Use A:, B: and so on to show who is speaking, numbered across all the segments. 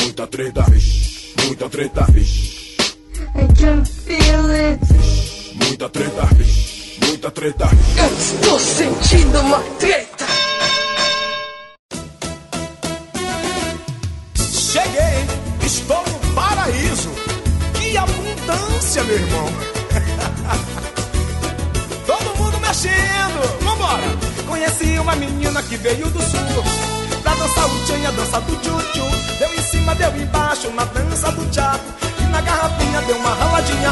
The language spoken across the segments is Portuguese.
A: Muita treta, vixe. Muita treta, vixe.
B: I can feel it.
A: Muita treta, vixe. Muita treta.
B: Eu estou sentindo uma treta.
C: Cheguei, estou no paraíso. Que abundância, meu irmão. Todo mundo mexendo, vambora. Conheci uma menina que veio do sul. Pra dançar o tchan, a dança do tchutchu. Deu em cima, deu embaixo, na dança do tchaco. E na garrafinha deu uma raladinha.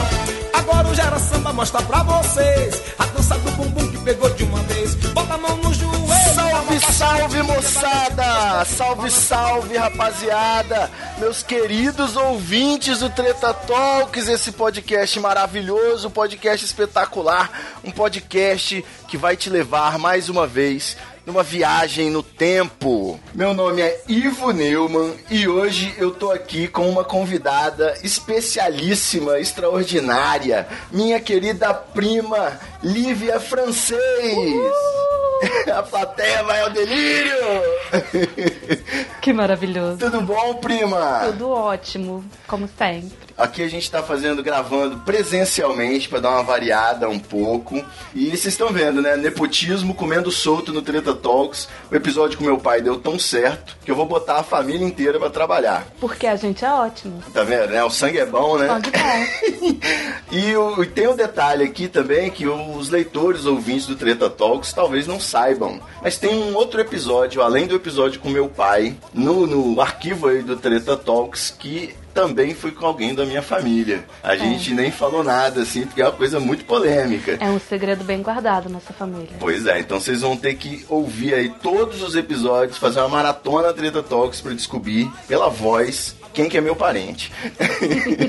C: Agora o Gera Samba mostra pra vocês. A dança do bumbum que pegou de uma vez. Bota a mão no joelho.
D: Salve, salve moçada! Salve, salve rapaziada! Meus queridos ouvintes do Treta Talks, esse podcast maravilhoso, um podcast espetacular, um podcast que vai te levar mais uma vez numa viagem no tempo. Meu nome é Ivo Neumann e hoje eu tô aqui com uma convidada especialíssima, extraordinária, minha querida prima Lívia Francês. A plateia vai ao delírio!
E: Que maravilhoso.
D: Tudo bom, prima?
E: Tudo ótimo, como sempre.
D: Aqui a gente tá fazendo, gravando presencialmente pra dar uma variada um pouco. E vocês estão vendo, né? Nepotismo comendo solto no Treta Talks. O episódio com meu pai deu tão certo que eu vou botar a família inteira pra trabalhar.
E: Porque a gente é ótimo.
D: Tá vendo, né? O sangue é bom, né?
E: Sangue
D: e, o- e tem um detalhe aqui também que os leitores, ouvintes do Treta Talks talvez não saibam. Mas tem um outro episódio, além do episódio com meu pai, no, no arquivo aí do Treta Talks, que também foi com alguém da minha família. A gente nem falou nada, assim, porque é uma coisa muito polêmica.
E: É um segredo bem guardado nessa família.
D: Pois é, então vocês vão ter que ouvir aí todos os episódios, fazer uma maratona Treta Talks pra descobrir pela voz quem que é meu parente.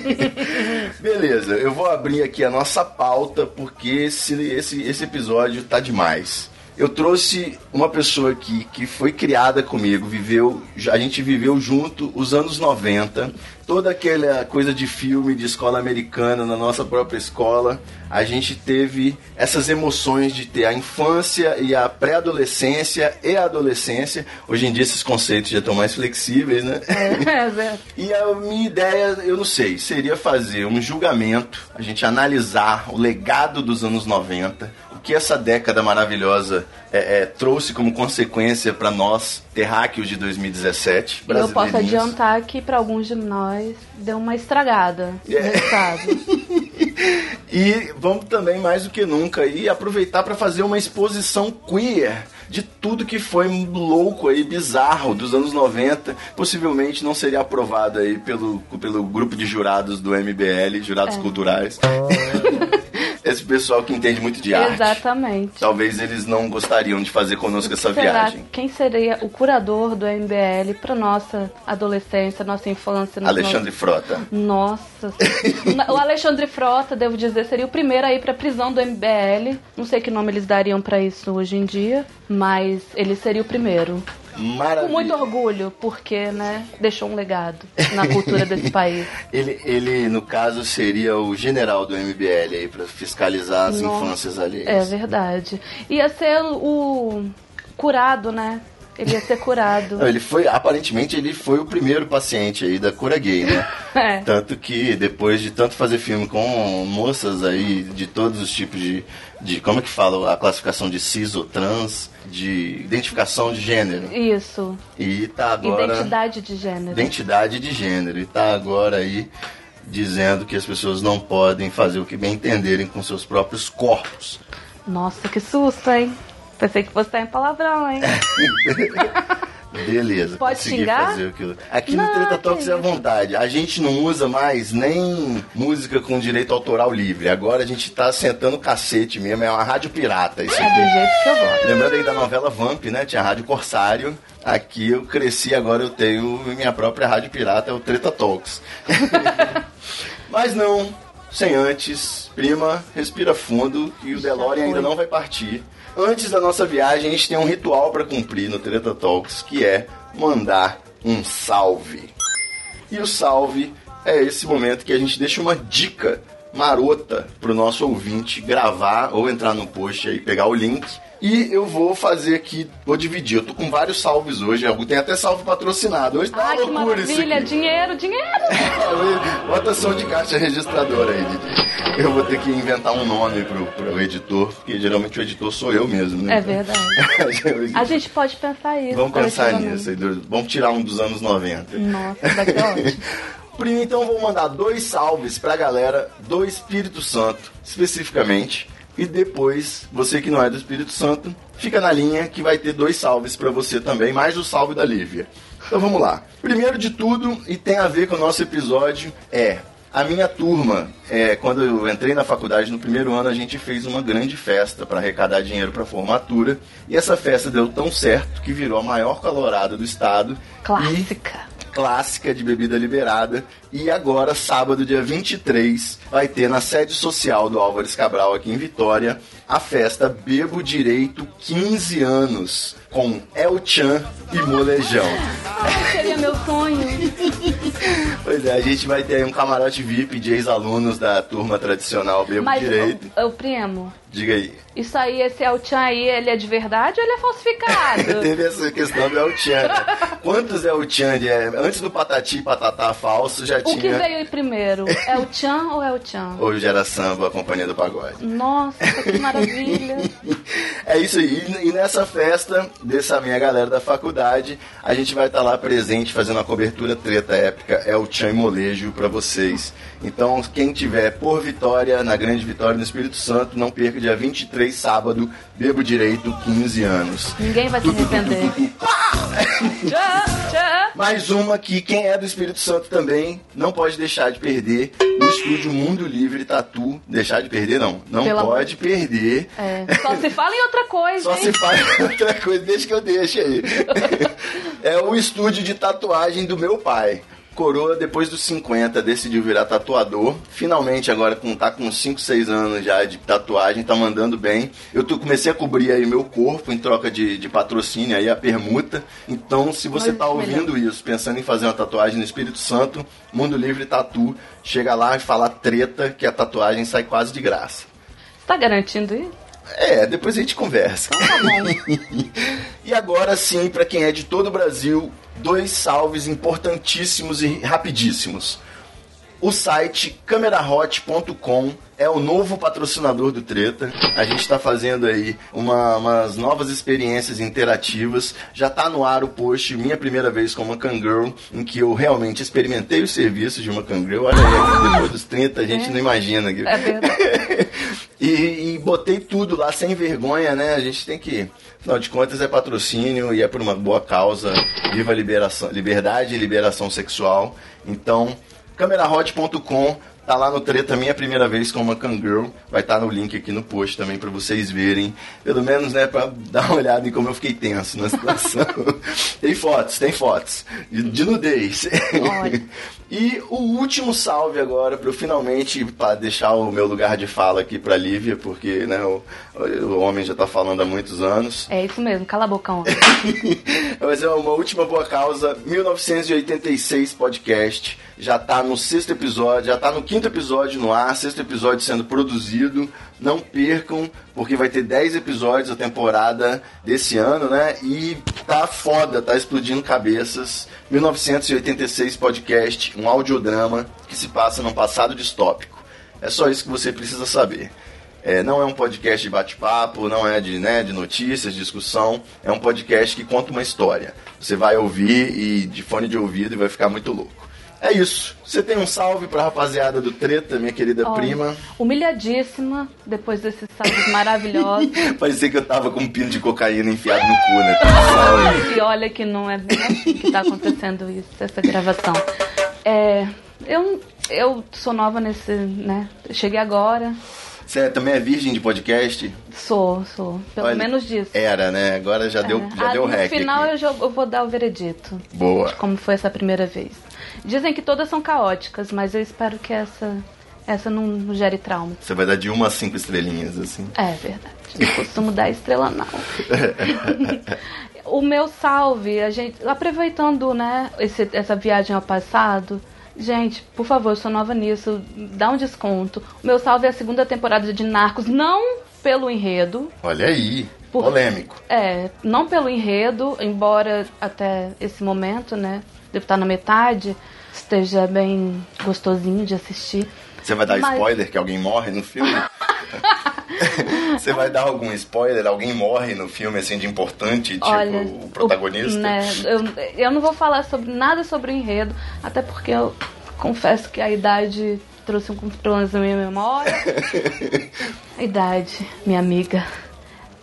D: Beleza, eu vou abrir aqui a nossa pauta porque esse, esse, esse episódio tá demais. Eu trouxe uma pessoa aqui que foi criada comigo, viveu, a gente viveu junto os anos 90, toda aquela coisa de filme de escola americana na nossa própria escola. A gente teve essas emoções de ter a infância e a pré-adolescência e a adolescência. Hoje em dia esses conceitos já estão mais flexíveis, né?
E: É, Zé.
D: E a minha ideia, eu não sei, seria fazer um julgamento, a gente analisar o legado dos anos 90, o que essa década maravilhosa é, é, trouxe como consequência para nós, terráqueos de 2017,
E: E eu posso
D: brasileirinhos.
E: adiantar que pra alguns de nós deu uma estragada no
D: É.
E: resultado.
D: E vamos também, mais do que nunca, aí, aproveitar para fazer uma exposição queer de tudo que foi louco aí, bizarro dos anos 90. Possivelmente não seria aprovado aí pelo, pelo grupo de jurados do MBL, jurados
E: É.
D: culturais. Esse pessoal que entende muito de arte.
E: Exatamente.
D: Talvez eles não gostariam de fazer conosco essa
E: Será
D: viagem.
E: quem seria o curador do MBL pra nossa adolescência, nossa infância? nos
D: Alexandre Frota.
E: Nossa. o Alexandre Frota, devo dizer, seria o primeiro a ir pra prisão do MBL. Não sei que nome eles dariam pra isso hoje em dia, mas ele seria o primeiro. Com
D: Maravilha.
E: muito orgulho, porque, né, deixou um legado na cultura desse país.
D: Ele, ele, no caso, seria o general do MBL aí, pra fiscalizar as
E: Nossa,
D: infâncias alheias.
E: É verdade. Ia ser o curado, né? Ele ia ser curado.
D: Não, ele foi, aparentemente, ele foi o primeiro paciente aí da cura gay, né?
E: É.
D: Tanto que depois de tanto fazer filme com moças aí de todos os tipos de. de como é que fala? A classificação de cis ou trans, de identificação de gênero.
E: Isso.
D: E tá agora.
E: Identidade né? de gênero.
D: identidade de gênero. E tá agora aí dizendo que as pessoas não podem fazer o que bem entenderem com seus próprios corpos.
E: Nossa, que susto, hein? Pensei que fosse em palavrão, hein?
D: Beleza,
E: Pode
D: consegui
E: xingar?
D: fazer aquilo. Aqui no
E: Não,
D: Treta
E: que
D: Talks é à
E: isso.
D: vontade. A gente não usa mais nem música com direito autoral livre. Agora a gente tá sentando o cacete mesmo, é uma rádio pirata isso
E: Do
D: aqui.
E: jeito que eu gosto.
D: Lembrando aí da novela Vamp, né? Tinha a Rádio Corsário. Aqui eu cresci, agora eu tenho minha própria rádio pirata, é o Treta Talks. Mas não, sem antes, prima, respira fundo e o DeLorean ainda não vai partir. Antes da nossa viagem, a gente tem um ritual pra cumprir no Treta Talks, que é mandar um salve. E o salve é esse momento que a gente deixa uma dica marota pro nosso ouvinte gravar ou entrar no post aí, pegar o link E eu vou fazer aqui, vou dividir. Eu tô com vários salves hoje. Tem até salve patrocinado. Hoje tá
E: Ah,
D: uma
E: que
D: loucura isso.
E: maravilha!
D: aqui.
E: Dinheiro, dinheiro!
D: Bota som de caixa registradora aí, Didi. Eu vou ter que inventar um nome pro, pro editor, porque geralmente o editor sou eu mesmo, né?
E: É verdade. A
D: verdade.
E: gente pode pensar isso.
D: Vamos pensar
E: coletivamente.
D: nisso. aí, Vamos tirar um dos anos 90.
E: Nossa, vai ser ótimo.
D: Primeiro, então, vou mandar dois salves pra galera do Espírito Santo, especificamente. E depois, você que não é do Espírito Santo, fica na linha que vai ter dois salves pra você também, mais o salve da Lívia. Então vamos lá. Primeiro de tudo, e tem a ver com o nosso episódio, é a minha turma, é, quando eu entrei na faculdade no primeiro ano, a gente fez uma grande festa para arrecadar dinheiro para formatura. E essa festa deu tão certo que virou a maior calorada do estado. E
E: Clássica.
D: clássica de bebida liberada. E agora, sábado, dia 23, vai ter na sede social do Álvares Cabral, aqui em Vitória, a festa Bebo Direito 15 anos, com El Chan e Molejão.
E: Ai, seria meu sonho.
D: Pois é, a gente vai ter aí um camarote VIP de ex-alunos da turma tradicional Bebo
E: Mas,
D: Direito.
E: ô, ô, primo,
D: Diga aí.
E: isso aí, esse El-Chan aí, ele é de verdade ou ele é falsificado?
D: Teve essa questão do El Chan. né? Quantos El Chan? é? Antes do Patati e Patatá falso, já
E: o que
D: tinha.
E: veio aí primeiro? El-Chan ou El-Chan?
D: Hoje era samba, a companhia do pagode.
E: Nossa, que maravilha.
D: É isso aí. E- E nessa festa dessa minha galera da faculdade, a gente vai estar lá presente fazendo a cobertura treta épica é o Tchan e Molejo pra vocês. Então, quem tiver por Vitória, na Grande Vitória, no Espírito Santo, não perca dia 23, sábado, Bebo Direito, 15 anos.
E: Ninguém vai se arrepender. Tchan, tchan.
D: Mais uma que quem é do Espírito Santo também não pode deixar de perder. O estúdio Mundo Livre Tatu. Deixar de perder, não. Não
E: Pelo amor
D: pode perder.
E: É, só se fala em outra coisa,
D: Só
E: hein?
D: se faz outra coisa, deixa que eu deixe aí. É o estúdio de tatuagem do meu pai. Coroa, depois dos 50, decidiu virar tatuador. Finalmente, agora, com, tá com 5, 6 anos já de tatuagem, tá mandando bem. Eu tô- comecei a cobrir aí meu corpo em troca de, de patrocínio aí, a permuta. Então, se você
E: Olha
D: tá
E: que
D: ouvindo isso, pensando em fazer uma tatuagem no Espírito Santo, Mundo Livre Tatu, chega lá e fala treta, que a tatuagem sai quase de graça.
E: Você tá garantindo isso?
D: É, depois a gente conversa.
E: Então tá
D: e agora sim, pra quem é de todo o Brasil, dois salves importantíssimos e rapidíssimos. O site camerahot.com é o novo patrocinador do Treta. A gente está fazendo aí uma- umas novas experiências interativas. Já está no ar o post Minha Primeira Vez como Kangirl, em que eu realmente experimentei o serviço de uma Kangirl. Olha aí, depois dos 30 a gente não imagina. que-
E: É verdade.
D: e, e botei tudo lá sem vergonha, né? A gente tem que. Afinal de contas, é patrocínio e é por uma boa causa. Viva a liberação, liberdade e liberação sexual. Então, camerahot.com tá lá no treta minha primeira vez com uma Kangirl. Vai estar no link aqui no post também pra vocês verem. Pelo menos, né, pra dar uma olhada em como eu fiquei tenso na situação. tem fotos, tem fotos. De, de nudez.
E: Olha.
D: E o último salve agora, para eu finalmente pra deixar o meu lugar de fala aqui para Lívia, porque né, o, o homem já tá falando há muitos anos.
E: É isso mesmo, cala a boca, homem.
D: Mas é uma última boa causa, 1986 podcast. Já tá no sexto episódio, já tá no quinto episódio no ar, sexto episódio sendo produzido. Não percam, porque vai ter 10 episódios a temporada desse ano, né? E tá foda, tá explodindo cabeças. 1986 podcast, um audiodrama que se passa num passado distópico. É só isso que você precisa saber. É, não é um podcast de bate-papo, não é de, né, de notícias, discussão. É um podcast que conta uma história. Você vai ouvir e de fone de ouvido e vai ficar muito louco. É isso. Você tem um salve pra rapaziada do Treta, minha querida
E: Olha,
D: prima.
E: Humilhadíssima, depois desses saldos maravilhosos.
D: Parecia que eu tava com um pino de cocaína enfiado no cu, né? Salve.
E: E olha que não é bem assim que tá acontecendo isso, essa gravação. É, eu, eu sou nova nesse, né? Cheguei agora,
D: Você também é virgem de podcast?
E: sou, sou. Pelo
D: Olha,
E: menos disso.
D: Era, né? Agora já deu, já
E: Ah,
D: deu
E: no
D: hack.
E: final
D: aqui.
E: eu, já- eu vou dar o veredito.
D: Boa.
E: Como foi essa primeira vez. Dizem que todas são caóticas, mas eu espero que essa, essa não, não gere trauma.
D: Você vai dar de uma a cinco estrelinhas, assim.
E: É verdade. Não costumo dar estrela, não. o meu salve, a gente. Aproveitando, né, esse- essa viagem ao passado. Gente, por favor, eu sou nova nisso, dá um desconto. O meu salve é a segunda temporada de Narcos, não pelo enredo,
D: Olha aí.
E: Por-
D: Polêmico.
E: É, não pelo enredo, embora até esse momento, né? Devo estar na metade, esteja bem gostosinho de assistir.
D: Você vai dar
E: Mas-
D: spoiler que alguém morre no filme? Você vai dar algum spoiler? Alguém morre no filme, assim, de importante? Tipo,
E: Olha,
D: o protagonista?
E: o- né, eu, eu não vou falar sobre nada sobre o enredo, até porque eu confesso que a idade trouxe um controle na minha memória. a idade, minha amiga.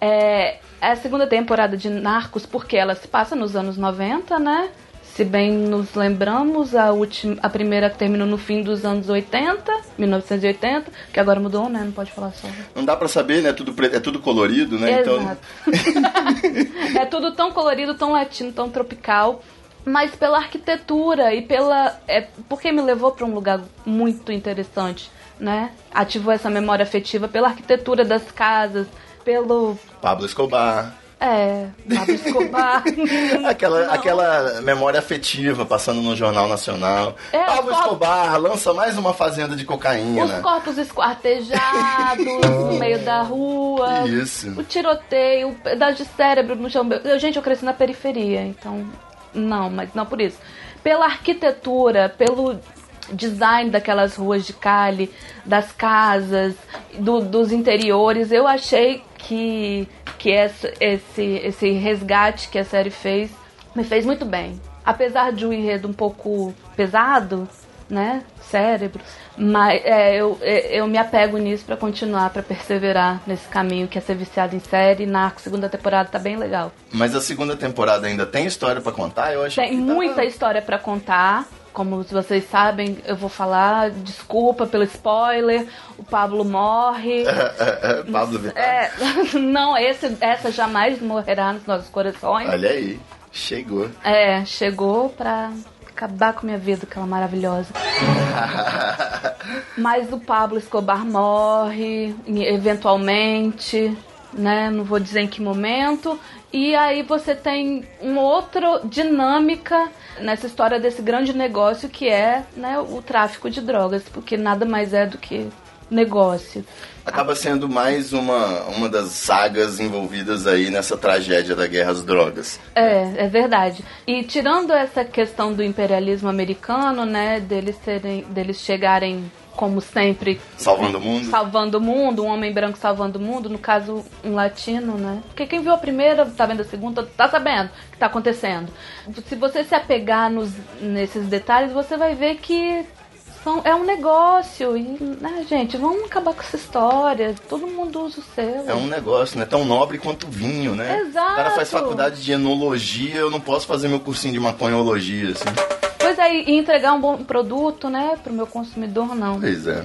E: É, é a segunda temporada de Narcos, porque ela se passa nos anos 90, né? Se bem nos lembramos, a, última, a primeira terminou no fim dos anos 80, 1980, que agora mudou, né? Não pode falar só.
D: Não dá pra saber, né? Tudo pre- É tudo colorido, né? Então,
E: Exato. é tudo tão colorido, tão latino, tão tropical. Mas pela arquitetura e pela. É, porque me levou para um lugar muito interessante, né? Ativou essa memória afetiva pela arquitetura das casas, pelo.
D: Pablo Escobar.
E: É. Pablo Escobar.
D: Aquela,
E: Não.
D: aquela memória afetiva passando no Jornal Nacional.
E: É,
D: Pablo
E: o Pablo-
D: Escobar lança mais uma fazenda de
E: Os
D: cocaína.
E: corpos esquartejados no meio da rua.
D: Isso.
E: O tiroteio, o pedaço de cérebro no chão. Eu, gente, eu cresci na periferia, então. Não, mas não por isso. Pela arquitetura, pelo design daquelas ruas de Cali, das casas, do- dos interiores, eu achei que, que essa- esse, esse resgate que a série fez me fez muito bem. Apesar de um enredo um pouco pesado, né? Cérebro. Mas é, eu, é, eu me apego nisso pra continuar, pra perseverar nesse caminho que é ser viciado em série. Na segunda temporada tá bem legal.
D: Mas a segunda temporada ainda tem história pra contar? Eu acho
E: Tem
D: que tá-
E: muita história pra contar. Como vocês sabem, eu vou falar. Desculpa pelo spoiler. O Pablo morre.
D: É, é, Pablo Vittar.
E: É, não, esse, essa jamais morrerá nos nossos corações.
D: Olha aí, chegou.
E: É, chegou pra acabar com minha vida, aquela maravilhosa. Mas o Pablo Escobar morre, e- eventualmente, né? Não vou dizer em que momento. E aí você tem uma outra dinâmica nessa história desse grande negócio que é né, o tráfico de drogas, porque nada mais é do que negócio.
D: Acaba sendo mais uma, uma das sagas envolvidas aí nessa tragédia da guerra às drogas.
E: É, é verdade. E tirando essa questão do imperialismo americano, né, deles serem, deles chegarem como sempre
D: Salvando o mundo.
E: salvando o mundo, um homem branco salvando o mundo, no caso um latino, né? Porque quem viu a primeira, tá vendo a segunda, tá sabendo o que tá acontecendo. Se você se apegar nos, nesses detalhes, você vai ver que são, é um negócio e, né, gente, vamos acabar com essa história. Todo mundo usa o seu.
D: É um negócio, né? Tão nobre quanto o vinho, né?
E: Exato.
D: O cara faz faculdade de enologia, eu não posso fazer meu cursinho de maconhologia, assim.
E: Pois aí, e entregar um bom produto, né, pro meu consumidor, não.
D: Pois é.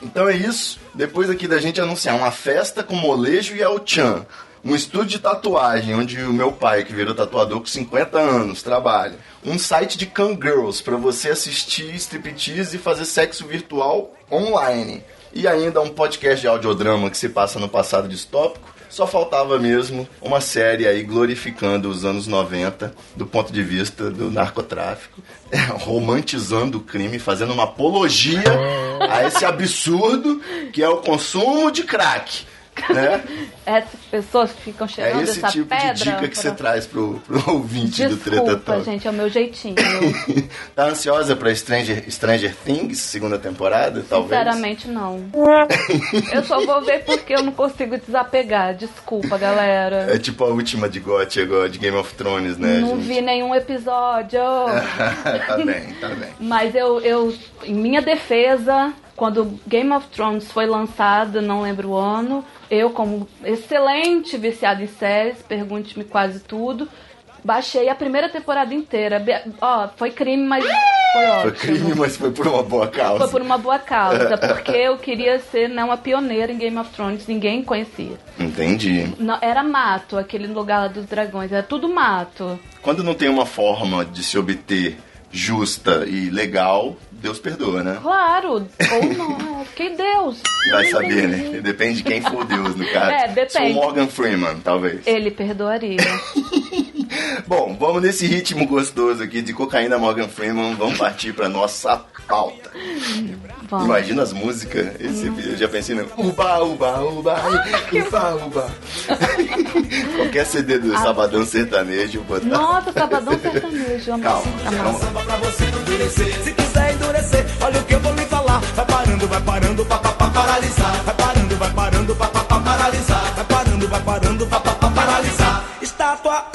D: Então é isso. Depois aqui da gente anunciar uma festa com molejo e ao-chan. Um estúdio de tatuagem, onde o meu pai, que virou tatuador com 50 anos, trabalha. Um site de Girls pra você assistir striptease e fazer sexo virtual online. E ainda um podcast de audiodrama que se passa no passado distópico. Só faltava mesmo uma série aí glorificando os anos 90 do ponto de vista do narcotráfico, romantizando o crime, fazendo uma apologia a esse absurdo que é o consumo de crack. Né?
E: É Essas pessoas que ficam
D: É
E: cheirando
D: esse
E: essa
D: tipo
E: pedra.
D: de dica que você
E: pra-
D: traz pro, pro ouvinte do Treta
E: Desculpa,
D: Talk.
E: gente, é o meu jeitinho.
D: tá ansiosa pra Stranger, Stranger Things, segunda temporada, talvez?
E: Sinceramente, não. Eu só vou ver porque eu não consigo desapegar. Desculpa, galera.
D: É tipo a última de GOT agora, de Game of Thrones, né?
E: não
D: gente?
E: vi nenhum episódio.
D: tá bem, tá bem.
E: Mas eu, eu, em minha defesa, quando Game of Thrones foi lançado, não lembro o ano, eu, como excelente viciada em séries, pergunte-me quase tudo, baixei a primeira temporada inteira. Be- Ó, foi crime, mas foi ótimo.
D: Foi crime, mas foi por uma boa causa.
E: Foi por uma boa causa, porque eu queria ser né, uma pioneira em Game of Thrones, ninguém conhecia.
D: Entendi.
E: Não, era mato, aquele lugar lá dos dragões, era tudo mato.
D: Quando não tem uma forma de se obter justa e legal, Deus perdoa, né?
E: Claro, ou não, é, que Deus.
D: Vai
E: Eu
D: saber,
E: entendi.
D: né? Depende de quem for Deus, no caso.
E: É, depende.
D: Sou Morgan Freeman, talvez.
E: Ele perdoaria.
D: Bom, vamos nesse ritmo gostoso aqui de cocaína Morgan Freeman, vamos partir pra nossa pauta.
E: Vamos.
D: Imagina as músicas, esse, eu já pensei no uba, uba, uba, uba, uba. Qualquer CD do Sabadão Sertanejo, botar.
E: Ah. Nossa, Sabadão Sertanejo, amor. Tá
D: Calma,
E: Amor.
D: calma.
C: Samba pra você não endurecer. Se quiser endurecer, olha o que eu vou lhe falar. Vai parando, vai parando, pra, pra, pra paralisar. Vai parando, vai parando, pra, pra, pra paralisar. Vai parando, vai parando, pra, pra, pra paralisar. Estátua.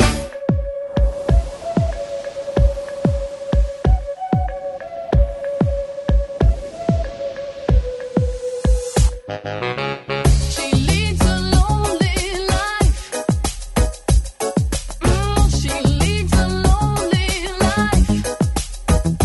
F: She leads a lonely life. She leads a lonely life.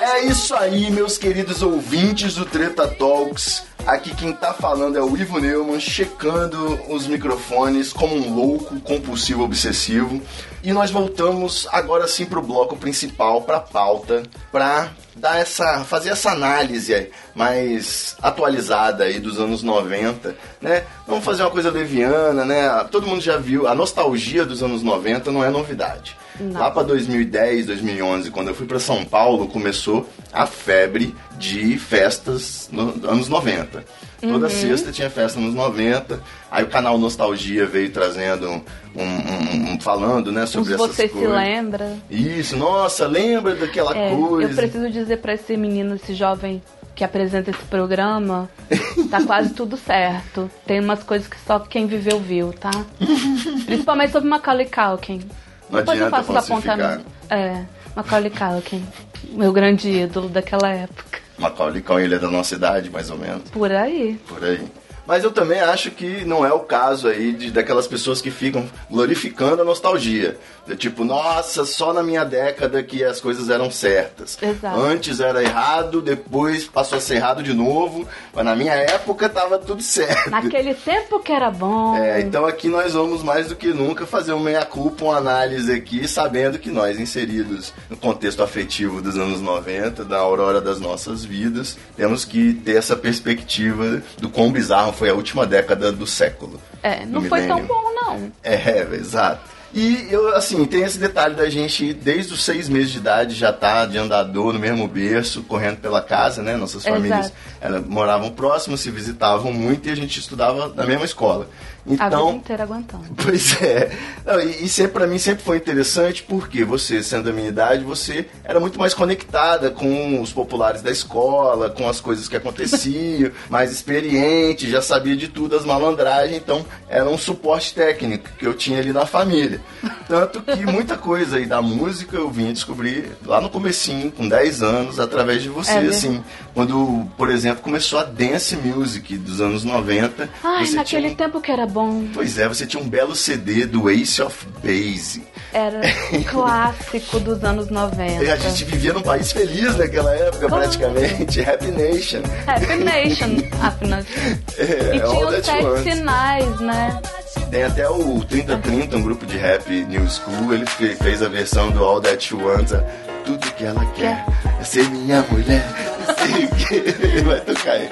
D: É isso aí, meus queridos ouvintes do Treta Talks. Aqui quem tá falando é o Ivo Neumann, checando os microfones como um louco, compulsivo, obsessivo. E nós voltamos agora sim pro bloco principal, pra pauta, pra dar essa, fazer essa análise mais atualizada aí dos anos 90, né? Vamos fazer uma coisa leviana, né? Todo mundo já viu, a nostalgia dos anos 90 não é novidade. Lá pra 2010, 2011, quando eu fui pra São Paulo, começou a febre de festas nos anos 90.
E: Uhum.
D: Toda sexta tinha festa nos 90. Aí o canal Nostalgia veio trazendo um, um- um- falando, né,
E: Os
D: sobre essas
E: Você
D: coisas.
E: se lembra?
D: Isso, nossa, lembra daquela
E: É,
D: coisa.
E: eu preciso dizer pra esse menino, esse jovem que apresenta esse programa, tá quase tudo certo. Tem umas coisas que só quem viveu viu, tá? Principalmente sobre Macaulay Culkin.
D: Não
E: Depois eu
D: adianta
E: faço os
D: falsificar.
E: apontamentos. É, Macaulay Culkin, meu grande ídolo daquela época.
D: Macaulay Culkin, ele é da nossa idade, mais ou menos.
E: Por aí.
D: por aí. Mas eu também acho que não é o caso aí de, daquelas pessoas que ficam glorificando a nostalgia. Do tipo, nossa, só na minha década que as coisas eram certas.
E: Exato.
D: Antes era errado, depois passou a ser errado de novo, mas na minha época tava tudo certo.
E: Naquele tempo que era bom.
D: É, então aqui nós vamos mais do que nunca fazer um meia-culpa, uma análise aqui, sabendo que nós, inseridos no contexto afetivo dos anos 90, da aurora das nossas vidas, temos que ter essa perspectiva do quão bizarro foi a última década do século.
E: É, não
D: do
E: foi tão
D: milênio.
E: bom, não.
D: É, exato. E eu, assim, tem esse detalhe da gente, desde os seis meses de idade, já tá de andador no mesmo berço, correndo pela casa, né? Nossas
E: Exato.
D: famílias elas moravam próximas, se visitavam muito e a gente estudava na mesma escola.
E: A vida
D: Então,
E: inteira aguentando.
D: Pois é. Não, e, e sempre para mim sempre foi interessante porque você, sendo da minha idade, você era muito mais conectada com os populares da escola, com as coisas que aconteciam, mais experiente, já sabia de tudo, as malandragens, então era um suporte técnico que eu tinha ali na família. Tanto que muita coisa aí da música eu vim descobrir lá no comecinho, com 10 anos, através de você,
E: É mesmo?
D: assim. Quando, por exemplo, começou a dance music dos anos 90.
E: Ai,
D: você
E: naquele
D: tinha-
E: tempo que era bom.
D: Pois é, você tinha um belo CD do Ace of Base.
E: Era um clássico dos anos 90.
D: E a gente vivia num país feliz naquela época, praticamente.
E: Uhum.
D: Happy Nation.
E: É, Happy Nation, afinal.
D: É,
E: e tinha um
D: all
E: os
D: that you
E: sete
D: want.
E: sinais, né?
D: Tem até o 3030, um grupo de rap New School. Ele fe- fez a versão do All That You Want. a Tudo que ela quer é ser minha mulher. Não sei o que. Ele vai tocar aí.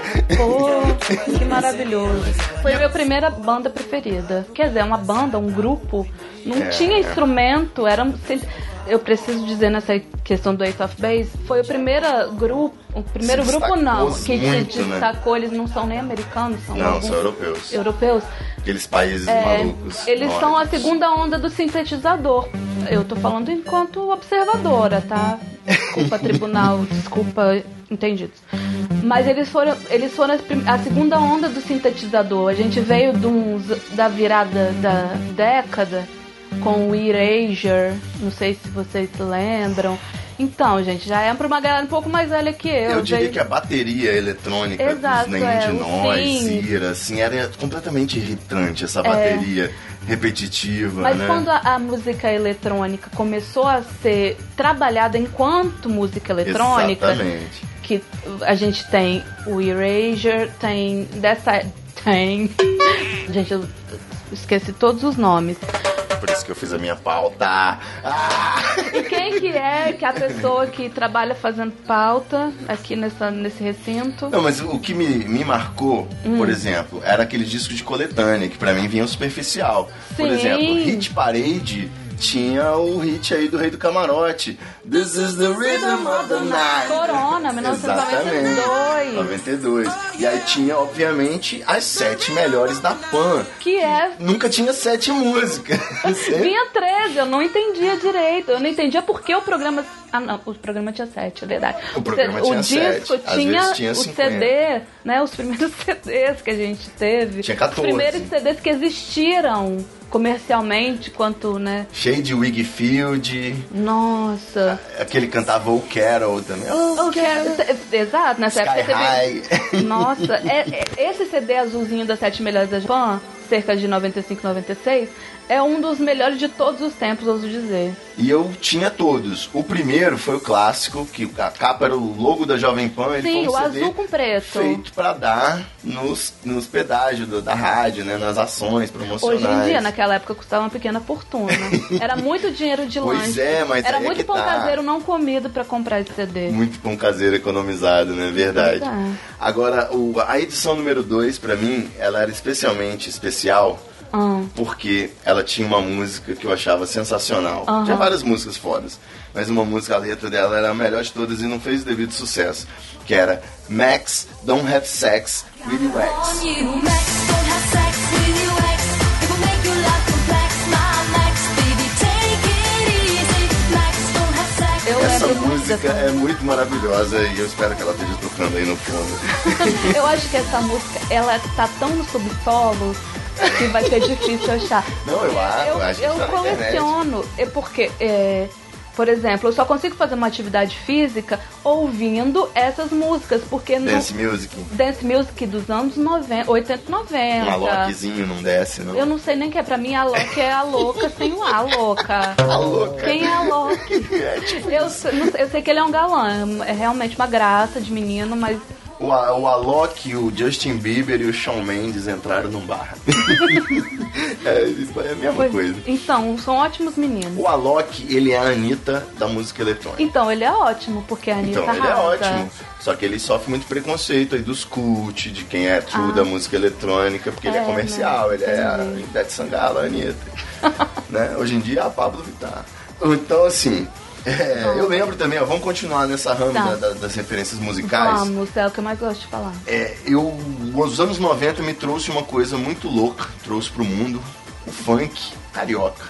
E: Pô, que maravilhoso. Foi a minha primeira banda preferida. Quer dizer, uma banda, um grupo, não
D: É,
E: tinha
D: é.
E: instrumento, era um- se- eu preciso dizer nessa questão do Ace of Base, foi o primeiro grupo, o primeiro
D: Se
E: grupo não,
D: destacou
E: que
D: muito,
E: se
D: né?
E: destacou, eles não são nem americanos, são,
D: Não,
E: alguns
D: são europeus.
E: europeus.
D: Aqueles países
E: É,
D: malucos.
E: eles são a
D: nórdicos.
E: segunda onda do sintetizador. Eu tô falando enquanto observadora, tá? Desculpa, tribunal, desculpa, entendidos. Mas eles foram, eles foram as prim- a segunda onda do sintetizador. A gente veio de uns, da virada da década com o Erasure. Não sei se vocês se lembram. Então, gente, já é pra uma galera um pouco mais velha que eu.
D: Eu diria
E: veio-
D: que a bateria eletrônica
E: Exato,
D: dos Nem
E: é,
D: de
E: o
D: Nós,
E: fim.
D: Cira, assim, era completamente irritante essa bateria repetitiva,
E: É. Mas
D: né?
E: quando a, a música eletrônica começou a ser trabalhada enquanto música eletrônica,
D: Exatamente.
E: que a gente tem o Erasure, tem dessa tem gente eu esqueci todos os nomes.
D: por isso que eu fiz a minha pauta. Ah!
E: E quem que é que é a pessoa que trabalha fazendo pauta aqui nessa, nesse recinto?
D: Não, mas o que me, me marcou,
E: Hum.
D: por exemplo, era aquele disco de coletânea, que pra mim vinha o superficial. Por
E: Sim.
D: exemplo, Hit Parade tinha o hit aí do Rei do Camarote. This is the rhythm of the night.
E: Corona,
D: Exatamente.
E: 1992.
D: 92. E aí tinha, obviamente, as sete melhores da Pan.
E: Que é.
D: Nunca tinha sete músicas. Sempre
E: Vinha 13, eu não entendia direito. Eu não entendia por que o programa. Ah, não, o programa tinha 7, é verdade.
D: O programa
E: C-
D: tinha sete,
E: disco
D: às
E: tinha,
D: vezes tinha
E: o
D: 50.
E: CD, né? Os primeiros CDs que a gente teve.
D: Tinha 14.
E: Os primeiros CDs que existiram comercialmente, quanto, né?
D: Cheio de Wigfield,
E: Nossa.
D: aquele que cantava o Carol também. Oh,
E: Te- Exato, nessa
D: Sky
E: época
D: High.
E: teve. Nossa, é- é- esse CD azulzinho das sete melhores da Japan, cerca de 95, 96, é um dos melhores de todos os tempos, ouso dizer.
D: E eu tinha todos. O primeiro foi o clássico, que a capa era o logo da Jovem Pan. Ele
E: Sim,
D: foi um
E: o
D: CD
E: azul com preto.
D: Feito pra dar nos, nos pedágios do- da rádio, né? Nas ações promocionais.
E: Hoje em dia, né? naquela época, custava uma pequena fortuna. Era muito dinheiro de
D: Pois
E: lanche.
D: é, mas
E: Era
D: aí é
E: muito
D: que
E: pão
D: tá.
E: caseiro não comido pra comprar esse CD.
D: Muito pão caseiro economizado, né? Verdade.
E: Verdade.
D: Agora, o- a edição número 2, pra mim, ela era especialmente especial.
E: Ah.
D: Porque ela tinha uma música que eu achava sensacional. Tinha várias músicas fodas. Mas uma música, a letra dela era a melhor de todas e não fez o devido sucesso. Que era Max Don't Have Sex With You Ex.
F: You max, don't have sex with your ex. It will make your life complex. My max, baby, take it easy. Max, don't have sex.
E: Eu
D: Essa
E: lembro muito
D: música
E: dessa
D: é muito maravilhosa e eu espero que ela esteja tocando aí no fundo.
E: Eu acho que essa música, ela tá tão no subsolo que vai ser difícil achar.
D: Não, eu acho,
E: eu,
D: acho que
E: eu
D: tá na internet.
E: coleciono, é porque, é, por exemplo, eu só consigo fazer uma atividade física ouvindo essas músicas, porque no
D: Dance Music.
E: dance music dos anos 90, 80, 90.
D: Um lockzinho não desce, não.
E: Eu não sei nem o que é, pra mim a Loki é a louca sem o A, louca.
D: A louca.
E: Quem é a Loki?
D: É, tipo,
E: Eu, sei- não sei- eu sei que ele é um galã, é realmente uma graça de menino, mas
D: o, A- o Alok, o Justin Bieber e o Shawn Mendes entraram num bar. é, isso é a mesma coisa.
E: Então, são ótimos meninos.
D: O Alok, ele é a Anitta da música eletrônica.
E: Então, ele é ótimo, porque a Anitta
D: Então, ele é
E: arrasa.
D: ótimo. Só que ele sofre muito preconceito aí dos cult, de quem é true da música eletrônica, porque ele é
E: Ah. É,
D: comercial,
E: né?
D: ele é a Ivete Sangalo, a Anitta. né? Hoje em dia é a Pablo Vittar. Então, assim, é, eu lembro também, ó, vamos continuar nessa rama
E: Tá.
D: da- da- das referências musicais.
E: Vamos, é o que eu mais gosto de falar.
D: É, eu, os anos 90 me trouxe uma coisa muito louca, trouxe pro mundo o funk carioca.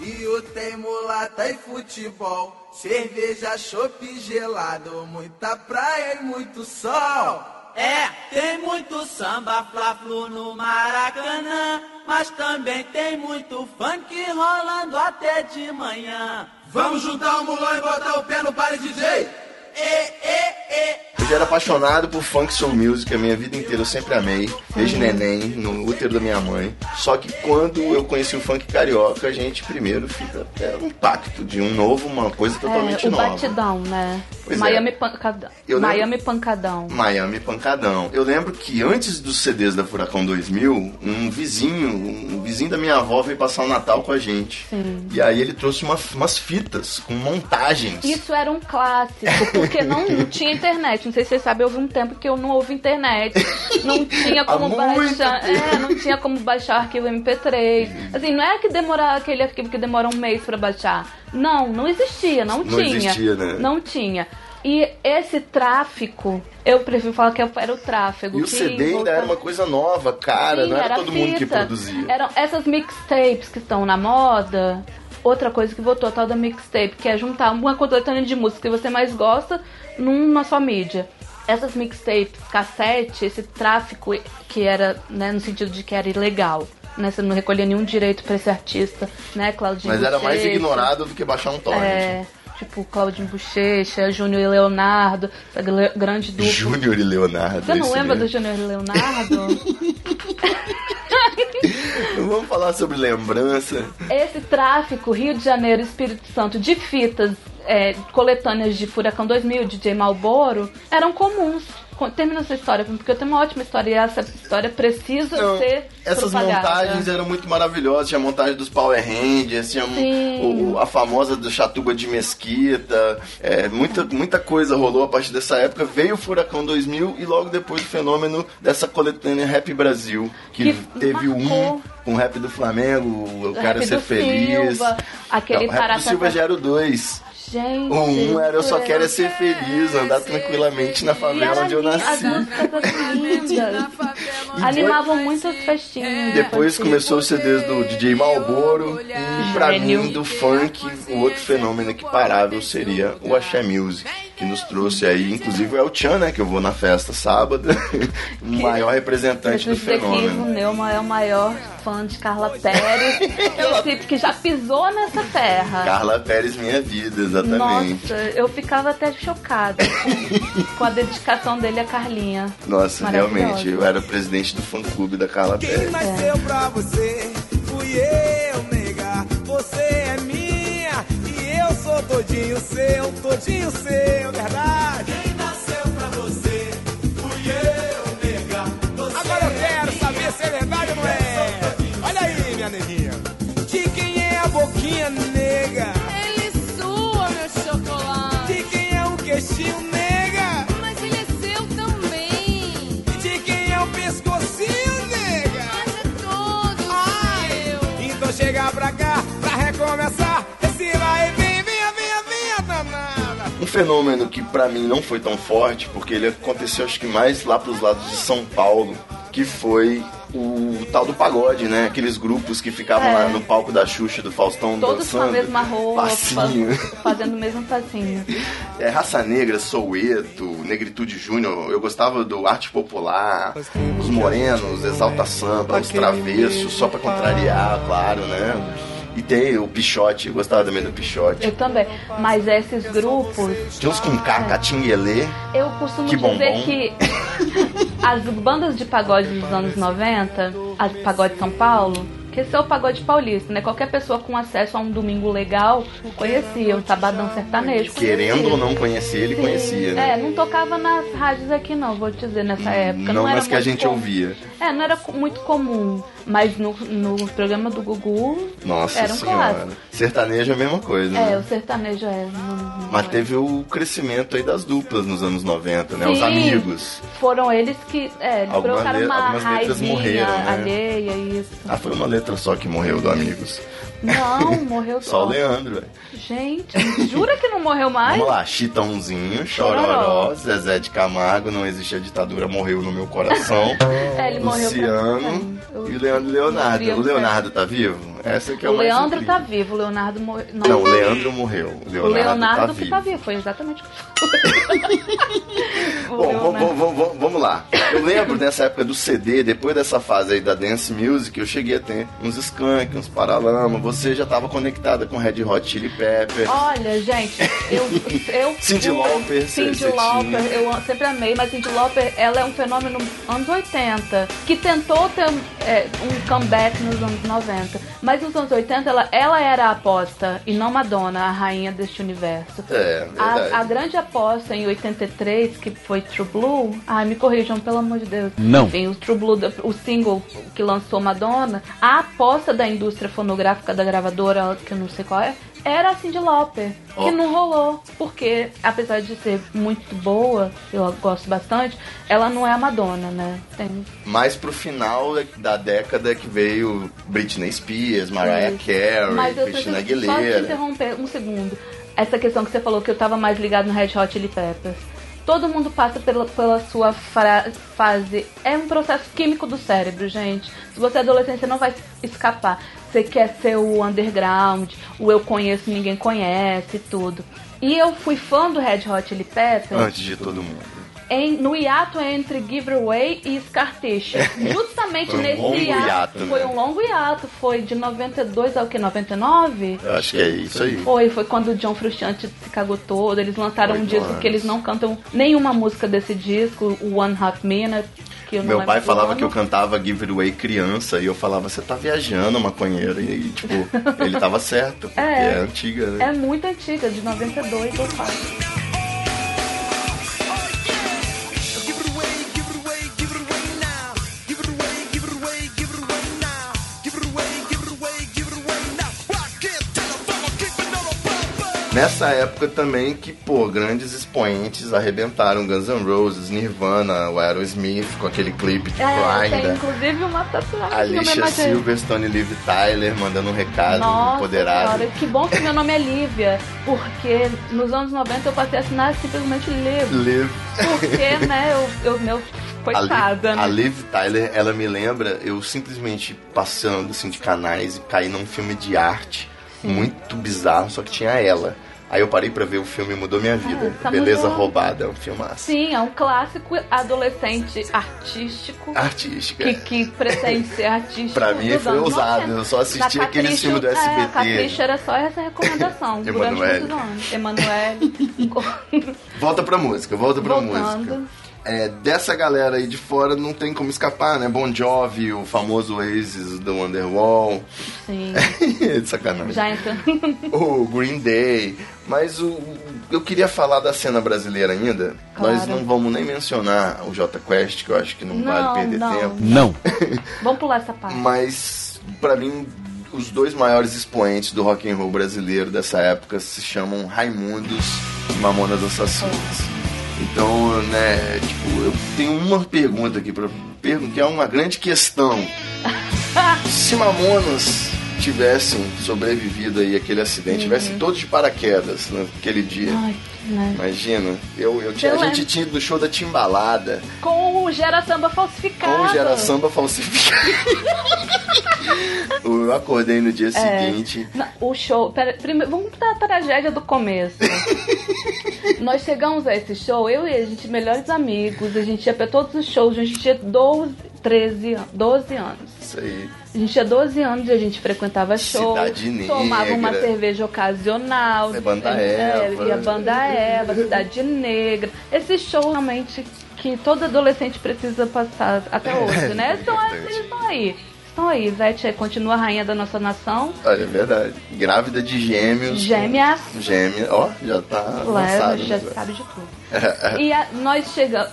G: Rio tem mulata e futebol, cerveja, chopp gelado, muita praia e muito sol. É, tem muito samba, fla-flu no Maracanã, mas também tem muito funk rolando até de manhã. Vamos juntar o mulão e botar o pé no pare DJ? Ê, ê, ê,
D: Eu já era apaixonado por funk soul music a minha vida inteira, eu sempre amei,
E: Hum.
D: desde neném, no útero da minha mãe. Só que quando eu conheci o funk carioca, a gente primeiro fica até um impacto de um novo, uma coisa totalmente
E: é, o
D: nova.
E: batidão, né?
D: Pois é.
E: Miami Pancadão.
D: Eu lembro-
E: Miami Pancadão.
D: Miami Pancadão. Eu lembro que antes dos CDs da Furacão 2000, um vizinho, um vizinho da minha avó veio passar o Natal com a gente. E aí ele trouxe uma- umas fitas com montagens.
E: Isso era um clássico, porque não tinha internet. Não sei se vocês sabem, houve um tempo que eu não houve internet. Não tinha
D: Há
E: como
D: muito
E: baixar. É, não tinha como baixar arquivo
D: Uhum.
E: MP3. Assim, não é que demora aquele arquivo que demora um mês pra baixar. Não, não existia, não,
D: Não
E: tinha.
D: existia, né?
E: Não tinha. E esse tráfico, eu prefiro falar que era o tráfego.
D: E o
E: que
D: CD ainda
E: envolta-
D: era uma coisa nova, cara,
E: Sim,
D: não era,
E: era
D: todo mundo que
E: fita.
D: produzia.
E: Eram essas mixtapes que estão na moda. Outra coisa que voltou, a tal da mixtape, que é juntar uma coletânea de música que você mais gosta numa só mídia. Essas mixtapes, cassete, esse tráfico que era, né, no sentido de que era ilegal. Né, você não recolhia nenhum direito pra esse artista, né, Claudinho?
D: Mas era mais
E: Bochecha.
D: ignorado do que baixar um torrent.
E: É, tipo Claudinho Bochecha, Júnior e Leonardo, essa gle- grande dupla.
D: Júnior e Leonardo.
E: você não
D: isso
E: lembra do
D: mesmo.
E: Júnior e Leonardo?
D: Vamos falar sobre lembrança.
E: Esse tráfico Rio de Janeiro e Espírito Santo de fitas é, coletâneas de Furacão 2000, DJ Malboro, eram comuns. con- termina essa história, porque eu tenho uma ótima história e essa história precisa
D: Não,
E: ser.
D: essas
E: propagada.
D: montagens é- eram muito maravilhosas. Tinha a montagem dos Power Rangers, tinha um-
E: Sim.
D: o- o- a famosa do Chatuba de Mesquita. É, muita, muita coisa rolou a partir dessa época. Veio o Furacão 2000 e logo depois o fenômeno dessa coletânea Rap Brasil, que,
E: Que
D: teve
E: marcou.
D: um com o rap do Flamengo, o
E: O
D: Quero
E: rap
D: Ser
E: do
D: Feliz.
E: Silva,
D: Não,
E: aquele
D: o rap do
E: taratata-
D: Silva já era o 2.
E: Gente.
D: O 1 um era Eu Só Quero É Ser Feliz, andar tranquilamente na
E: E era
D: favela onde eu
E: lindo, As
D: nasci.
E: músicas eram lindas. Animavam muitas festinhas.
D: Depois
E: infantis.
D: começou os CDs do DJ Malboro e pra
E: Gênio.
D: mim do funk o outro fenômeno que parável seria o Axé Music que nos trouxe aí, inclusive é o Tchan, né, que eu vou na festa sábado, o maior representante
E: Preciso
D: do
E: dizer que o
D: fenômeno.
E: Neumann é o maior fã de Carla Pérez, que, que já pisou nessa terra.
D: Carla Pérez Minha Vida, exatamente.
E: Nossa, eu ficava até chocada com- com a dedicação dele à Carlinha.
D: Nossa,
E: Maravilhosa.
D: realmente, eu era presidente do fã clube da Carla
C: Quem
D: Pérez.
C: nasceu pra você fui eu, nega. Você é minha e eu sou todinho seu, todinho seu, verdade? Quem nasceu pra você fui eu, nega. Agora eu quero saber se é verdade ou não é. Olha aí, minha neguinha. De quem é a boquinha, nega?
H: Ele sua meu chocolate,
C: De quem é o queixinho, nega?
H: mas ele é seu também.
C: E de quem é o pescocinho, nega?
H: Mas é todo
B: Ah.
H: seu.
C: Então chega pra cá, pra recomeçar. Esse vai e vem, vinha, vinha, vinha, danada.
D: Um fenômeno que pra mim não foi tão forte, porque ele aconteceu acho que mais lá pros lados de São Paulo, que foi o tal do pagode, né? Aqueles grupos que ficavam
E: É.
D: lá no palco da Xuxa, do Faustão,
E: Todos com
D: dançando.
E: a mesma roupa,
D: Passinho.
E: fazendo o mesmo passinho.
D: É, Raça Negra, Soueto, Negritude Júnior, eu gostava do Arte Popular, os Morenos, Exalta Samba, os Travessos, só pra contrariar, claro, né? E tem o Pichote, eu gostava também do Pichote.
E: Eu também. Mas esses grupos,
D: Tinha uns com K, Catinguelê.
E: eu costumo
D: Que
E: dizer
D: bombom.
E: que as bandas de pagode dos anos 90, as pagode de São Paulo, que esse é o pagode paulista, né? Qualquer pessoa com acesso a um domingo legal conhecia, um sabadão sertanejo.
D: Querendo
E: conhecia.
D: ou não conhecer, ele
E: Sim.
D: conhecia,
E: É,
D: né?
E: não tocava nas rádios aqui não, vou te dizer, nessa época.
D: não,
E: era
D: mas que a
E: muito
D: gente
E: comum.
D: ouvia.
E: É, não era co- muito comum, mas no, no programa do Gugu
D: Nossa
E: era um
D: senhora.
E: clássico.
D: Sertanejo é a mesma coisa,
E: É, o
D: né?
E: sertanejo é. não- não
D: Mas
E: é.
D: teve o crescimento aí das duplas nos anos 90, né? Os
E: Sim.
D: amigos.
E: Foram eles que. É, eles
D: Algumas
E: brotaram
D: le-
E: uma
D: algumas letras
E: raivinha
D: morreram, né?
E: alheia, isso.
D: Ah, foi uma letra só que morreu do Amigos.
E: Não, morreu
D: Só o
E: todo.
D: Leandro, velho.
E: Gente, jura que não morreu mais?
D: Vamos lá, Chitãozinho, Chororó,
E: Chororó.
D: Zezé de Camargo, Não Existe a Ditadura, Morreu no Meu Coração,
E: É, ele morreu pra-
D: Luciano
E: é, eu-
D: e o Leandro Leonardo.
E: eu-
D: O Leonardo tá vivo? Essa que é
E: O
D: mais
E: Leandro
D: incrível.
E: tá vivo, o Leonardo morreu.
D: Não, o Leandro morreu. O
E: O
D: Leonardo,
E: Leonardo
D: tá
E: que
D: vivo.
E: tá vivo, foi exatamente o que eu falei.
D: Bom,
E: O
D: vamos,
E: Leonardo.
D: vamos, vamos- vamos- vamos lá. Eu lembro nessa época do CD, depois dessa fase aí da dance music, eu cheguei a ter uns Skank, uns Paralama. Você já tava conectada com Red Hot Chili Pepper.
E: Olha, gente, eu. eu
D: Cyndi
E: fui-
D: Lauper, é
E: Cyndi
D: você- você
E: Lauper,
D: tinha.
E: eu sempre amei, mas Cyndi Lauper, ela é um fenômeno anos 80, que tentou ter é, um comeback nos anos 90. Mas nos anos 80, ela, ela era a aposta, e não Madonna, a rainha deste universo.
D: É, verdade.
E: A, a grande aposta em 83, que foi True Blue. Ai, me corrijam, pelo amor de Deus.
I: Não.
E: Enfim, o True Blue, o single que lançou Madonna, a aposta da indústria fonográfica da gravadora, que eu não sei qual é, era a Cyndi Lauper.
D: Ó.
E: Que não rolou. Porque, apesar de ser muito boa, eu gosto bastante, ela não é a Madonna, né? Tem
D: Mais pro final da década que veio Britney Spears, Mariah Carey,
E: Mas
D: Christina
E: eu preciso só te
D: Aguilera.
E: interromper um segundo. Essa questão que você falou que eu tava mais ligado no Red Hot Chili Peppers. Todo mundo passa pela, pela sua fra- fase. É um processo químico do cérebro, gente. Se você é adolescente, você não vai escapar. Você quer ser o underground, o eu conheço, ninguém conhece, tudo. E eu fui fã do Red Hot Chili Peppers
D: Antes de todo mundo.
E: em- no hiato entre Giveaway e Scar Tissue. Justamente
D: Foi um
E: nesse
D: longo
E: hiato.
D: hiato, né?
E: foi um longo hiato. Foi de 92 ao que? 99?
D: Eu acho que é isso aí.
E: Foi, foi quando o John Frusciante se cagou todo. Eles lançaram
D: Foi
E: um disco
D: antes.
E: que eles não cantam nenhuma música desse disco, o One Half Minute. Que eu não
D: Meu
E: lembro
D: pai
E: do
D: falava
E: nome.
D: que eu cantava Give It Away criança e eu falava, você tá viajando, maconheiro. E, tipo, ele tava certo, porque é,
E: É.
D: antiga, né?
E: É muito antiga, de 92 eu falo.
C: Give it
D: Nessa época também que, pô, grandes expoentes arrebentaram Guns N' Roses, Nirvana, o Aerosmith com aquele clipe de
E: É, tem
D: Grinder.
E: inclusive uma tatuagem. que eu
D: Alicia
E: me imaginei.
D: Silverstone e Liv Tyler mandando um recado
E: Nossa
D: empoderado.
E: senhora, que bom que meu nome é Lívia, porque nos anos 90 eu passei a assinar simplesmente Liv,
D: Liv,
E: porque, né, eu, eu meu,
D: a, Liv,
E: coitada,
D: a
E: né?
D: Liv Tyler, ela me lembra eu simplesmente passando assim de canais e caí num filme de arte muito bizarro, só que tinha ela. Aí eu parei pra ver o filme e mudou minha vida.
E: essa
D: Beleza
E: mulher-
D: roubada, é um filmaço.
E: Ah, tá Sim, é um clássico adolescente artístico.
D: Artística.
E: Que, que pretende ser artístico.
D: Ah, é. Pra mim
E: dos
D: foi
E: anos
D: ousado,
E: 90.
D: eu só assisti
E: Da
D: aquele
E: Capricho-
D: filme do
E: É, a
D: SBT.
E: Capricho era só essa recomendação durante
D: Emanuele.
E: muitos anos. Emanuel.
D: Volta pra música, volta pra
E: Voltando.
D: música. É, dessa galera aí de fora não tem como escapar, né? Bon Jovi, o famoso Oasis do Underwall.
E: Sim,
D: de sacanagem.
E: já entrando.
D: O Green Day. Mas o, eu queria falar da cena brasileira ainda.
E: Claro.
D: Nós não vamos nem mencionar o Jota Quest, que eu acho que não,
E: Não,
D: vale perder
E: não.
D: tempo.
I: Não.
E: Vamos pular essa parte.
D: Mas, pra mim, os dois maiores expoentes do rock and roll brasileiro dessa época se chamam Raimundos e Mamonas Assassinas. Então, né, tipo, eu tenho uma pergunta aqui para que é uma grande questão. Se Mamonas tivessem sobrevivido aí aquele acidente, tivessem todos de paraquedas naquele dia.
E: Ai, né?
D: Imagina, eu, eu tinha, a
E: Eu
D: gente
E: lembro.
D: tinha ido no show da Timbalada,
E: Com o Gera Samba falsificado.
D: com gera samba falsificado. eu acordei no
E: É.
D: dia seguinte.
E: Na- O show. Pera, primeiro, vamos pra tragédia do começo. Nós chegamos a esse show, eu e a gente, melhores amigos, a gente ia pra todos os shows, a gente tinha 12, 13, an- 12 anos.
D: Isso aí.
E: A gente tinha 12 anos e a gente frequentava shows,
D: Cidade Negra.
E: tomava uma cerveja ocasional.
D: É, Banda
E: é,
D: Eva.
E: E a Banda Eva, Cidade Negra. Esse show realmente que todo adolescente precisa passar até hoje, né? Então,
D: É, verdade.
E: eles estão aí. Estão aí, Ivete aí continua a rainha da nossa nação.
D: Olha, é verdade. Grávida de gêmeos.
E: Gêmeas.
D: Gêmeas. Ó, já tá
E: Leva,
D: lançado.
E: já
D: né? É,
E: sabe de tudo. e a- nós chegamos,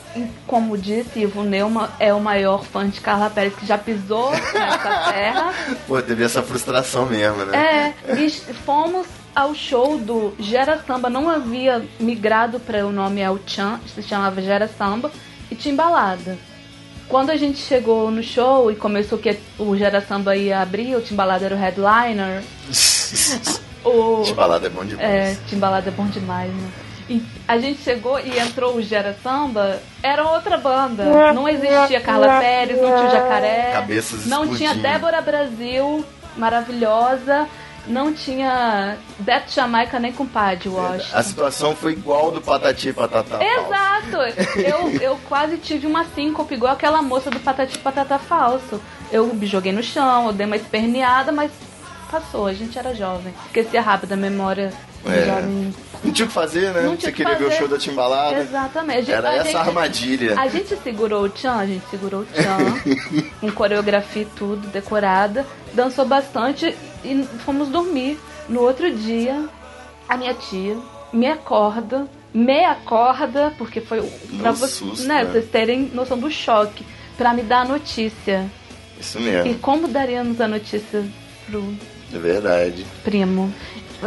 E: como disse, Ivo Neuma é o maior fã de Carla Pérez que já pisou nessa terra.
D: Pô, teve essa frustração mesmo, né?
E: É, e s- fomos ao show do Gera Samba, não havia migrado para o nome El Chan, se chamava Gera Samba, e Timbalada. Quando a gente chegou no show e começou que o Gera Samba ia abrir, o Timbalada era o headliner, o,
D: Timbalada é bom demais.
E: é, Timbalada é bom demais, né? E a gente chegou e entrou o Gera Samba, era outra banda. Não existia Carla Pérez, não tinha Jacaré.
D: Cabeças
E: Não tinha
D: explodindo.
E: Débora Brasil, maravilhosa. Não tinha Beth Jamaica nem compadre, eu acho.
D: A situação foi igual do Patati e Patatá.
E: Exato! Eu, eu quase tive uma síncope igual aquela moça do Patati Patata Falso. Eu me joguei no chão, eu dei uma esperneada, mas passou, a gente era jovem. Esquecia rápido a memória do
D: É.
E: jovem.
D: Não tinha o que fazer, né?
E: Não tinha
D: Você
E: o que
D: queria ver o
E: fazer.
D: show da Timbalada.
E: Exatamente. A gente-
D: Era
E: a
D: essa
E: gente-
D: a armadilha.
E: A gente segurou o Tchan, a gente segurou o Tchan, com coreografia e tudo, decorada, dançou bastante e fomos dormir. No outro dia, a minha tia me acorda, me acorda, porque foi pra vo-
D: susto,
E: né,
D: né?
E: vocês terem noção do choque, pra me dar a notícia.
D: Isso
E: E
D: mesmo,
E: como daríamos a notícia pro
D: é verdade.
E: primo?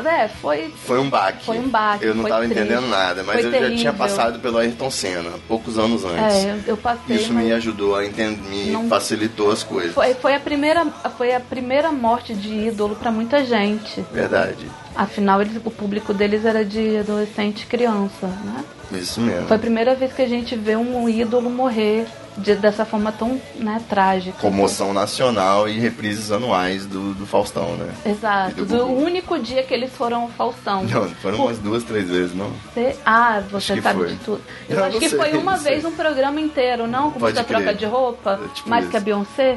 E: É, foi
D: Foi um baque.
E: Foi um baque,
D: Eu não
E: foi
D: tava
E: triste,
D: entendendo nada, mas
E: foi
D: eu já
E: terrível.
D: tinha passado pelo Ayrton Senna, poucos anos antes.
E: É, eu, eu passei.
D: Isso
E: mas-
D: me ajudou a entender, me
E: Não-
D: facilitou as coisas.
E: Foi, foi, a primeira, foi a primeira morte de ídolo pra muita gente.
D: Verdade.
E: Afinal, eles- o público deles era de adolescente e criança, né?
D: Isso mesmo.
E: Foi a primeira vez que a gente vê um ídolo morrer de- dessa forma tão né, trágica.
D: Comoção nacional e reprises anuais do, do Faustão, né?
E: Exato.
D: E do
E: Do
D: Gugu.
E: único dia que eles foram ao Faustão.
D: Não, foram
E: Por
D: umas duas, três vezes, não?
E: ser- Ah,
D: Acho
E: você
D: que
E: sabe
D: foi.
E: de tudo. Eu
D: Não,
E: acho
D: não
E: que
D: sei,
E: foi uma
D: não sei.
E: vez um programa inteiro, não? Com
D: Pode
E: muita
D: crer.
E: troca de roupa,
D: É tipo
E: mais
D: isso.
E: que a Beyoncé.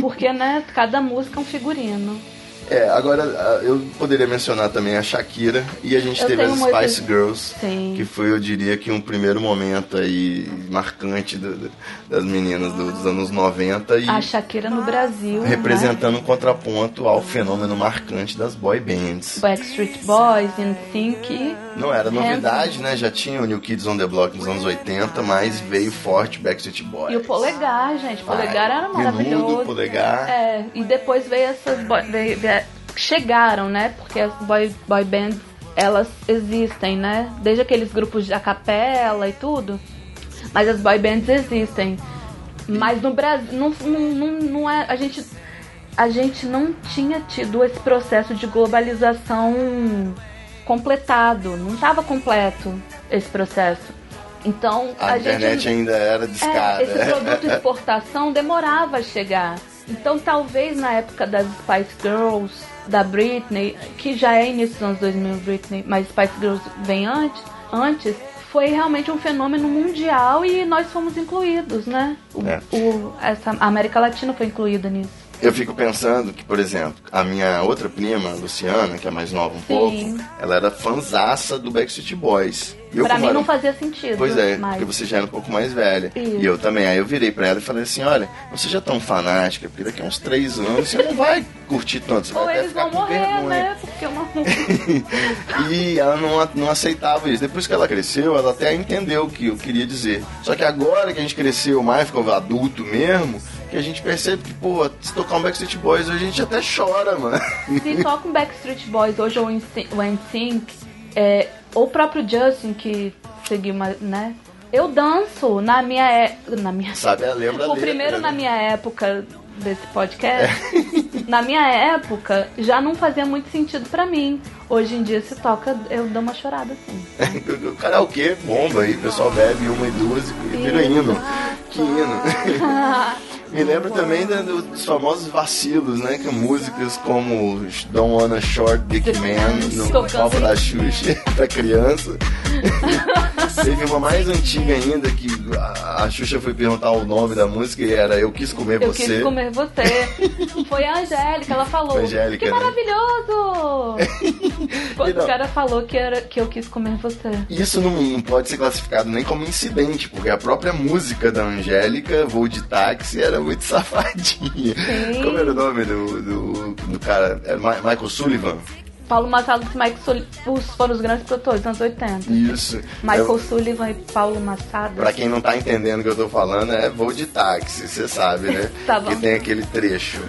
E: Porque, né, cada música é um figurino.
D: É, agora ah, eu poderia mencionar também a Shakira e a gente
E: Eu
D: teve as
E: tenho um outro-
D: Spice Girls,
E: Sim.
D: que foi, eu diria, que um primeiro momento aí marcante do- do- das meninas do- dos anos 90 e
E: A Shakira no Brasil. né?
D: representando um contraponto ao fenômeno marcante das boy bands.
E: Backstreet Boys, NSYNC.
D: Não era novidade, né? Já tinha o New Kids on the Block nos anos 80, mas veio forte Backstreet Boys.
E: E o polegar, gente. O polegar
D: Ai,
E: era
D: menudo
E: maravilhoso.
D: polegar.
E: É, e depois veio essas boy, veio- veio- chegaram, né? Porque as boy, boy bands elas existem, né? Desde aqueles grupos de a capela e tudo. Mas as boy bands existem. Mas no Brasil não, não, não, não é, a gente a gente não tinha tido esse processo de globalização completado, não estava completo esse processo. Então
D: A,
E: a,
D: internet
E: gente
D: ainda era
E: é,
D: discada.
E: esse produto de exportação demorava a chegar. Então, talvez na época das Spice Girls, da Britney, que já é início dos anos 2000, Britney, mas Spice Girls vem antes, antes foi realmente um fenômeno mundial e nós fomos incluídos, né? O-
D: É.
E: o- essa, a América Latina foi incluída nisso.
D: Eu fico pensando que, por exemplo, a minha outra prima, Luciana, que é mais nova um
E: Sim.
D: pouco, ela era fanzaça do Backstreet Boys. E eu
E: Pra
D: como
E: mim
D: era
E: não
D: um-
E: fazia sentido.
D: Pois é,
E: mas-
D: porque você já era um pouco mais velha.
E: Isso.
D: E eu também. Aí eu virei pra ela e falei assim: olha, você já é tão fanática, porque daqui a uns três anos você não vai curtir tanto, você
E: Ou
D: vai até
E: eles
D: ficar
E: vão
D: com
E: morrer,
D: vergonha.
E: né? Porque uma...
D: e ela não, a- não aceitava isso. Depois que ela cresceu, ela até entendeu o que eu queria dizer. Só que agora que a gente cresceu mais, ficou adulto mesmo, que a gente percebe que, pô, se tocar um Backstreet Boys, a gente até chora, mano.
E: Se toca um Backstreet Boys hoje ou o NSYN- o NSYNC, é, ou o próprio Justin que seguiu uma, né? Eu danço na minha é- na minha
D: Sabe, ela lembra a
E: O
D: letra,
E: primeiro
D: né?
E: na minha época desse podcast,
D: É.
E: na minha época já não fazia muito sentido pra mim. Hoje em dia se toca, eu dou uma chorada assim.
D: o karaokê bomba aí, o pessoal bebe uma e duas e vira hino. Que hino. Me lembra também da- do- dos famosos vacilos, né? Que músicas como Don't Wanna Short Dick Man no
E: Tocando.
D: palco da Xuxa pra criança. Teve uma mais antiga ainda que a, a Xuxa foi perguntar o nome da música e era Eu Quis Comer
E: Eu
D: É Você.
E: quis comer você. Foi a Angélica, ela falou.
D: Foi a Angélica,
E: que
D: né?
E: maravilhoso! Quando
D: Então-
E: o cara falou que, era, que eu quis comer você.
D: Isso não, não pode ser classificado nem como incidente, porque a própria música da Angélica, Voo de Táxi, era muito safadinha.
E: Sim.
D: Como era o nome do, do, do cara? Era Ma- Michael Sullivan?
E: Paulo Massalos e Mike Sullivan os- foram os grandes produtores dos anos 80.
D: Isso.
E: Michael
D: É,
E: Sullivan e Paulo Massados.
D: Pra quem não tá entendendo o que eu tô falando, é voo de táxi, você sabe, né?
E: Tá bom.
D: Que tem aquele trecho.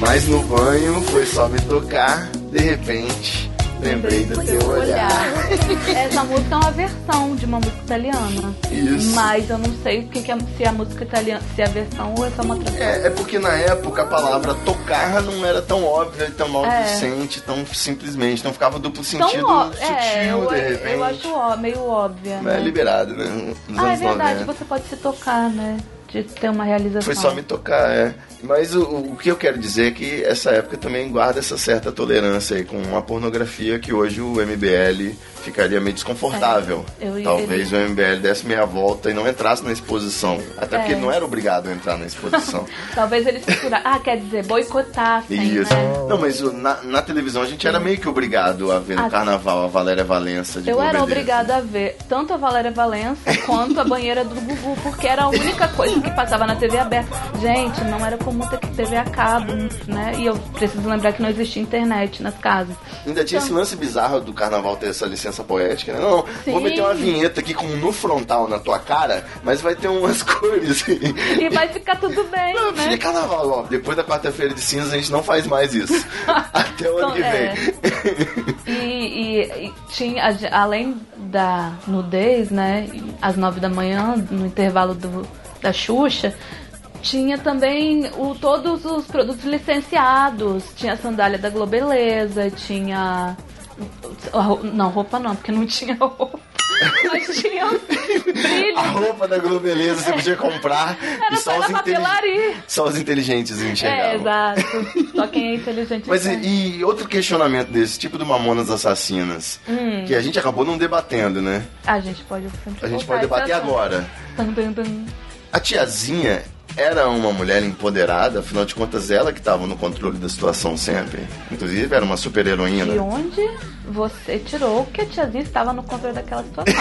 D: Mas no banho foi só me tocar, de repente, lembrei do teu olhar.
E: Essa música é uma versão de uma música italiana.
D: Isso.
E: Mas eu não sei o que que é, se é a música italiana, se é a versão ou é só uma tradução.
D: É, é porque na época a palavra tocar não era tão óbvia, e
E: É.
D: tão maldicente, tão simplesmente. Então ficava duplo
E: Então,
D: sentido
E: ó,
D: sutil,
E: é, eu,
D: de
E: eu
D: repente.
E: acho ó- meio óbvia.
D: Mas É
E: Né?
D: liberado, né? Nos
E: ah, é
D: anos
E: verdade,
D: 90.
E: você pode se tocar, né? De ter uma realização.
D: Foi só me tocar, é. Mas o, o que eu quero dizer é que essa época também guarda essa certa tolerância aí com a pornografia que hoje o MBL ficaria meio desconfortável.
E: É, eu ia-
D: Talvez o MBL desse meia volta e não entrasse na exposição. Até porque
E: É.
D: ele não era obrigado a entrar na exposição.
E: Talvez eles censurassem. Ah, quer dizer, boicotassem,
D: Isso.
E: né?
D: Não, mas o- na, na televisão a gente era meio que obrigado a ver no
E: Ah,
D: carnaval a Valéria Valença de
E: Eu era
D: Globeleza.
E: obrigada a ver tanto a Valéria Valença quanto a banheira do Gugu, porque era a única coisa que passava na TV aberta. Gente, não era comum ter que TV a cabo, né? E eu preciso lembrar que não existia internet nas casas.
D: Ainda tinha esse
E: Então.
D: lance bizarro do carnaval ter essa licença poética, né? Não, vou
E: Sim.
D: meter uma vinheta aqui com um no frontal na tua cara, mas vai ter umas cores.
E: E vai ficar tudo bem,
D: Não, filho, é
E: né?
D: carnaval, ó. Depois da quarta-feira de cinzas a gente não faz mais isso. Até o ano que
E: Então,
D: vem.
E: E, e- e tinha, a- além da nudez, né? Às nove da manhã, no intervalo do, da Xuxa, tinha também o, todos os produtos licenciados. Tinha a sandália da Globeleza, tinha. a ro- Não, roupa não, porque não tinha roupa. Mas tinha um os
D: A
E: brilhos.
D: roupa da Globeleza você podia comprar e
E: Era
D: só
E: só
D: os,
E: da
D: inteli-
E: papelaria.
D: só os inteligentes
E: É,
D: enxergavam.
E: exato. Só quem é inteligente.
D: Mas
E: entende.
D: e, e outro questionamento desse tipo do Mamonas Assassinas,
E: Hum.
D: que a gente acabou não debatendo, né?
E: A gente pode. sempre
D: A gente
E: voltar
D: pode debater
E: a esse assunto.
D: agora.
E: Tum, tum, tum.
D: A tiazinha era uma mulher empoderada, afinal de contas ela que estava no controle da situação sempre. Inclusive era uma super
E: De
D: heroína.
E: onde você tirou que a tiazinha estava no controle daquela situação?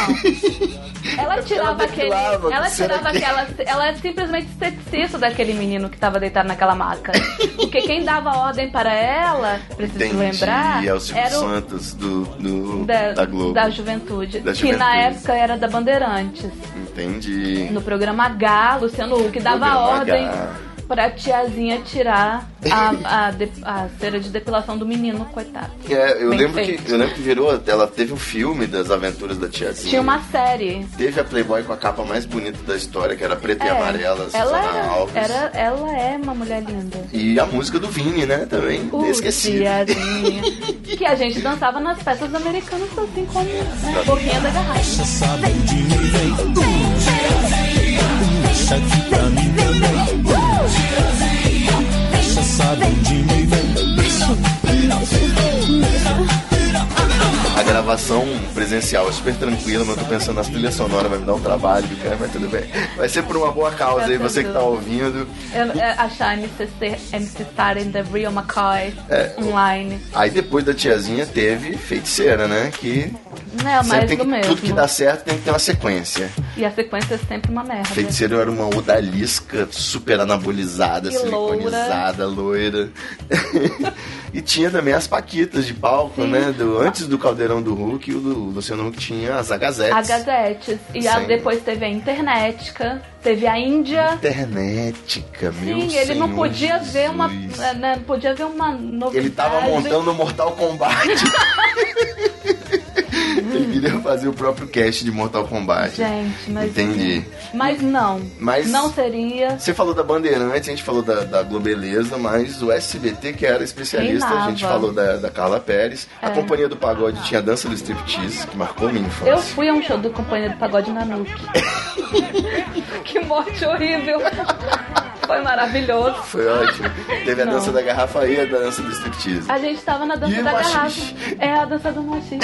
E: ela tirava aquele.
D: depilava,
E: Ela
D: será
E: tirava
D: que-
E: aquela. Ela é simplesmente esteticista daquele menino que estava deitado naquela maca. Porque quem dava ordem para ela, preciso
D: Entendi,
E: lembrar,
D: é o Silvio
E: era o
D: Santos do, do- da,
E: da,
D: Globo.
E: da juventude.
D: Da
E: que
D: Juventude.
E: na época era da Bandeirantes.
D: Entendi.
E: No programa H, Luciano Huck dava
D: Programa
E: ordem.
D: H.
E: pra tiazinha tirar a, a, de- a cera de depilação do menino, coitado.
D: Que é, eu,
E: Bem
D: lembro
E: feito.
D: que, eu lembro que virou. Ela teve um filme das aventuras da tiazinha.
E: Tinha uma série.
D: Teve a Playboy com a capa mais bonita da história, que era preta e
E: É,
D: amarela,
E: ela,
D: Susana Alves.
E: era, era- ela é uma mulher linda.
D: E a música do Vini, né? Também.
E: Uh,
D: Esqueci.
E: tiazinha. que a gente dançava nas festas americanas, assim como
D: É.
E: né, a boquinha da garrafa.
D: A gravação presencial é super tranquila, mas eu tô pensando na trilha sonora, vai me dar um trabalho, cara, mas tudo bem. Vai ser por uma boa causa aí, você que tá ouvindo.
E: Eu- eu- Achar MC, Ser- MC Star and the Real McCoy
D: É,
E: online.
D: Aí depois da tiazinha teve feiticeira, né? Que sempre
E: Não, Tá mais
D: tem
E: do
D: que,
E: mesmo.
D: tudo que dá certo tem que ter uma sequência.
E: E a sequência é sempre uma merda.
D: Feiticeira era uma odalisca super anabolizada,
E: E loura.
D: siliconizada, loira. e tinha também as paquitas de palco, né? Do, antes do Caldeirão do Hulk, o do Luciano Huck tinha as agazetes.
E: A Gazetes. E a-
D: Sim.
E: depois teve a Internetica, teve a Índia.
D: Internetica, meu
E: Sim, ele não
D: Senhor
E: podia ver uma.
D: Jesus.
E: eh, né, podia ver uma novidade.
D: Ele tava montando o Mortal Kombat. ele queria fazer o próprio cast de Mortal Kombat.
E: Gente, mas. assim,
D: Entendi.
E: Mas não.
D: Mas-
E: Não seria.
D: Você falou da Bandeirantes, a gente falou da, da Globeleza, mas o SBT, que era especialista, a gente
E: Reinava.
D: falou da, da Carla Pérez. A
E: É.
D: Companhia do Pagode tinha a dança do striptease, que marcou minha
E: Eu
D: infância.
E: fui a um show do Companhia do Pagode na Nuke. que morte horrível. Foi maravilhoso.
D: Foi ótimo. Teve a
E: Não.
D: dança da garrafa e a dança do striptease.
E: A gente tava na dança
D: E
E: da
D: machixe.
E: garrafa. É a dança do machismo.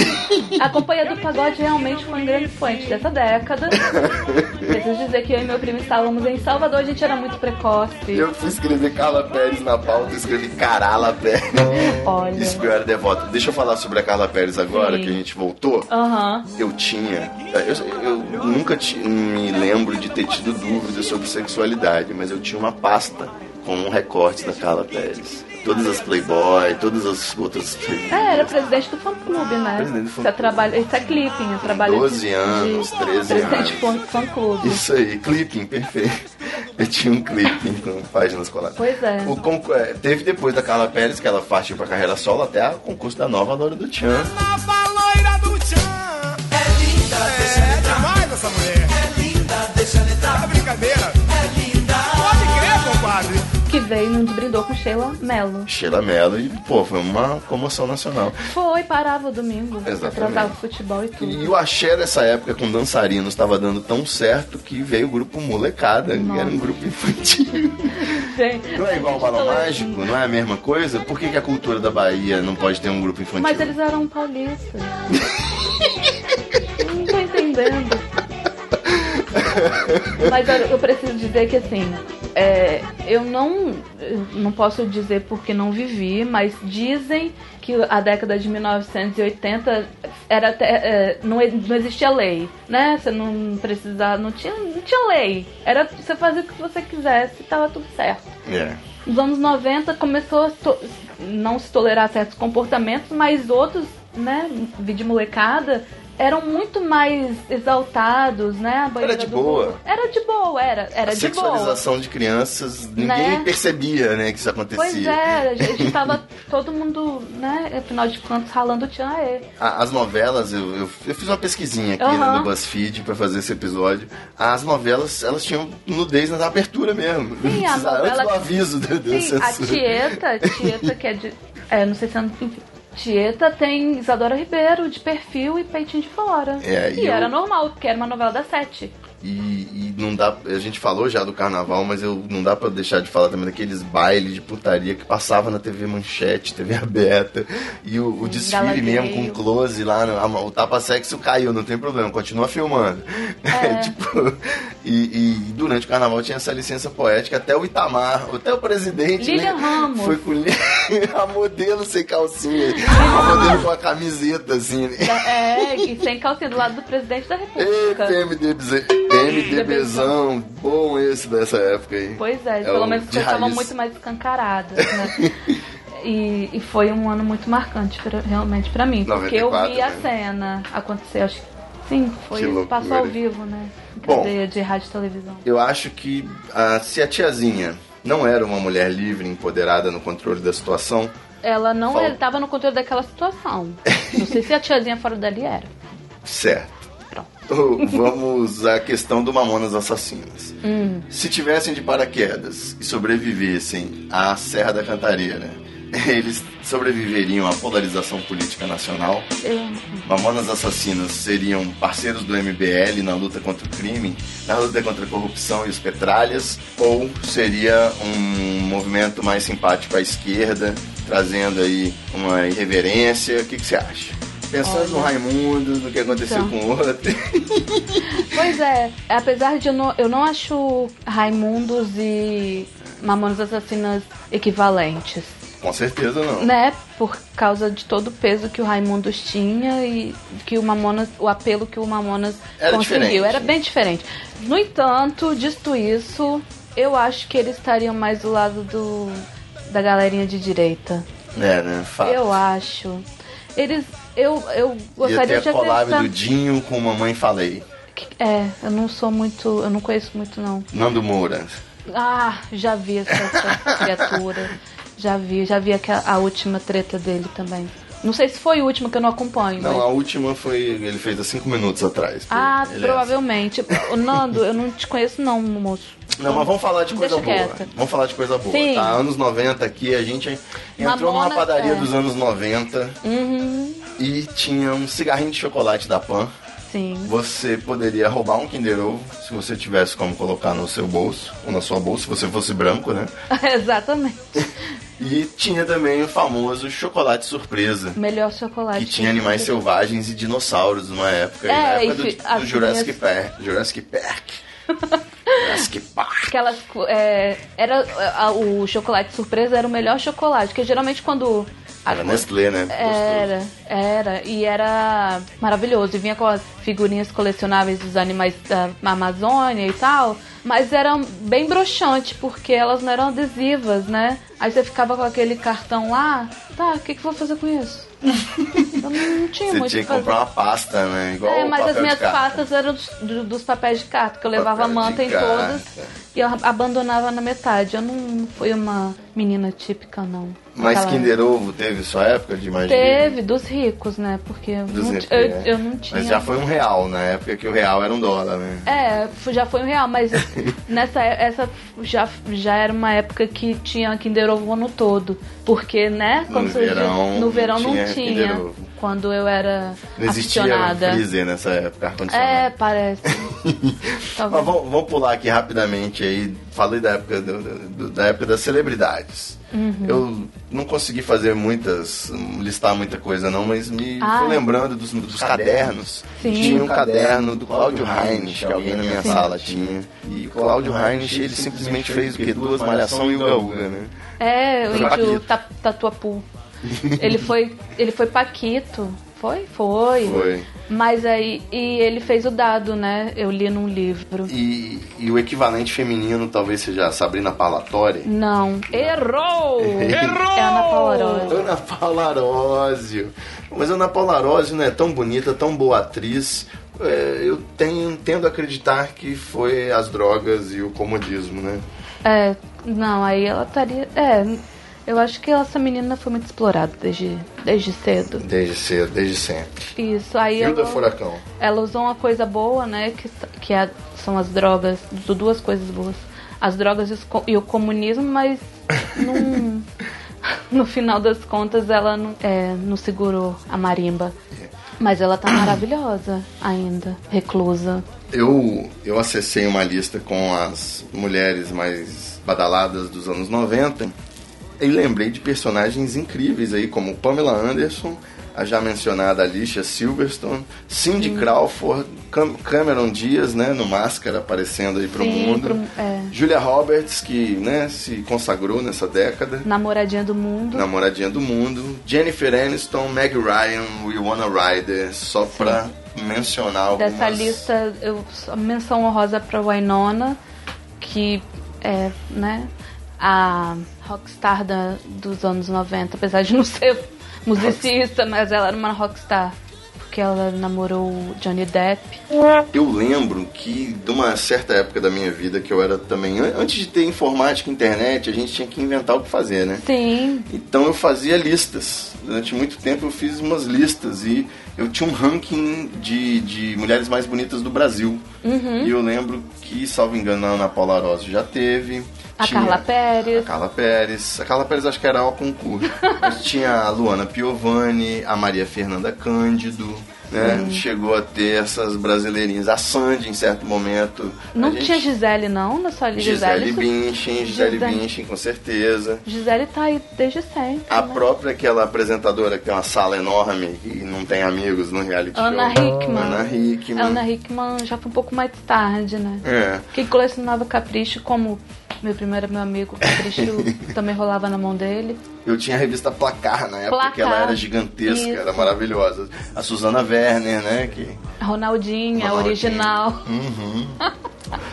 E: A Companhia do Pagode realmente foi um grande expoente dessa década. Preciso dizer que eu e meu primo estávamos em Salvador, a gente era muito precoce.
D: Eu fui escrever Carla Pérez na pauta, escrevi Carala Pérez.
E: Olha.
D: Isso que eu era devoto. Deixa eu falar sobre a Carla Pérez agora,
E: Sim.
D: que a gente voltou.
E: Aham.
D: Eu tinha. Eu, eu nunca ti- me lembro de ter tido dúvidas sobre sexualidade, mas eu tinha uma pasta com um recorte da Carla Pérez. Todas as Playboy, todas as outras.
E: É, era presidente do fã clube, né?
D: Presidente do fã-clube.
E: Você trabalha... Isso é clipping, eu trabalho.
D: 12
E: de-
D: anos,
E: de
D: 13
E: Presidente
D: anos.
E: fã- fã clube.
D: Isso aí, clipping, perfeito. Eu tinha um clipping com páginas coladas.
E: Pois é.
D: O concur- é, Teve depois da Carla Pérez, que ela partiu pra carreira solo, até o concurso da nova Loura do Tchan.
C: Nova loira do Tchan. É linda, deixa é, demais essa mulher. É linda, deixa entrar. É brincadeira. É linda. Pode crer, compadre.
E: Que veio e nos brindou com Sheila Mello.
D: Sheila Mello, e pô, foi uma comoção nacional.
E: Foi, parava o domingo.
D: Exatamente.
E: Atrasava o futebol e tudo.
D: E o axé nessa época com dançarinos estava dando tão certo que veio o grupo Molecada, que era um grupo infantil.
E: Gente,
D: Não é igual o
E: Então,
D: Balão Mágico? Não é a mesma coisa? Por que, que a cultura da Bahia não pode ter um grupo infantil?
E: Mas eles eram paulistas. Não tô entendendo. Mas olha, eu preciso dizer que assim, é, eu não, eu não posso dizer porque não vivi, mas dizem que a década de 1980 era até, é, não, e- não existia lei, né? Você não precisava, não tinha, não tinha lei. Era você fazer o que você quisesse, e tava tudo certo.
D: É.
E: Nos anos 90 começou a to- não se tolerar certos comportamentos, mas outros, né, vídeo molecada, eram muito mais exaltados, né? a banheira
D: de
E: do
D: boa.
E: Gugu. Era de boa, era, era
D: a
E: de boa.
D: sexualização de crianças, ninguém
E: Né?
D: percebia né, que isso acontecia.
E: Pois é, a gente tava todo mundo, né, afinal de contas, ralando o tchan é. aê.
D: A- As novelas, eu, eu, eu fiz uma pesquisinha aqui
E: Aham.
D: né, no BuzzFeed pra fazer esse episódio. As novelas, elas tinham nudez na abertura mesmo.
E: Sim, a novela-
D: Antes do aviso da, da
E: Sim, a
D: censura.
E: Tieta, a Tieta que é de. É, não sei se é. enfim, Tieta tem Isadora Ribeiro de perfil e peitinho de fora.
D: É,
E: e
D: e eu-
E: era normal, porque era uma novela das sete.
D: E, e não dá. A gente falou já do carnaval, mas eu não dá pra deixar de falar também daqueles bailes de putaria que passava na TV Manchete, TV aberta. E o, o desfile
E: Galadeio.
D: mesmo com close lá, no- a- o tapa-sexo caiu, não tem problema, continua filmando.
E: É.
D: tipo, e, e durante o carnaval tinha essa licença poética, até o Itamar, até o presidente. né,
E: Lilian Ramos.
D: Foi com li- a modelo sem calcinha, a modelo com a camiseta, assim. né?
E: É, e sem calcinha do lado do presidente da
D: Ei,
E: República.
D: PMDBZ, PMDBzão, bom esse dessa época aí.
E: Pois é,
D: É
E: pelo
D: o
E: menos as
D: de
E: coisas estavam
D: raiz.
E: muito mais escancaradas, né? E, e foi um ano muito marcante pra- realmente pra mim. porque eu
D: 94,
E: vi a
D: né?
E: cena acontecer, acho que. Sim, foi
D: Que loucura.
E: passou ao vivo, né? Em
D: Bom.
E: Cadeia de rádio e televisão.
D: Eu acho que ah, se a tiazinha não era uma mulher livre, empoderada no controle da situação.
E: Ela não
D: Fala.
E: ele tava no controle daquela situação. Não sei se a tiazinha fora dali era.
D: Certo.
E: Pronto.
D: Então, Vamos à questão do Mamonas Assassinas.
E: Hum.
D: Se tivessem de paraquedas e sobrevivessem à Serra da Cantareira, eles sobreviveriam à polarização política nacional?
E: Eu-
D: Mamonas Assassinas seriam parceiros do MBL na luta contra o crime, na luta contra a corrupção e os petralhas, ou seria um movimento mais simpático à esquerda, trazendo aí uma irreverência? O que, que você acha? Pensando no Raimundo, no que aconteceu
E: Então.
D: com o outro.
E: Pois é, apesar de eu não, eu não acho Raimundos e Mamonas Assassinas equivalentes.
D: com certeza não.
E: Né? Por causa de todo o peso que o Raimundos tinha e que o Mamonas, o apelo que o Mamonas
D: Era
E: conseguiu.
D: diferente.
E: Era bem diferente. No entanto, dito isso, eu acho que eles estariam mais do lado do, da galerinha de direita.
D: É, né? Fato.
E: Eu acho. Eles. Eu, eu
D: Ia
E: gostaria
D: ter
E: de
D: a collab
E: acrescentar.
D: do Dinho com Mamãe Falei.
E: Que- É, eu não sou muito. Eu não conheço muito, não.
D: Nando Moura.
E: Ah, já vi essa, essa criatura. Já vi, já vi aquela, a última treta dele também. Não sei se foi o último que eu não acompanho.
D: Não,
E: mas-
D: a última foi. Ele fez há cinco minutos atrás.
E: Ah,
D: Ele é-
E: provavelmente. O Nando, eu não te conheço, não, moço.
D: Não, mas vamos falar de coisa
E: Deixa
D: boa.
E: quieta.
D: Vamos falar de coisa boa,
E: Sim.
D: tá? Anos 90 aqui, a gente entrou
E: Mamona,
D: numa padaria
E: é. Uhum.
D: dos anos 90 e tinha um cigarrinho de chocolate da Pan.
E: Sim.
D: Você poderia roubar um Kinder Ovo se você tivesse como colocar no seu bolso, ou na sua bolsa, se você fosse branco, né?
E: Exatamente.
D: E tinha também o famoso chocolate surpresa.
E: Melhor chocolate.
D: Que tinha animais selvagens e dinossauros numa época. e
E: É,
D: na época
E: e
D: do,
E: fi-
D: do
E: as
D: Jurassic
E: minhas-
D: Park. Jurassic Park. Jurassic Park.
E: Aquelas. co- É, era, a- o chocolate surpresa era o melhor chocolate, porque geralmente quando.
D: Era Nestlé, né?
E: É,
D: Gostoso.
E: Era, era. E era maravilhoso. E vinha com as figurinhas colecionáveis dos animais da Amazônia e tal. Mas era bem broxante, porque elas não eram adesivas, né? Aí você ficava com aquele cartão lá. Tá, o que, que eu vou fazer com isso? Eu não tinha
D: Você tinha que
E: muito o que fazer.
D: comprar uma pasta, né? Igual
E: É,
D: o
E: mas
D: papel
E: as minhas
D: de carta.
E: pastas eram dos, do- dos papéis de carta, que eu levava
D: Papel
E: a
D: de
E: manta em
D: carta.
E: todas e eu abandonava na metade. Eu não fui uma menina típica, não.
D: Mas
E: Aquela-
D: Kinder Ovo teve sua época de magia?
E: Teve, dos ricos, né? Porque eu,
D: Dos
E: não,
D: refri,
E: ti- eu,
D: né?
E: eu não tinha.
D: Mas
E: assim.
D: já foi um real, na época que o real era um dólar, né?
E: É, f- já foi um real, mas nessa é- essa já, já era uma época que tinha Kinder Ovo o ano todo. Porque, né?
D: No
E: quando surgiu-
D: verão,
E: no verão não
D: tinha
E: tinha.
D: Kinder Ovo.
E: Quando eu era
D: Não existia
E: aficionada.
D: freezer nessa época, ar-condicionado.
E: É, parece. Tá
D: Mas
E: Talvez.
D: vamos, vamos pular aqui rapidamente aí. Falei da época, do- do- da época das celebridades.
E: Uhum.
D: Eu não consegui fazer muitas, listar muita coisa não, mas me
E: Ah.
D: fui lembrando dos, dos cadernos.
E: Sim.
D: Tinha um caderno do Cláudio Heinrich, que alguém na minha
E: Sim.
D: sala tinha. E o Cláudio Heinrich, ele simplesmente fez o quê? Duas malhação e o gaúga, né?
E: É, o
D: Paquito.
E: índio ta- tatuapu. ele foi. Ele foi Paquito. Foi? Foi.
D: Foi.
E: Mas aí. E ele fez o dado, né? Eu li num livro.
D: E, e o equivalente feminino talvez seja a Sabrina Palatori.
E: Não. Errou! Errou! É Ana Paula Arósio.
D: Ana Paula Arósio. Mas Ana Paula Arósio não é tão bonita, tão boa atriz. É, eu tenho, tendo a acreditar que foi as drogas e o comodismo, né?
E: É, não, aí ela estaria. É, eu acho que essa menina foi muito explorada desde, desde cedo.
D: Desde cedo, desde sempre.
E: Isso, aí
D: Hilda
E: ela,
D: Furacão.
E: ela usou uma coisa boa, né? Que, que é- são as drogas. du- Duas coisas boas. As drogas e, os co- e o comunismo, mas num- no final das contas ela não, é, não segurou a marimba.
D: É.
E: Mas ela tá maravilhosa ainda, reclusa.
D: Eu, eu acessei uma lista com as mulheres mais badaladas dos anos 90 e lembrei de personagens incríveis aí, como Pamela Anderson, a já mencionada Alicia Silverstone, Cindy Crawford, Cam- Cameron Diaz, né, no Máscara, aparecendo aí pro
E: Sim,
D: mundo.
E: pro- é.
D: Julia Roberts, que, né, se consagrou nessa década.
E: Namoradinha do mundo.
D: Namoradinha do Mundo, Jennifer Aniston, Meg Ryan, Wanna Ryder, só pra mencionar algumas...
E: Dessa lista, eu, só menção honrosa pra Wainona, que é, né, a rockstar da- dos anos 90, apesar de não ser musicista, mas ela era uma rockstar. Porque que ela namorou o Johnny Depp.
D: Eu lembro que de uma certa época da minha vida que eu era também. an- Antes de ter informática e internet, a gente tinha que inventar o que fazer, né?
E: Sim,
D: Então eu fazia listas. Durante muito tempo eu fiz umas listas e eu tinha um ranking de, de mulheres mais bonitas do Brasil.
E: Uhum.
D: E eu lembro que, salvo engano, a Ana Paula Arósio já teve.
E: a
D: tinha
E: Carla Pérez.
D: A Carla Pérez. A Carla Pérez acho que era ao concurso. Mas tinha a Luana Piovani, a Maria Fernanda Cândido. Né? Chegou a ter essas brasileirinhas. A Sandy, em certo momento.
E: Não
D: a gente-
E: tinha Gisele, não, na sua lista.
D: Gisele
E: isso-
D: Bündchen, Gisele
E: Gisele-
D: Bündchen, com certeza.
E: Gisele tá aí desde sempre.
D: A
E: né?
D: própria aquela apresentadora que tem uma sala enorme e não tem amigos no reality
E: Ana
D: show.
E: Hickman.
D: Ana Hickman.
E: Ana Hickman já foi um pouco mais tarde, né?
D: É.
E: Que colecionava capricho, como meu primeiro meu amigo capricho também rolava na mão dele.
D: Eu tinha a revista Placar na época,
E: Placar.
D: que ela era gigantesca,
E: Isso.
D: era maravilhosa. A Susana Werner, né? Que... Ronaldinho.
E: Ronaldinha, é original.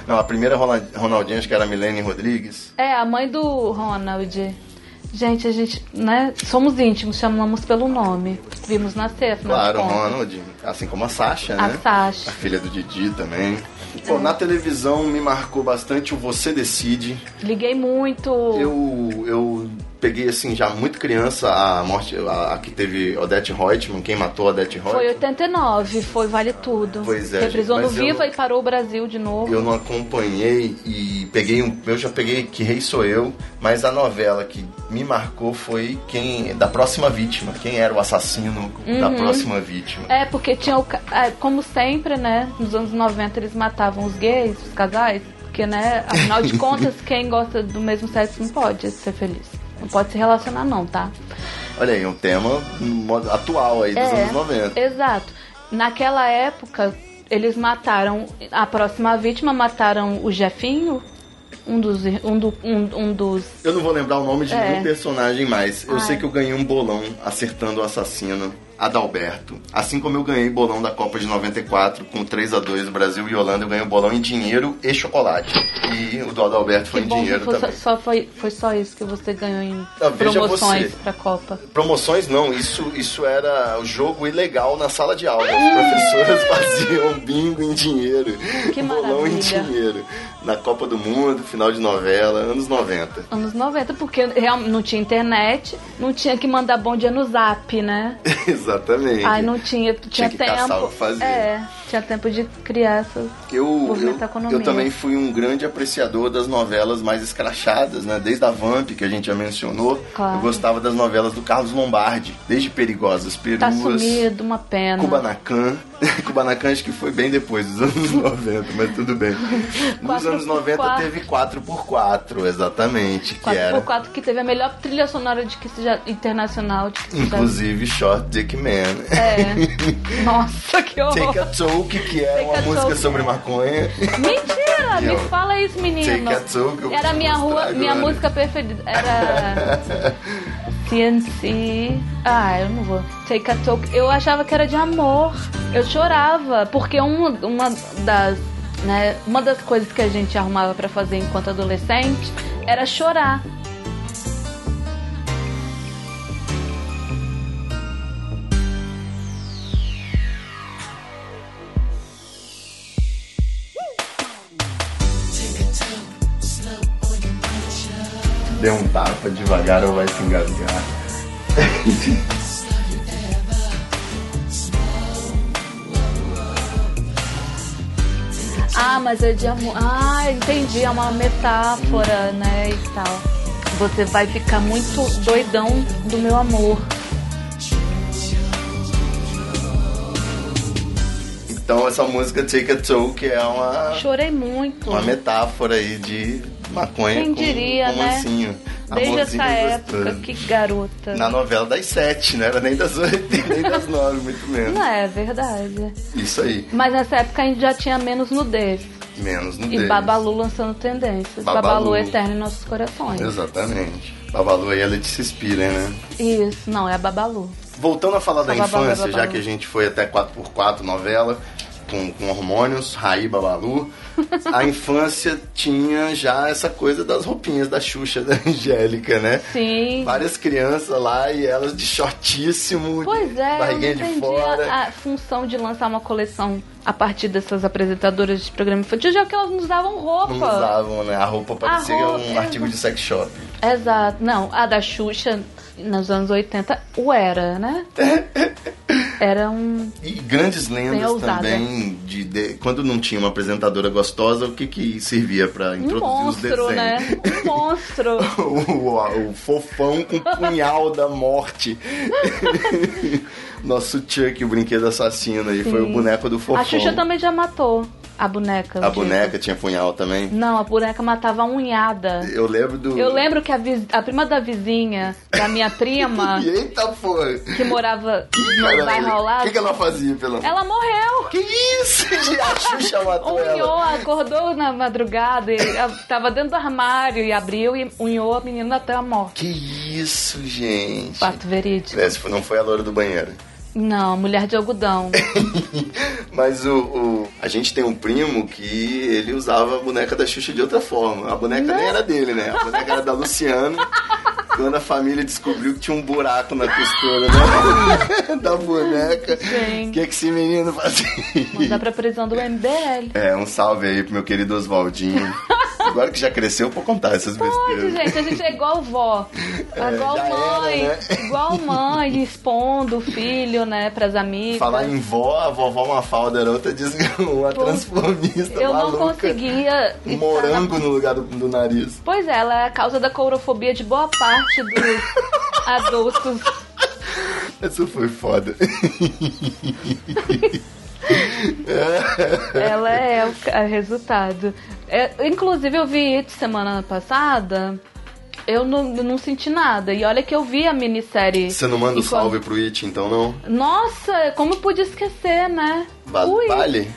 D: Não, a primeira Rola- Ronaldinha acho que era a Milene Rodrigues.
E: É, a mãe do Ronald. Gente, a gente, né? Somos íntimos, chamamos pelo nome. Vimos nascer, afinal
D: Claro,
E: de contas.
D: Ronald, assim como a Sasha,
E: A
D: né?
E: Sasha.
D: A filha do Didi também. Pô, na televisão me marcou bastante o Você Decide.
E: Liguei muito.
D: Eu, eu peguei, assim, já muito criança, a morte, a, a que teve Odete Reutemann, quem matou Odete Reutemann.
E: Foi 89, foi Vale Tudo.
D: Pois é,
E: Reprisou
D: gente,
E: no
D: mas eu
E: Viva
D: não-
E: e parou o Brasil de novo.
D: Eu não acompanhei e peguei um. Eu já peguei Que Rei Sou Eu, mas a novela que me marcou foi quem. Da próxima vítima. Quem era o assassino
E: Uhum.
D: da próxima vítima.
E: É, porque tinha o. ca- é, Como sempre, né? Nos anos 90 eles matavam os gays, os casais. Porque, né? Afinal de contas, quem gosta do mesmo sexo não pode ser feliz. Não pode se relacionar, não, tá?
D: Olha aí, um tema mo- atual aí dos
E: É.
D: anos 90.
E: Exato. Naquela época, eles mataram a próxima vítima, mataram o Jefinho, um dos. ir- Um, do, um, um dos.
D: Eu não vou lembrar o nome de
E: É.
D: nenhum personagem mais. Eu
E: Ai.
D: sei que eu ganhei um bolão acertando o assassino. Adalberto. Assim como eu ganhei bolão da Copa de 94 com 3 a 2 Brasil e Holanda, eu ganhei um bolão em dinheiro e chocolate. E o do Adalberto foi
E: que
D: em
E: assim. bom
D: dinheiro
E: que foi, só-
D: também.
E: só foi, foi só isso que você ganhou em
D: Ah, veja
E: promoções
D: você.
E: pra Copa.
D: Promoções não, isso, isso era o jogo ilegal na sala de aula. As professoras faziam bingo em dinheiro,
E: Que
D: bolão em
E: maravilha.
D: dinheiro. Na Copa do Mundo, final de novela, anos 90.
E: Anos 90, porque real- não tinha internet, não tinha que mandar bom dia no zap, né?
D: Exatamente.
E: Aí não tinha,
D: Tinha
E: tinha,
D: que
E: tempo.
D: caçar o que fazer.
E: É, tinha tempo de crianças.
D: Eu, eu,
E: Movimento economia.
D: eu também fui um grande apreciador das novelas mais escrachadas, né? Desde a Vamp, que a gente já mencionou.
E: Claro.
D: Eu gostava das novelas do Carlos Lombardi, desde Perigosas Peruas.
E: Tá sumido, uma pena.
D: Kubanacan. Kubanacan acho que foi bem depois dos anos 90, mas tudo bem. Nos
E: Quatro
D: anos
E: por
D: 90
E: quatro.
D: teve 4x4, exatamente, que era
E: 4x4 que teve a melhor trilha sonora de que se já internacional de que se já-
D: inclusive Short Dick Man.
E: É. Nossa, que
D: Take
E: horror.
D: a Talk, que era
E: Take
D: uma
E: a
D: música
E: Talk.
D: sobre maconha.
E: Mentira, me
D: Eu-
E: fala isso, menino.
D: Take a Talk, eu vou
E: Era
D: te
E: minha
D: mostrar
E: rua, minha
D: agora.
E: música preferida. Era CNC. Ah, eu não vou. Take a Talk. Eu achava que era de amor. Eu chorava porque uma, uma das, né, uma das coisas que a gente arrumava pra fazer enquanto adolescente era chorar.
D: Dê um tapa devagar ou vai se engasgar.
E: Ah, mas é de amor. Ah, entendi. É uma metáfora, né? E tal. Você vai ficar muito doidão do meu amor.
D: Então essa música Take a Talk é uma,
E: Chorei muito.
D: uma metáfora aí de maconha
E: Quem
D: com,
E: diria,
D: com
E: né?
D: mancinho.
E: Desde
D: Amorzinho
E: essa
D: gostoso.
E: época, que garota.
D: Na novela das sete, né? Era nem das oito, nem das nove, muito menos.
E: Não é verdade.
D: Isso aí,
E: Mas nessa época a gente já tinha menos nudez.
D: menos no
E: E
D: deles.
E: Babalu lançando tendências.
D: Babalu.
E: Babalu, é eterno em nossos corações.
D: Exatamente. Babalu aí ela te se inspira, né?
E: Isso, não, é a Babalu.
D: Voltando a falar da
E: Babalu,
D: infância,
E: Babalu.
D: já que a gente foi até 4x4, novela, com, com hormônios, Raí Babalu, a infância tinha já essa coisa das roupinhas da Xuxa, da Angélica, né?
E: Sim.
D: Várias crianças lá e elas de shortíssimo,
E: Pois
D: de
E: é, eu não
D: barriguinha de
E: entendi
D: fora.
E: a, a função de lançar uma coleção a partir dessas apresentadoras de programa infantil, já que elas não usavam roupa.
D: Não usavam, né? A roupa parecia
E: roupa,
D: um
E: eu-
D: artigo de sex shop.
E: Exato. Não, a da Xuxa, nos anos 80, o era, né? Era um...
D: E grandes lendas
E: ousada.
D: também de, de- quando não tinha uma apresentadora gostosa, o que que servia pra
E: Um
D: introduzir
E: monstro,
D: os desenhos?
E: né? Um monstro.
D: o, o fofão com o punhal da morte. Nosso Chuck, o brinquedo assassino, e foi o boneco do fofão.
E: A Xuxa também já matou a boneca. eu
D: A
E: digo.
D: boneca tinha punhal também.
E: Não, a boneca matava a unhada.
D: Eu lembro do.
E: Eu lembro que a, vi- a prima da vizinha, da minha prima,
D: Eita porra!
E: que morava no bairro ao
D: O
E: lado,
D: que, que ela fazia pela.
E: ela Um morreu.
D: Que isso? A Xuxa matou
E: Unhou,
D: ela.
E: acordou na madrugada, e ela tava dentro do armário e abriu e unhou a menina até a morte.
D: Que isso, gente?
E: Fato verídico.
D: Essa foi- não foi a loura do banheiro.
E: Não, mulher de algodão.
D: Mas o, o- A gente tem um primo que ele usava a boneca da Xuxa de outra forma. A boneca nem era dele, né? A boneca era da Luciana. Quando a família descobriu que tinha um buraco na costura da, da boneca.
E: Gente.
D: O que, que esse menino fazia?
E: Mandar pra prisão do MBL.
D: É, um salve aí pro meu querido Oswaldinho. Agora que já cresceu, eu vou contar essas
E: Pode,
D: besteiras.
E: gente, a gente é igual vó. É igual
D: já era,
E: mãe.
D: né?
E: Igual mãe, expondo o filho, né, pras amigas.
D: Falar em vó, a vovó Mafalda era outra diz é uma
E: Então- Pô,
D: transformista
E: Eu não
D: maluca.
E: conseguia.
D: Um
E: estar
D: morango no lugar do, do nariz.
E: Pois é, ela é a causa da courofobia de boa parte dos adultos.
D: Isso foi foda.
E: Ela é o ca- resultado. É, inclusive, eu vi It semana passada. Eu não, não senti nada. E olha que eu vi a minissérie.
D: Você não manda o
E: E quando-
D: salve pro It, então não?
E: Nossa, como eu pude esquecer, né?
D: Va-
E: Ui.
D: Vale?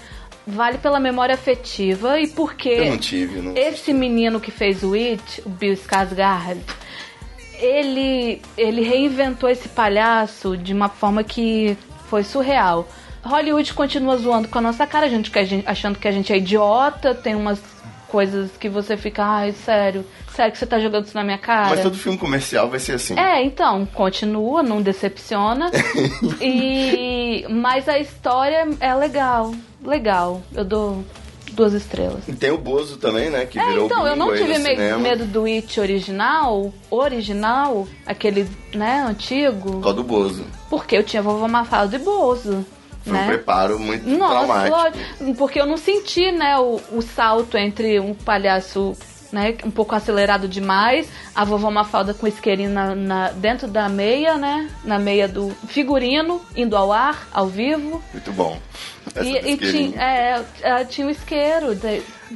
E: Vale pela memória afetiva e porque.
D: Eu não tive, não.
E: Esse menino que fez o It, o Bill Skarsgård, ele, ele reinventou esse palhaço de uma forma que foi surreal. Hollywood continua zoando com a nossa cara, gente, que a gente- achando que a gente é idiota, tem umas coisas que você fica, ai, sério, sério que você tá jogando isso na minha cara?
D: Mas todo filme comercial vai ser assim.
E: É, então, continua, não decepciona. e Mas a história é legal, legal. Eu dou duas estrelas.
D: E Tem o Bozo também, né? Que
E: É,
D: virou
E: então, eu não
D: bingo aí
E: tive
D: no
E: me-
D: cinema.
E: medo do It original, original, aquele, né, antigo,
D: Por causa do Bozo.
E: porque eu tinha vovó Mafalda e Bozo,
D: Foi um
E: né?
D: preparo muito
E: Nossa,
D: traumático.
E: lógico, porque eu não senti, né, o, o salto entre um palhaço, né, um pouco acelerado demais, a vovó Mafalda com isqueirinho na, na- dentro da meia, né, na meia do figurino, indo ao ar, ao vivo,
D: Muito bom. Essa
E: e, e
D: besteirinha.
E: tinha, é, é, tinha o isqueiro, da-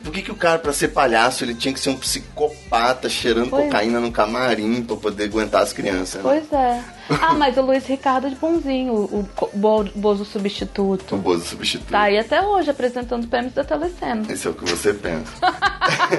D: Por que, que o cara, pra ser palhaço, ele tinha que ser um psicopata cheirando
E: Pois é.
D: cocaína no camarim pra poder aguentar as crianças? né?
E: Pois é. Ah, mas o Luiz Ricardo de bonzinho, o co- Bo-
D: Então,
E: Bozo
D: O
E: substituto.
D: Bozo substitui.
E: Tá aí até hoje apresentando prêmios da Telecena.
D: Esse é o que você pensa.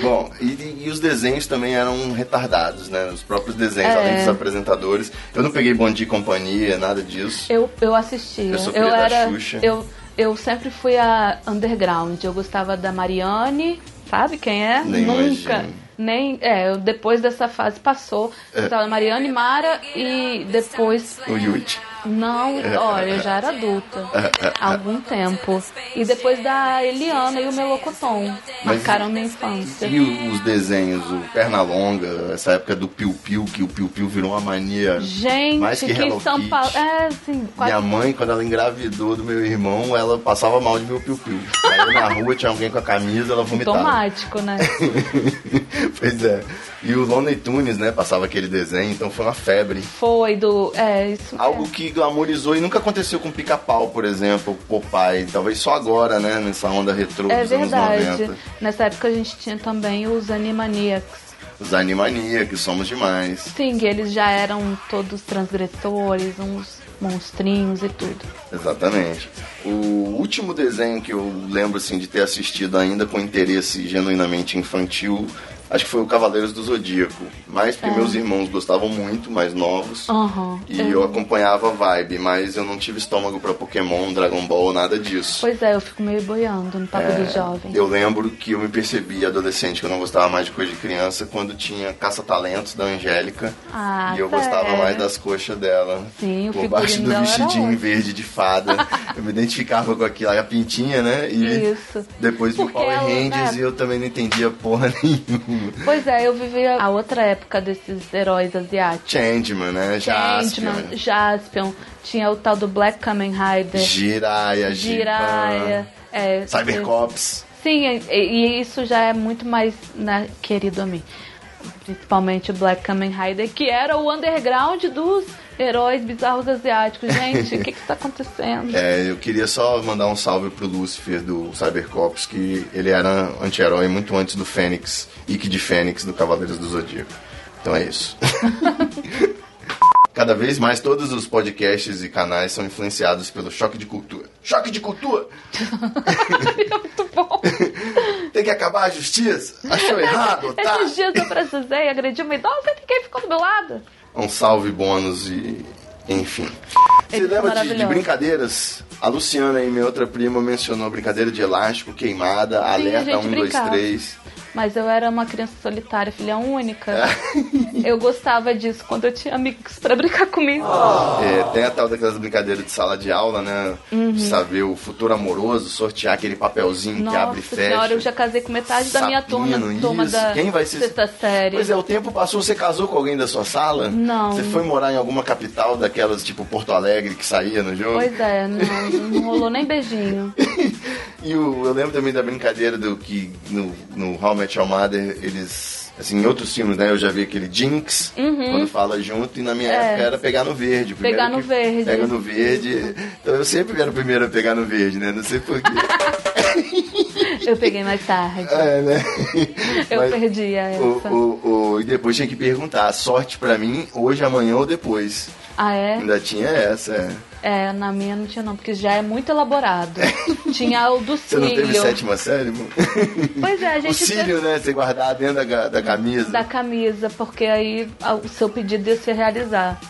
D: Bom, e, e os desenhos também eram retardados, né? Os próprios desenhos,
E: É.
D: além dos apresentadores. Eu não peguei Bom Dia e Companhia, nada disso.
E: Eu, eu assistia.
D: Eu sou filho da
E: era.
D: Xuxa.
E: Eu, eu sempre fui a underground. Eu gostava da Mariane, sabe quem é?
D: Nem
E: Nunca.
D: imagino. É.
E: Nem. É, eu- depois dessa fase passou. Eu Tava Mariane Mara e depois
D: O É. Yuti.
E: Não, olha, eu já era adulta
D: é,
E: há algum tempo. E depois da Eliana e o Melocoton. Marcaram minha infância.
D: E o- os desenhos, o Pernalonga, essa época do Piu Piu, que o Piu Piu virou uma mania. mais
E: Gente,
D: que
E: que, em
D: Hello
E: São
D: Kitty.
E: Paulo. É, assim, quase.
D: Minha mãe, quando ela engravidou do meu irmão, ela passava mal de ver o Piu Piu. Saiu na rua, tinha alguém com a camisa, ela vomitava.
E: Automático, né?
D: pois é. E o Lonely Tunes, né? Passava aquele desenho, então foi uma febre.
E: Foi do. É, isso.
D: Algo que glamorizou e nunca aconteceu com Pica-Pau, por exemplo, Popeye. Talvez só agora, né? Nessa onda retrô
E: é, é
D: dos anos
E: verdade.
D: 90.
E: Nessa época a gente tinha também os Animaniacs.
D: Os Animania, que somos demais.
E: Sim, que eles já eram todos transgressores, uns monstrinhos e tudo.
D: Exatamente. O último desenho que eu lembro, assim, de ter assistido ainda com interesse genuinamente infantil... Acho que foi o Cavaleiros do Zodíaco. Mas
E: É.
D: porque meus irmãos gostavam muito, mais novos.
E: Aham.
D: E eu acompanhava a vibe, mas eu não tive estômago pra Pokémon, Dragon Ball, nada disso.
E: Pois é, eu fico meio boiando no papo do jovem.
D: É, Eu lembro que eu me percebi adolescente que eu não gostava mais de coisa de criança quando tinha Caça-Talentos da Angélica.
E: Ah,
D: e eu
E: sério?
D: gostava mais das coxas dela.
E: Sim, o
D: Por baixo do
E: figurino dela era
D: vestidinho
E: ótimo.
D: verde de fada. eu me identificava com aquilo, a pintinha, né? E
E: Isso.
D: depois vi o
E: Porque
D: Power
E: ela,
D: Rangers
E: né?
D: e eu também não entendia porra nenhuma.
E: Pois é, eu vivia a outra época desses heróis asiáticos.
D: Changeman, né?
E: Sandman,
D: Jaspion.
E: Jaspion, tinha o tal do Black Kamen Rider,
D: Jiraya,
E: Jiraiya, é,
D: Cybercops.
E: Sim, e, e isso já é muito mais né, querido a mim. Principalmente o Black Kamen Rider, que era o underground dos heróis bizarros asiáticos. Gente, o que que tá acontecendo?
D: É, eu queria só mandar um salve pro Lucifer do Cybercops, que ele era anti-herói muito antes do Fênix, Ike de Fênix do Cavaleiros do Zodíaco. Então é isso. Cada vez mais todos os podcasts e canais são influenciados pelo choque de cultura. Choque de cultura!
E: é Muito bom.
D: Tem que acabar a justiça! Achou errado, tá? otário!
E: Esses dias eu precisei agredir uma idosa e ninguém ficou do meu lado.
D: um salve bônus e enfim. Você
E: Eles são
D: lembra de- de,
E: maravilhosos.
D: brincadeiras? A Luciana aí, minha outra prima, mencionou brincadeira de elástico, queimada, alerta
E: gente
D: 1, 2,
E: brincava.
D: 3.
E: Mas eu era uma criança solitária, filha única. Eu gostava disso quando eu tinha amigos pra brincar comigo.
D: É, tem a tal daquelas brincadeiras de sala de aula, né?
E: Uhum.
D: De saber o futuro amoroso, sortear aquele papelzinho que abre e
E: Nossa
D: fecha.
E: senhora, eu já casei com metade da minha turma,
D: Sapinho,
E: turma
D: isso.
E: da
D: Quem vai ser...
E: sexta série.
D: Pois é, o tempo passou, você casou com alguém da sua sala?
E: Não.
D: Você foi morar em alguma capital daquelas, tipo Porto Alegre, que saía no jogo?
E: Pois é, não, não rolou nem beijinho.
D: E o- eu lembro também da brincadeira do que no, no How I Met Your Mother, eles. Assim, em outros filmes, né? Eu já vi aquele Jinx, quando fala junto, e na minha época era pegar no verde. o primeiro
E: Uhum. É. Pegar no
D: que
E: verde.
D: Pega no verde. Então eu sempre era o primeiro a pegar no verde, né? Não sei porquê.
E: Eu peguei mais tarde.
D: é, né?
E: Eu
D: Mas
E: perdi a
D: o-
E: essa.
D: o- o- e depois tinha que perguntar, sorte pra mim, hoje, amanhã ou depois.
E: Ah, é?
D: Ainda tinha essa, é.
E: É, na minha não tinha não, porque já é muito elaborado. Tinha o do
D: Você
E: cílio.
D: não teve sétima série? mano?
E: Pois é, a
D: o
E: gente
D: cílio, né? Você guardar dentro da, ga- da camisa.
E: da camisa, porque aí a- o seu pedido ia se realizar.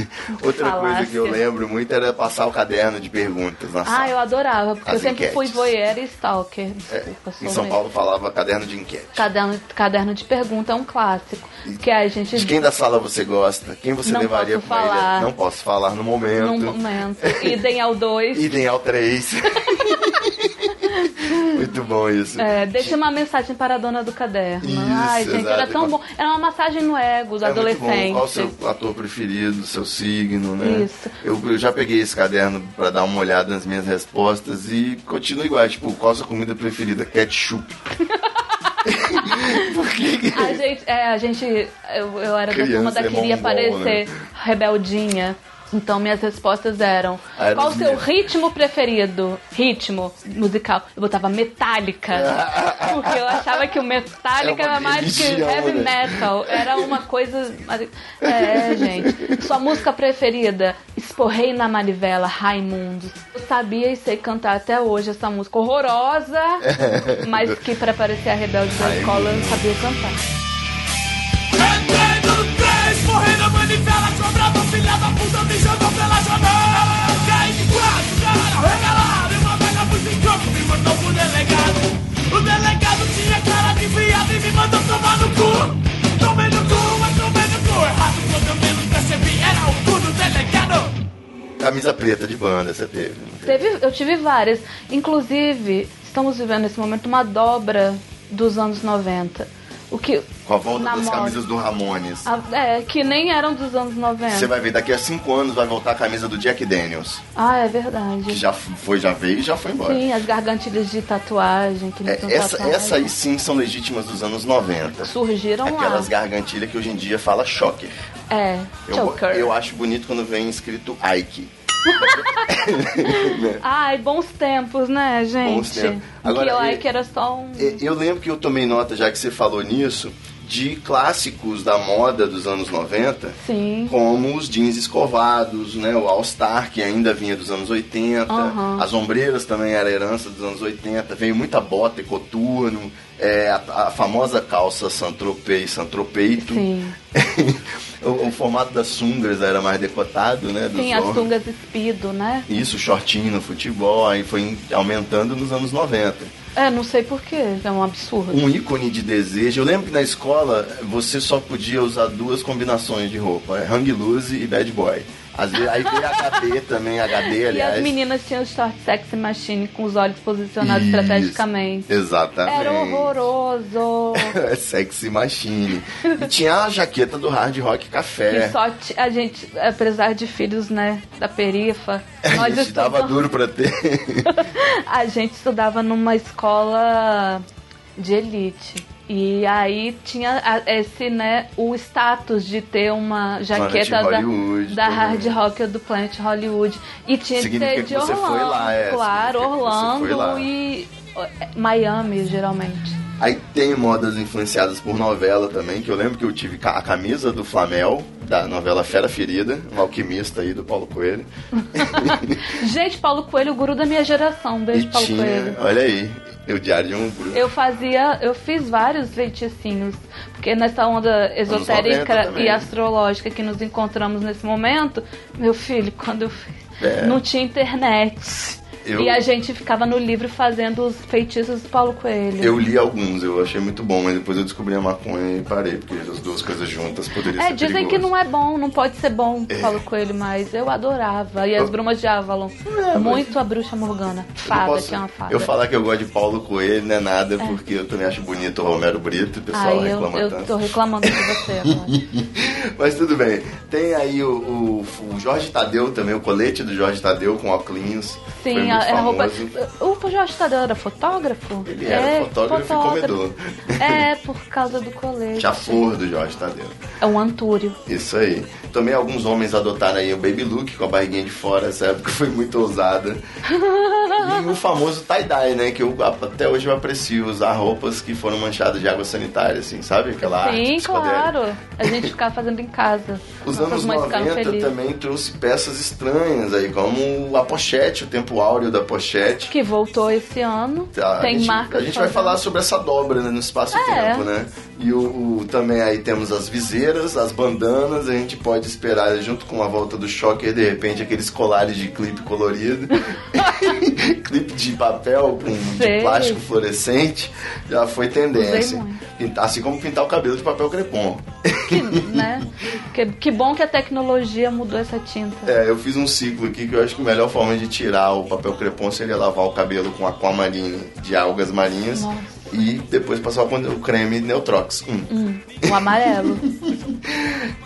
D: Outra coisa
E: Falácia.
D: que eu lembro muito era passar o caderno de perguntas na sala.
E: Ah, eu adorava, porque
D: As
E: eu sempre fui
D: enquetes.
E: voyeur e stalker.
D: É,
E: Desculpa, sou
D: em São
E: mesmo.
D: Paulo falava caderno de enquete.
E: Caderno, caderno de pergunta é um clássico. Que a gente
D: De quem da sala você gosta? Quem você
E: Não
D: levaria
E: posso
D: pra uma ilha?
E: falar.
D: Não posso falar no momento.
E: num momento. Idem ao dois.
D: Idem ao 3. muito bom isso.
E: É, deixa uma mensagem para a dona do caderno.
D: Isso,
E: Ai, gente, era
D: exato.
E: tão bom. Era uma massagem no ego do
D: É muito bom.
E: adolescente.
D: Qual o seu ator preferido, seu signo, né?
E: Isso.
D: Eu, eu já peguei esse caderno pra dar uma olhada nas minhas respostas e continua igual. Tipo, qual a sua comida preferida? Ketchup. Por que que-
E: A gente, é, a gente eu, eu era
D: Criança
E: da turma da
D: é
E: queria
D: mongol,
E: parecer rebeldinha. Então minhas respostas eram:
D: Ah, era
E: qual o
D: as
E: seu
D: minhas.
E: ritmo preferido? Ritmo musical. Eu botava metálica. porque eu achava que o metálica
D: É uma
E: era mais que
D: religião,
E: heavy
D: né?
E: metal. Era uma coisa. É, gente. Sua música preferida? Esporrei na manivela, Raimundo. Eu sabia e sei cantar até hoje essa música horrorosa, mas que pra parecer a rebelde da escola eu sabia cantar.
C: Entrei no três, morri na manivela, sobrava filha da puta me jogou pela janela. Caí de quatro, galera regalada, e uma velha pus em campo, me mandou pro delegado. O delegado tinha cara de viado e me mandou tomar no cu. Tomei no cu, mas tomei no cu, errado quando eu menos percebi, era o cu do delegado.
D: Camisa preta de banda, você teve. né?
E: Teve- eu tive várias. Inclusive, estamos vivendo nesse momento uma dobra dos anos 90. O que.
D: Com a volta
E: na
D: das
E: moda.
D: camisas do Ramones.
E: a- é, que nem eram dos anos 90.
D: Você vai ver, daqui a cinco anos vai voltar a camisa do Jack Daniels.
E: Ah, é
D: Que
E: verdade.
D: já f- foi, já veio e já foi embora.
E: Sim, então tá as gargantilhas de tatuagem, que não
D: É,
E: são
D: essa,
E: tatuagem.
D: essa aí sim são legítimas dos anos 90.
E: surgiram
D: Aquelas
E: lá.
D: gargantilhas que hoje em dia fala choker.
E: É,
D: Eu,
E: choker.
D: eu acho bonito quando vem escrito Ike.
E: Ai, bons tempos, né, gente?
D: Bons tempos. Agora,
E: que eu
D: e-
E: ai que era só um.
D: E- É, Eu lembro que eu tomei nota, já que você falou nisso, de clássicos da moda dos anos 90.
E: Sim.
D: Como os jeans escovados, né? O All Star, que ainda vinha dos anos 80.
E: Aham.
D: As ombreiras também era herança dos anos 80. Veio muita bota e coturno. é, a, a famosa calça Santropei, Santropeito.
E: Sim.
D: o, o formato das sungas era mais decotado, né? dos
E: Tem as
D: homens.
E: tungas espido, né?
D: Isso, shortinho no futebol, aí foi aumentando nos anos 90.
E: É, não sei porquê, é um absurdo.
D: um ícone de desejo. Eu lembro que na escola você só podia usar duas combinações de roupa: é Hang Loose e Bad Boy. Às vezes, aí veio HD também, HD,
E: E as
D: aliás.
E: meninas tinham short sexy machine com os olhos posicionados
D: Isso.
E: estrategicamente.
D: Exatamente.
E: Era horroroso.
D: Sexy Machine. E tinha a jaqueta do Hard Rock Café.
E: E só ti- a gente, apesar de filhos, né, da perifa,
D: A
E: nós
D: gente dava
E: estudamos,
D: duro pra ter.
E: a gente estudava numa escola de elite. E aí tinha a- esse, né, o status de ter uma jaqueta da,
D: Hollywood
E: da
D: também.
E: Hard Rock ou do Planet Hollywood. E tinha que
D: Significa
E: ser
D: que
E: de
D: você
E: Orlando,
D: foi lá, é,
E: claro,
D: significa que você foi
E: Orlando
D: lá.
E: e ó, é, Miami, geralmente.
D: Aí tem modas influenciadas por novela também, que eu lembro que eu tive ca- a camisa do Flamel, da novela Fera Ferida, um alquimista aí do Paulo Coelho.
E: Gente, Paulo Coelho, o guru da minha geração. Um
D: E
E: Beijo, Paulo
D: tinha,
E: Coelho.
D: olha aí, o diário de um grupo.
E: Eu fazia, eu fiz vários feiticinhos, porque nessa onda esotérica
D: 90 também.
E: e astrológica que nos encontramos nesse momento, meu filho, quando eu fiz,
D: É.
E: não tinha internet.
D: Eu-
E: E a gente ficava no livro fazendo os feitiços do Paulo Coelho.
D: Eu li alguns, eu achei muito bom, mas depois eu descobri a maconha e parei, porque as duas coisas juntas poderiam
E: É,
D: ser
E: dizem que não é bom, não pode ser bom
D: É.
E: Paulo Coelho, mas eu adorava. E as brumas de Avalon. Muito a bruxa Morgana. Fada, que é uma fada.
D: Eu falar que eu gosto de Paulo Coelho não é nada, porque eu também acho bonito o Romero Brito, o pessoal
E: Ai, eu,
D: reclama
E: eu
D: tanto.
E: tô reclamando de você agora.
D: Mas tudo bem. Tem aí o, o- o Jorge Tadeu também, o colete do Jorge Tadeu com óculos. foi
E: Sim,
D: muito
E: a, era roupa.
D: famoso.
E: O Jorge Tadeu era fotógrafo?
D: Ele era fotógrafo e comedor.
E: É, por causa do colete.
D: Chafor do Jorge Tadeu.
E: É um antúrio.
D: Isso aí. Também alguns homens adotaram aí o Baby Look com a barriguinha de fora, essa época foi muito ousada. e o famoso tie-dye, né? Que eu até hoje eu aprecio usar roupas que foram manchadas de água sanitária, assim, sabe? Aquela
E: Sim,
D: arte psicodélica.
E: claro. A gente ficava fazendo em casa.
D: Os
E: Nossas
D: anos
E: mães ficavam
D: 90
E: felizes.
D: também trouxe peças estranhas aí, como a pochete, o tempo áureo da pochete.
E: Que voltou esse ano.
D: Tá, a
E: Tem
D: gente,
E: marca.
D: A gente vai falar sobre essa dobra né, no espaço-tempo,
E: É.
D: né? E o, o- também aí temos as viseiras, as bandanas, a gente pode esperar junto com a volta do choque, de repente, aqueles colares de clipe colorido. clipe de papel com de
E: Sei.
D: plástico fluorescente. Já foi tendência.
E: muito.
D: Pintar- Assim como pintar o cabelo de papel crepom.
E: Que, né? que, que bom que a tecnologia mudou essa tinta.
D: É, eu fiz um ciclo aqui que eu acho que a melhor forma de tirar o papel crepom seria lavar o cabelo com aquamarine de algas marinhas
E: Nossa.
D: e depois passar com o creme Neutrox. Hum.
E: O amarelo.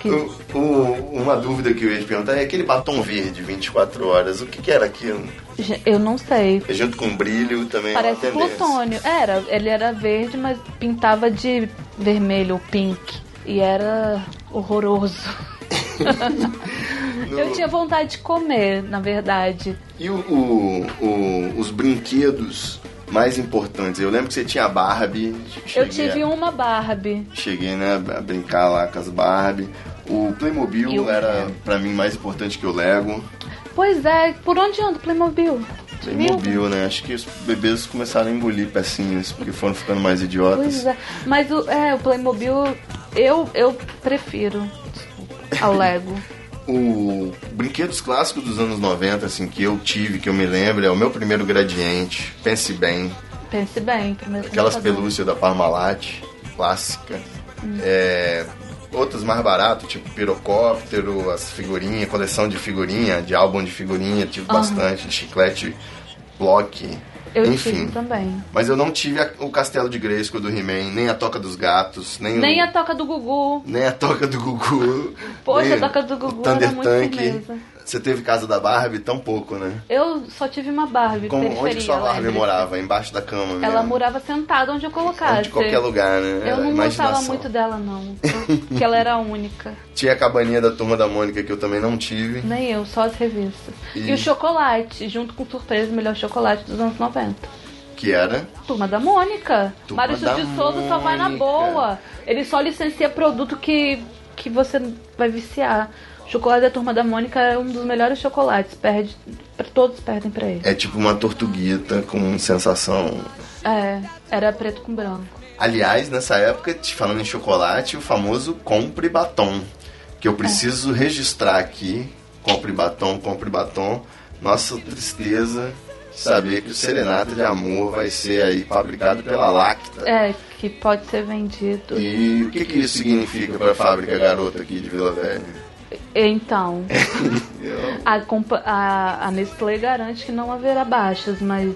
E: Que-
D: O- o- uma dúvida que eu ia te perguntar é aquele batom verde 24 horas, o que, que era aquilo?
E: Ge- Eu não sei.
D: É junto com brilho também é uma
E: Parece um
D: tendência.
E: plutônio. Era, ele era verde, mas pintava de vermelho ou pink. E era horroroso.
D: No-
E: Eu tinha vontade de comer, na verdade.
D: E o- o- o- os brinquedos mais importantes? Eu lembro que você tinha a Barbie.
E: Eu
D: cheguei
E: tive
D: a-
E: uma Barbie.
D: Cheguei, né, a brincar lá com as Barbie. O Playmobil
E: E o
D: era, pra mim, mais importante que o Lego.
E: Pois é, por onde anda o Playmobil? Viu?
D: Playmobil, né? Acho que os bebês começaram a engolir pecinhas, porque foram ficando mais idiotas.
E: Pois é. Mas o, é, o Playmobil, eu, eu prefiro desculpa, ao Lego.
D: O brinquedos clássicos dos anos 90, assim, que eu tive, que eu me lembro, é o meu primeiro gradiente, Pense Bem,
E: Pense bem, primeiro
D: aquelas
E: computador.
D: pelúcias da Parmalat, clássica.
E: Hum.
D: É, outras mais baratas, tipo pirocóptero, as figurinhas, coleção de figurinha, de álbum de figurinha, tive bastante, chiclete, block,
E: Eu
D: enfim.
E: tive também.
D: Mas eu não tive a- o Castelo de Grayskull do He-Man, nem a Toca dos Gatos, nem,
E: Nem
D: o,
E: a toca do Gugu.
D: nem a Toca do Gugu.
E: Poxa,
D: nem
E: a Toca do Gugu
D: o Thunder
E: era muito
D: Tank.
E: firmeza.
D: Você teve casa da Barbie? Tão pouco, né?
E: Eu só tive uma Barbie.
D: Como,
E: periferia,
D: onde que sua Barbie
E: lembre-se.
D: morava? Embaixo da cama mesmo?
E: Ela morava sentada onde eu colocasse.
D: De qualquer lugar, né? Era
E: Eu não gostava
D: imaginação.
E: muito dela, não. Porque ela era única.
D: Tinha a cabaninha da Turma da Mônica que eu também não tive.
E: Nem eu, só as revistas. E,
D: E-
E: o chocolate, junto com surpresa, o melhor chocolate dos anos 90.
D: Que era?
E: Turma da Mônica.
D: Turma
E: Mário
D: da
E: Mário de Souza só vai na
D: Mônica.
E: boa. Ele só licencia produto que, que você vai viciar. O chocolate da Turma da Mônica é um dos melhores chocolates. Perde. Todos perdem pra ele.
D: É tipo uma tortuguita com sensação.
E: É, era preto com branco.
D: Aliás, nessa época, te falando em chocolate, o famoso compre batom. Que eu preciso registrar aqui. Compre batom, compre batom. Nossa tristeza de saber que o Serenata de Amor vai ser aí fabricado pela Lacta.
E: É, que pode ser vendido.
D: E o que, que isso significa para a fábrica garota aqui de Vila Velha?
E: Então, a, compa- a- a Nestlé garante que não haverá baixas, mas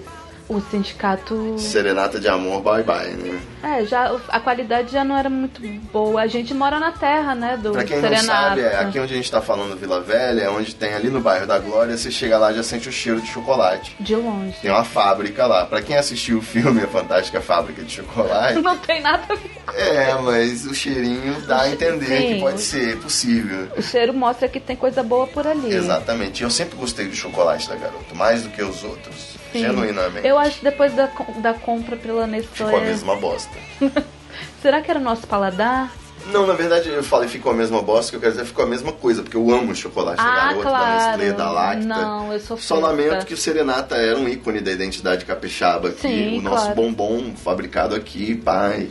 E: o sindicato.
D: Serenata de Amor, bye bye, né?
E: É, já, a qualidade já não era muito boa. A gente mora na terra, né? Do
D: Pra quem não
E: Serenata.
D: sabe, é, aqui onde a gente tá falando Vila Velha, é onde tem ali no bairro da Glória, você chega lá e já sente o cheiro de chocolate.
E: De longe.
D: Tem uma fábrica lá. Pra quem assistiu o filme A Fantástica Fábrica de Chocolate,
E: Não tem nada a ver.
D: é, mas o cheirinho dá a entender
E: Sim.
D: que pode ser possível.
E: O cheiro mostra que tem coisa boa por ali.
D: Exatamente. Eu sempre gostei do chocolate da garota, mais do que os outros.
E: Sim.
D: Genuinamente.
E: Eu é. acho que depois da, co- da compra pela
D: Ficou a
E: Nestlé.
D: mesma bosta.
E: Será que era o nosso paladar?
D: Não, na verdade eu falei ficou a mesma bosta, que eu quero dizer ficou a mesma coisa, porque eu amo o chocolate da
E: Ah,
D: garota, da
E: claro.
D: Nestlé, da Lacta.
E: Não, eu sou
D: Só
E: fresca.
D: lamento que o Serenata era um ícone da identidade capixaba, que
E: Sim,
D: o nosso
E: claro.
D: bombom fabricado aqui, pai,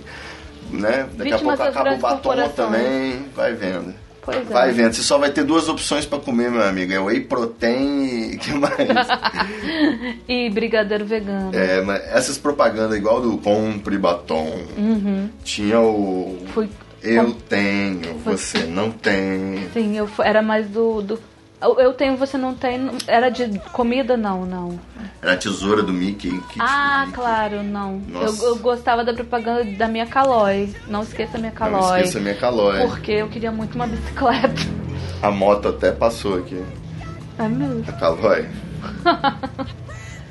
D: né? Daqui
E: Vítimas
D: a
E: das
D: pouco acaba o
E: grandes
D: batom
E: corporações.
D: também, vai vendo.
E: Pois é.
D: Vai vendo, você só vai ter duas opções pra comer, meu amigo. É whey protein e que mais?
E: e brigadeiro vegano.
D: É, mas essas propagandas igual do compre batom.
E: Uhum.
D: Tinha o
E: Fui-
D: eu tenho, você não tem.
E: Sim, eu fu- era mais do. do... eu- Eu tenho, você não tem. Era de comida? Não, não.
D: Era a tesoura do Mickey. o kit do
E: Ah,
D: Mickey.
E: claro, não.
D: Nossa.
E: Eu, eu gostava da propaganda da minha Calói. Não esqueça a minha Calói.
D: Não esqueça minha calói.
E: Porque eu queria muito uma bicicleta.
D: A moto até passou aqui.
E: Ai, meu Deus.
D: A calói.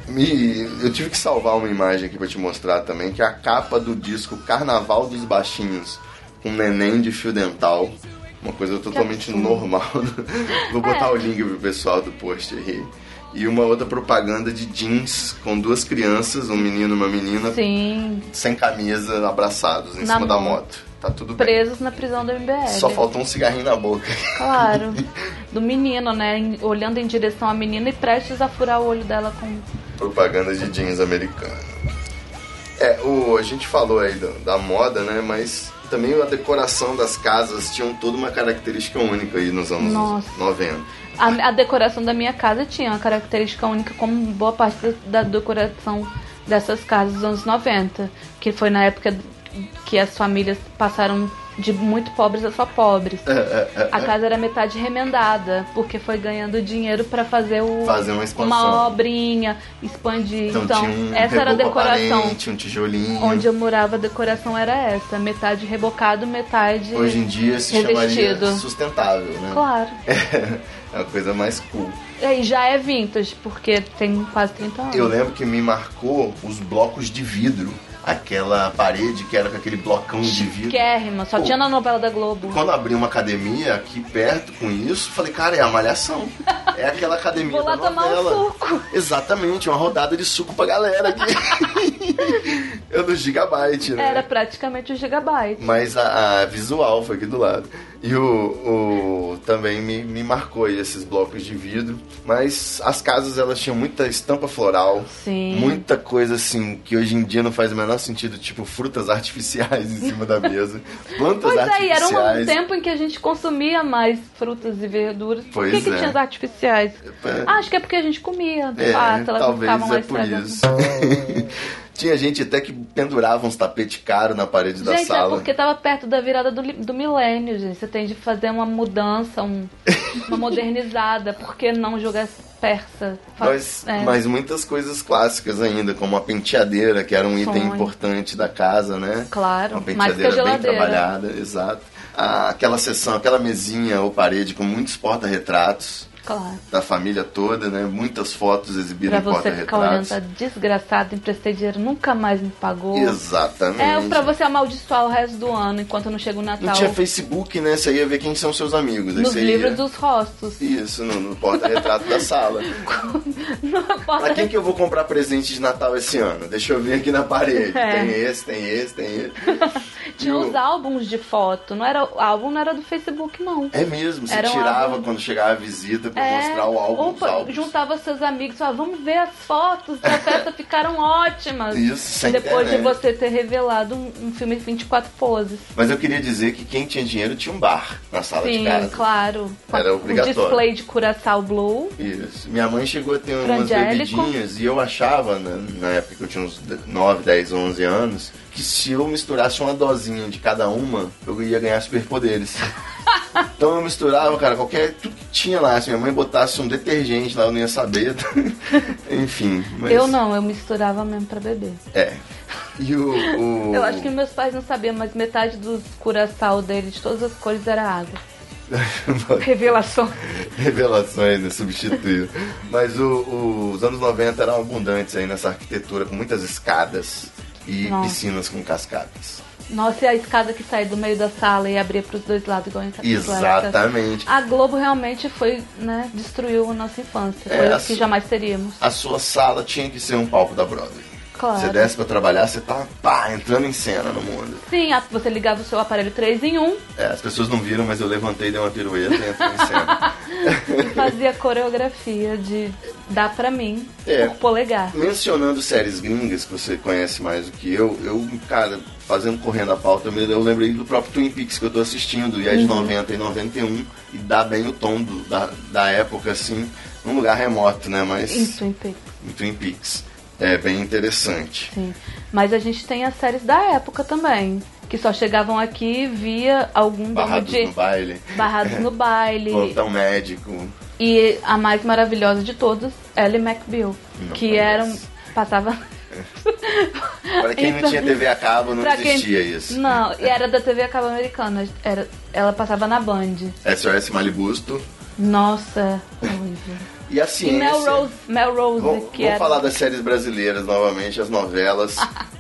D: Me, eu tive que salvar uma imagem aqui pra te mostrar também, que é a capa do disco Carnaval dos Baixinhos, com neném de fio dental. Uma coisa totalmente normal. Vou botar o link pro pessoal do post aí. E uma outra propaganda de jeans com duas crianças, um menino e uma menina,
E: Sim,
D: sem camisa, abraçados em
E: Na
D: cima da
E: moto.
D: moto. Tá tudo bem.
E: presos na prisão do MBL.
D: Só faltou um cigarrinho na boca.
E: Claro. Do menino, né? em- Olhando em direção à menina e prestes a furar o olho dela com.
D: propaganda de jeans americano. É, o, a gente falou aí do- da moda, né? Mas também a decoração das casas tinham toda uma característica única aí nos anos
E: Nossa.
D: 90.
E: A, a decoração da minha casa tinha uma característica única, como boa parte da, da decoração dessas casas dos anos 90, que foi na época que as famílias passaram de muito pobres a só pobres.
D: É,
E: A casa era metade remendada, porque foi ganhando dinheiro pra fazer, o,
D: Fazer uma expansão.
E: uma obrinha, expandir. Então,
D: Então, tinha um
E: essa era a
D: reboco
E: decoração.
D: aparente, um tijolinho.
E: Onde eu morava, a decoração era essa: metade rebocado, metade.
D: Hoje em dia se chamaria
E: revestido.
D: sustentável, né?
E: Claro.
D: É uma coisa mais cool.
E: E aí já é vintage, porque tem quase 30 anos.
D: Eu lembro que me marcou os blocos de vidro. Aquela parede que era com aquele blocão de vidro.
E: Chiquérrima, só
D: Pô.
E: tinha na novela da Globo.
D: Quando abri uma academia aqui perto com isso, falei, cara, é a malhação. É aquela academia
E: Vou lá
D: da
E: tomar um
D: novela.
E: suco.
D: Exatamente, uma rodada de suco pra galera aqui. Eu do Gigabyte, né?
E: Era praticamente o Gigabyte.
D: Mas a, a visual foi aqui do lado. E o, o- também me, me marcou aí esses blocos de vidro. Mas as casas elas tinham muita estampa floral.
E: Sim.
D: Muita coisa assim que hoje em dia não faz o menor sentido, tipo frutas artificiais em cima da mesa. Plantas
E: Pois aí, era
D: artificiais.
E: um tempo em que a gente consumia mais frutas e verduras.
D: Pois
E: Por que, que
D: é.
E: tinha as artificiais?
D: É.
E: Ah, acho que é porque a gente comia. de
D: É,
E: fato, Ah, elas não
D: talvez
E: ficavam
D: é
E: mais assim.
D: por
E: estragadas.
D: isso. Tinha gente até que pendurava uns tapetes caros na parede da
E: Gente, é
D: sala.
E: porque tava perto da virada do, li- do milênio, gente. Você tem de fazer uma mudança, um- uma modernizada. Por que não jogar persa? Fa-
D: Mas,
E: é.
D: mas muitas coisas clássicas ainda, como a penteadeira, que era um item
E: Sonho.
D: importante da casa, né?
E: Claro,
D: uma
E: mais que
D: penteadeira
E: a
D: bem
E: geladeira.
D: trabalhada, exato. Ah, aquela seção, aquela mesinha ou parede com muitos porta-retratos
E: Claro.
D: da família toda, né? Muitas fotos
E: Pra
D: exibidas em
E: você ficar olhando,
D: porta-retratos.
E: tá desgraçado, emprestei dinheiro, nunca mais me pagou.
D: Exatamente.
E: É pra você amaldiçoar o resto do ano enquanto não chega o
D: Não
E: Natal.
D: tinha Facebook, né? Você ia ver quem são seus amigos. aí é.
E: Nos
D: você
E: livros
D: ia-
E: dos rostos.
D: Isso, no, no porta-retrato da sala.
E: Não
D: Pra
E: posso-
D: quem que eu vou comprar presente de Natal esse ano? Deixa eu ver aqui na parede.
E: É.
D: Tem esse, tem esse, tem esse.
E: tinha
D: E o-
E: os álbuns de foto. Não era, o álbum não era do Facebook, não.
D: É mesmo, você
E: Era um
D: tirava
E: álbum. É.
D: quando chegava a visita É, pra mostrar o
E: ou
D: álbum dos
E: pa-
D: álbuns.
E: juntava seus amigos e falava, vamos ver as fotos da festa, ficaram ótimas.
D: Isso, sem
E: Depois de
D: internet.
E: você ter revelado um, um filme 24 poses.
D: Mas eu queria dizer que quem tinha dinheiro tinha um bar na sala
E: Sim,
D: de casa.
E: claro. Com
D: Era
E: a-
D: obrigatório.
E: O display de Curaçao Blue.
D: Isso. Minha mãe chegou a ter umas
E: Frangélico.
D: bebidinhas e eu achava, na, na época que eu tinha uns 9, 10, 11 anos, que se eu misturasse uma dosinha de cada uma, eu ia ganhar superpoderes. Então eu misturava, cara, qualquer. Tudo que tinha lá. Se minha mãe botasse um detergente lá, eu não ia saber. Enfim. Mas,
E: Eu não, eu misturava mesmo pra beber.
D: É. E o. o-
E: Eu acho que meus pais não sabiam, mas metade dos curaçal dele, de todas as cores, era água. Revelação.
D: Revelações, né? Substituir. Mas o- o- os anos 90 eram abundantes aí nessa arquitetura, com muitas escadas e
E: Nossa.
D: piscinas com cascatas.
E: Nossa, e a escada que saía do meio da sala e abria pros dois lados, igual em Capitão
D: Exatamente.
E: é A Globo realmente foi, né, destruiu a nossa infância.
D: É,
E: Coisa
D: a
E: que
D: su-
E: jamais teríamos.
D: A sua sala tinha que ser um palco da Broadway.
E: Claro.
D: Você desce pra trabalhar, você tá pá, entrando em cena no mundo.
E: Sim, a- você ligava o seu aparelho 3 em 1
D: É, as pessoas não viram, mas eu levantei, dei uma pirueta e entrei em cena.
E: e fazia coreografia de Dá Pra Mim,
D: É.
E: por polegar.
D: Mencionando séries gringas que você conhece mais do que eu, eu, cara, fazendo correndo a pauta, eu me- eu lembrei do próprio Twin Peaks que eu tô assistindo,
E: Uhum.
D: e é de 90 e 91, e dá bem o tom do- da, da época, assim, num lugar remoto, né? Mas
E: Isso, em Peaks.
D: em Twin Peaks. É bem interessante.
E: Sim. Mas a gente tem as séries da época também, que só chegavam aqui via algum dono
D: Barrados
E: de
D: no baile,
E: Barrados no baile.
D: plantão um médico.
E: E a mais maravilhosa de todas, Ellie McBeal,
D: Não
E: que
D: conheço.
E: era um passava
D: Para quem não
E: Então,
D: tinha TV a cabo, não
E: pra quem-
D: existia isso.
E: Não, e era da TV a cabo americana, era ela passava na Band.
D: SOS Malibusto.
E: Nossa, horrível.
D: E a
E: E
D: ciência.
E: Melrose, Melrose
D: Vamos,
E: que é.
D: vamos
E: era
D: falar das séries brasileiras novamente, as novelas.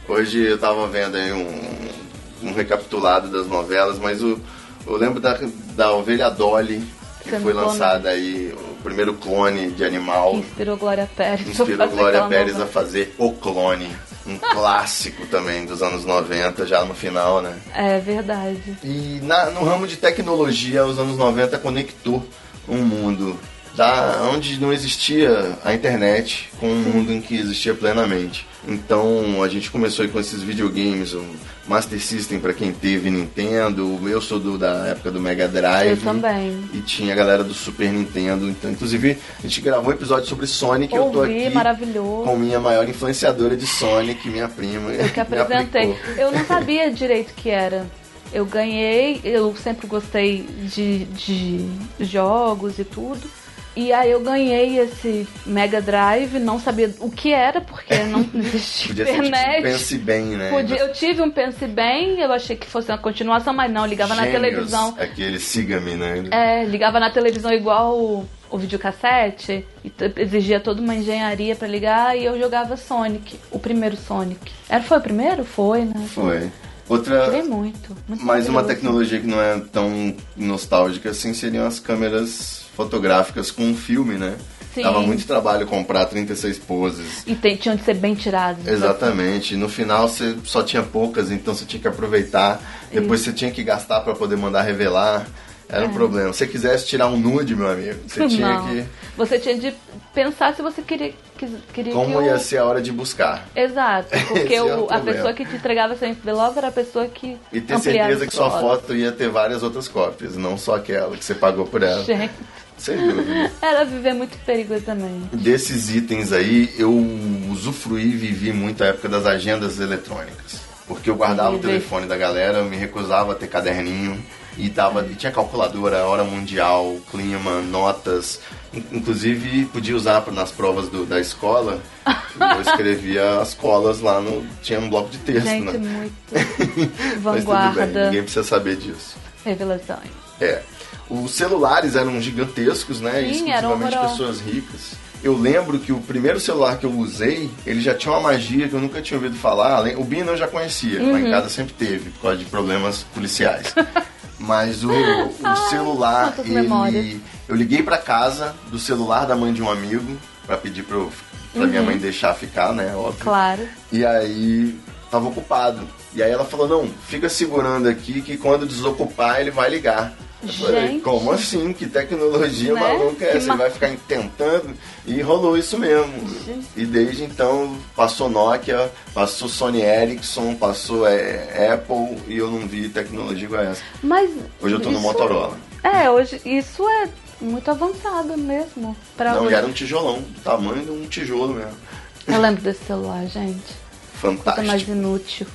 D: Hoje eu tava vendo aí um, um recapitulado das novelas, mas o, eu lembro da, da Ovelha Dolly, que
E: Sendo
D: foi
E: clonada.
D: lançada aí, o primeiro clone de
E: que
D: animal.
E: inspirou Glória Pérez. a
D: Inspirou
E: fazer
D: Glória
E: aquela
D: Pérez a
E: novela.
D: fazer O Clone, um clássico também dos anos 90, já no final, né?
E: É verdade.
D: E na- no ramo de tecnologia, os anos 90 conectou um mundo da, onde não existia a internet com um mundo em que existia plenamente. Então a gente começou aí com esses videogames, o Master System pra quem teve Nintendo, eu sou do, da época do Mega Drive.
E: Eu também.
D: E tinha a galera do Super Nintendo. Então, inclusive, a gente gravou um episódio sobre Sonic. eu tô
E: Ouvi,
D: aqui
E: maravilhoso.
D: com minha maior influenciadora de Sonic, minha prima.
E: Eu que apresentei.
D: Me
E: Eu não sabia direito o que era. Eu ganhei, eu sempre gostei de, de jogos e tudo. E aí eu ganhei esse Mega Drive, não sabia o que era, porque não existia
D: Podia ser tipo,
E: internet.
D: pense bem, né?
E: Podia- eu tive um Pense Bem, eu achei que fosse uma continuação, mas não, ligava na
D: Gênios, É
E: televisão.
D: Aquele siga-me, né?
E: É, ligava na televisão igual o, o videocassete, e t- exigia toda uma engenharia pra ligar, e eu jogava Sonic, o primeiro Sonic. Era, foi o primeiro? Foi, né?
D: Foi. Outra.
E: Tirei muito. muito
D: Mais uma
E: maravilhoso.
D: tecnologia que não é tão nostálgica assim seriam as câmeras fotográficas com filme, né?
E: Sim.
D: Dava muito trabalho comprar 36 poses.
E: E tem- tinham de ser bem tirados.
D: Exatamente. No final você só tinha poucas, então você tinha que aproveitar. Depois você tinha que gastar pra poder mandar revelar. Era um problema. Se você quisesse tirar um nude, meu amigo, você tinha
E: É. Não.
D: que.
E: Você tinha de pensar se você queria, quis- queria
D: Como
E: que
D: ia
E: o...
D: ser a hora de buscar?
E: Exato,
D: Esse
E: porque
D: é o
E: o- a
D: problema.
E: pessoa que te entregava seu envelope era a pessoa que
D: E ter
E: ampliava
D: certeza que sua
E: foto.
D: foto ia ter várias outras cópias, não só aquela que você pagou por ela.
E: Gente,
D: Sem dúvida.
E: era viver muito perigosamente.
D: Desses itens aí, eu usufruí e vivi muito a época das agendas eletrônicas. Porque eu guardava o
E: Viver.
D: telefone da galera, eu me recusava a ter caderninho. E, tava, e tinha calculadora, hora mundial, clima, notas. In- Inclusive, podia usar pra- nas provas do- da escola. Eu escrevia as colas lá no. Tinha um bloco de texto,
E: Gente,
D: né?
E: muito
D: Mas tudo bem,
E: vanguarda,
D: ninguém precisa saber disso.
E: revelações.
D: É. Os celulares eram gigantescos, né?
E: Sim, eram
D: Exclusivamente
E: horrorosos.
D: pessoas ricas. Eu lembro que o primeiro celular que eu usei, ele já tinha uma magia que eu nunca tinha ouvido falar. além- O Bino eu já conhecia, lá
E: Uhum.
D: em casa sempre teve, por causa de problemas policiais. Mas o, o celular,
E: quantas memórias.
D: ele, eu liguei pra casa do celular da mãe de um
E: Uhum.
D: amigo pra pedir pra, eu- pra minha mãe deixar ficar, né? Óbvio.
E: Claro.
D: E aí tava ocupado. E aí ela falou, não, fica segurando aqui que quando desocupar ele vai ligar. Eu falei,
E: Gente.
D: como assim? Que tecnologia
E: Né?
D: maluca é
E: Que
D: essa?
E: ma-
D: Ele vai ficar tentando? E rolou isso mesmo. E desde então passou Nokia, passou Sony Ericsson, passou é, Apple e eu não vi tecnologia igual a essa.
E: Mas.
D: Hoje eu tô no
E: isso-
D: Motorola.
E: É, hoje. Isso é muito avançado mesmo. Pra
D: Não,
E: hoje.
D: e era um tijolão, do tamanho de um tijolo mesmo.
E: Eu lembro desse celular, gente. Coisa mais
D: Fantástico.
E: inútil.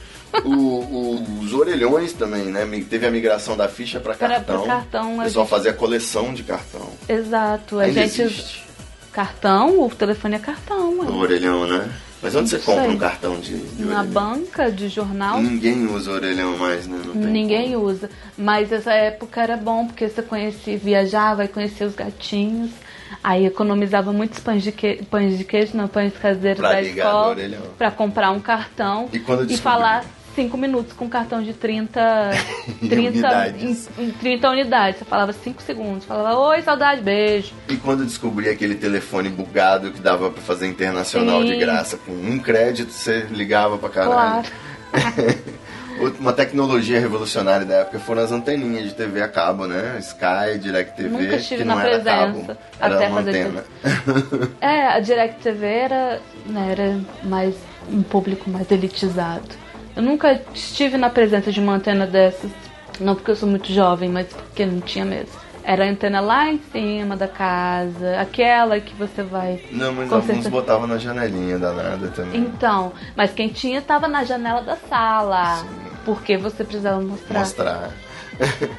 D: O- o- os orelhões também, né? Mi- Teve a migração da ficha pra
E: Pra-
D: cartão.
E: pro cartão,
D: o
E: a
D: pessoal
E: gente-
D: fazia coleção de cartão.
E: Exato. A
D: Ainda
E: gente.
D: existe
E: Cartão, o telefone é cartão,
D: o
E: ué.
D: orelhão, né? Mas onde você
E: Não sei.
D: compra um cartão de, de
E: Na
D: orelhão?
E: banca de jornal,
D: Ninguém usa orelhão mais, né? Não tem
E: ninguém
D: como.
E: usa. Mas essa época era bom, porque você conhecia, viajava e conhecia os gatinhos. Aí economizava muitos pães de, que... pães de queijo, não, pães caseiros
D: Pra
E: da
D: ligar no
E: escola.
D: orelhão.
E: Pra comprar um cartão.
D: E quando descobriu?
E: falar cinco minutos com um cartão de 30... 30
D: Unidades.
E: em- em 30 unidades. Você falava cinco segundos. Falava, oi, saudade, beijo.
D: E quando eu descobri aquele telefone bugado que dava pra fazer internacional de
E: Sim.
D: graça, com um crédito você ligava pra caralho.
E: Claro.
D: Outra- Uma tecnologia revolucionária da época foram as anteninhas de TV a cabo, né? Sky, DirecTV,
E: Nunca estive
D: que não
E: na
D: era
E: presença,
D: cabo, era
E: até
D: uma
E: fazer
D: antena.
E: É, a DirecTV era, né, era mais um público mais elitizado. Eu nunca estive na presença de uma antena dessas. Não porque eu sou muito jovem, mas porque não tinha mesmo. Era a antena lá em cima da casa, aquela que você vai.
D: Não, mas
E: com
D: alguns
E: certeza-
D: botavam na janelinha danada também.
E: Então, mas quem tinha tava na janela da sala. Porque você precisava mostrar.
D: Mostrar.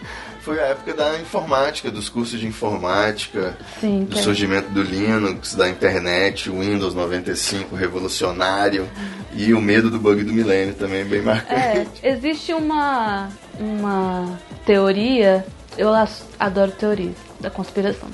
D: Foi a época da informática, dos cursos de informática,
E: Sim,
D: do
E: que-
D: surgimento do Linux, da internet, o Windows 95 revolucionário e o medo do bug do milênio também bem marcante.
E: É, existe uma, uma teoria, eu as- adoro teorias da conspiração,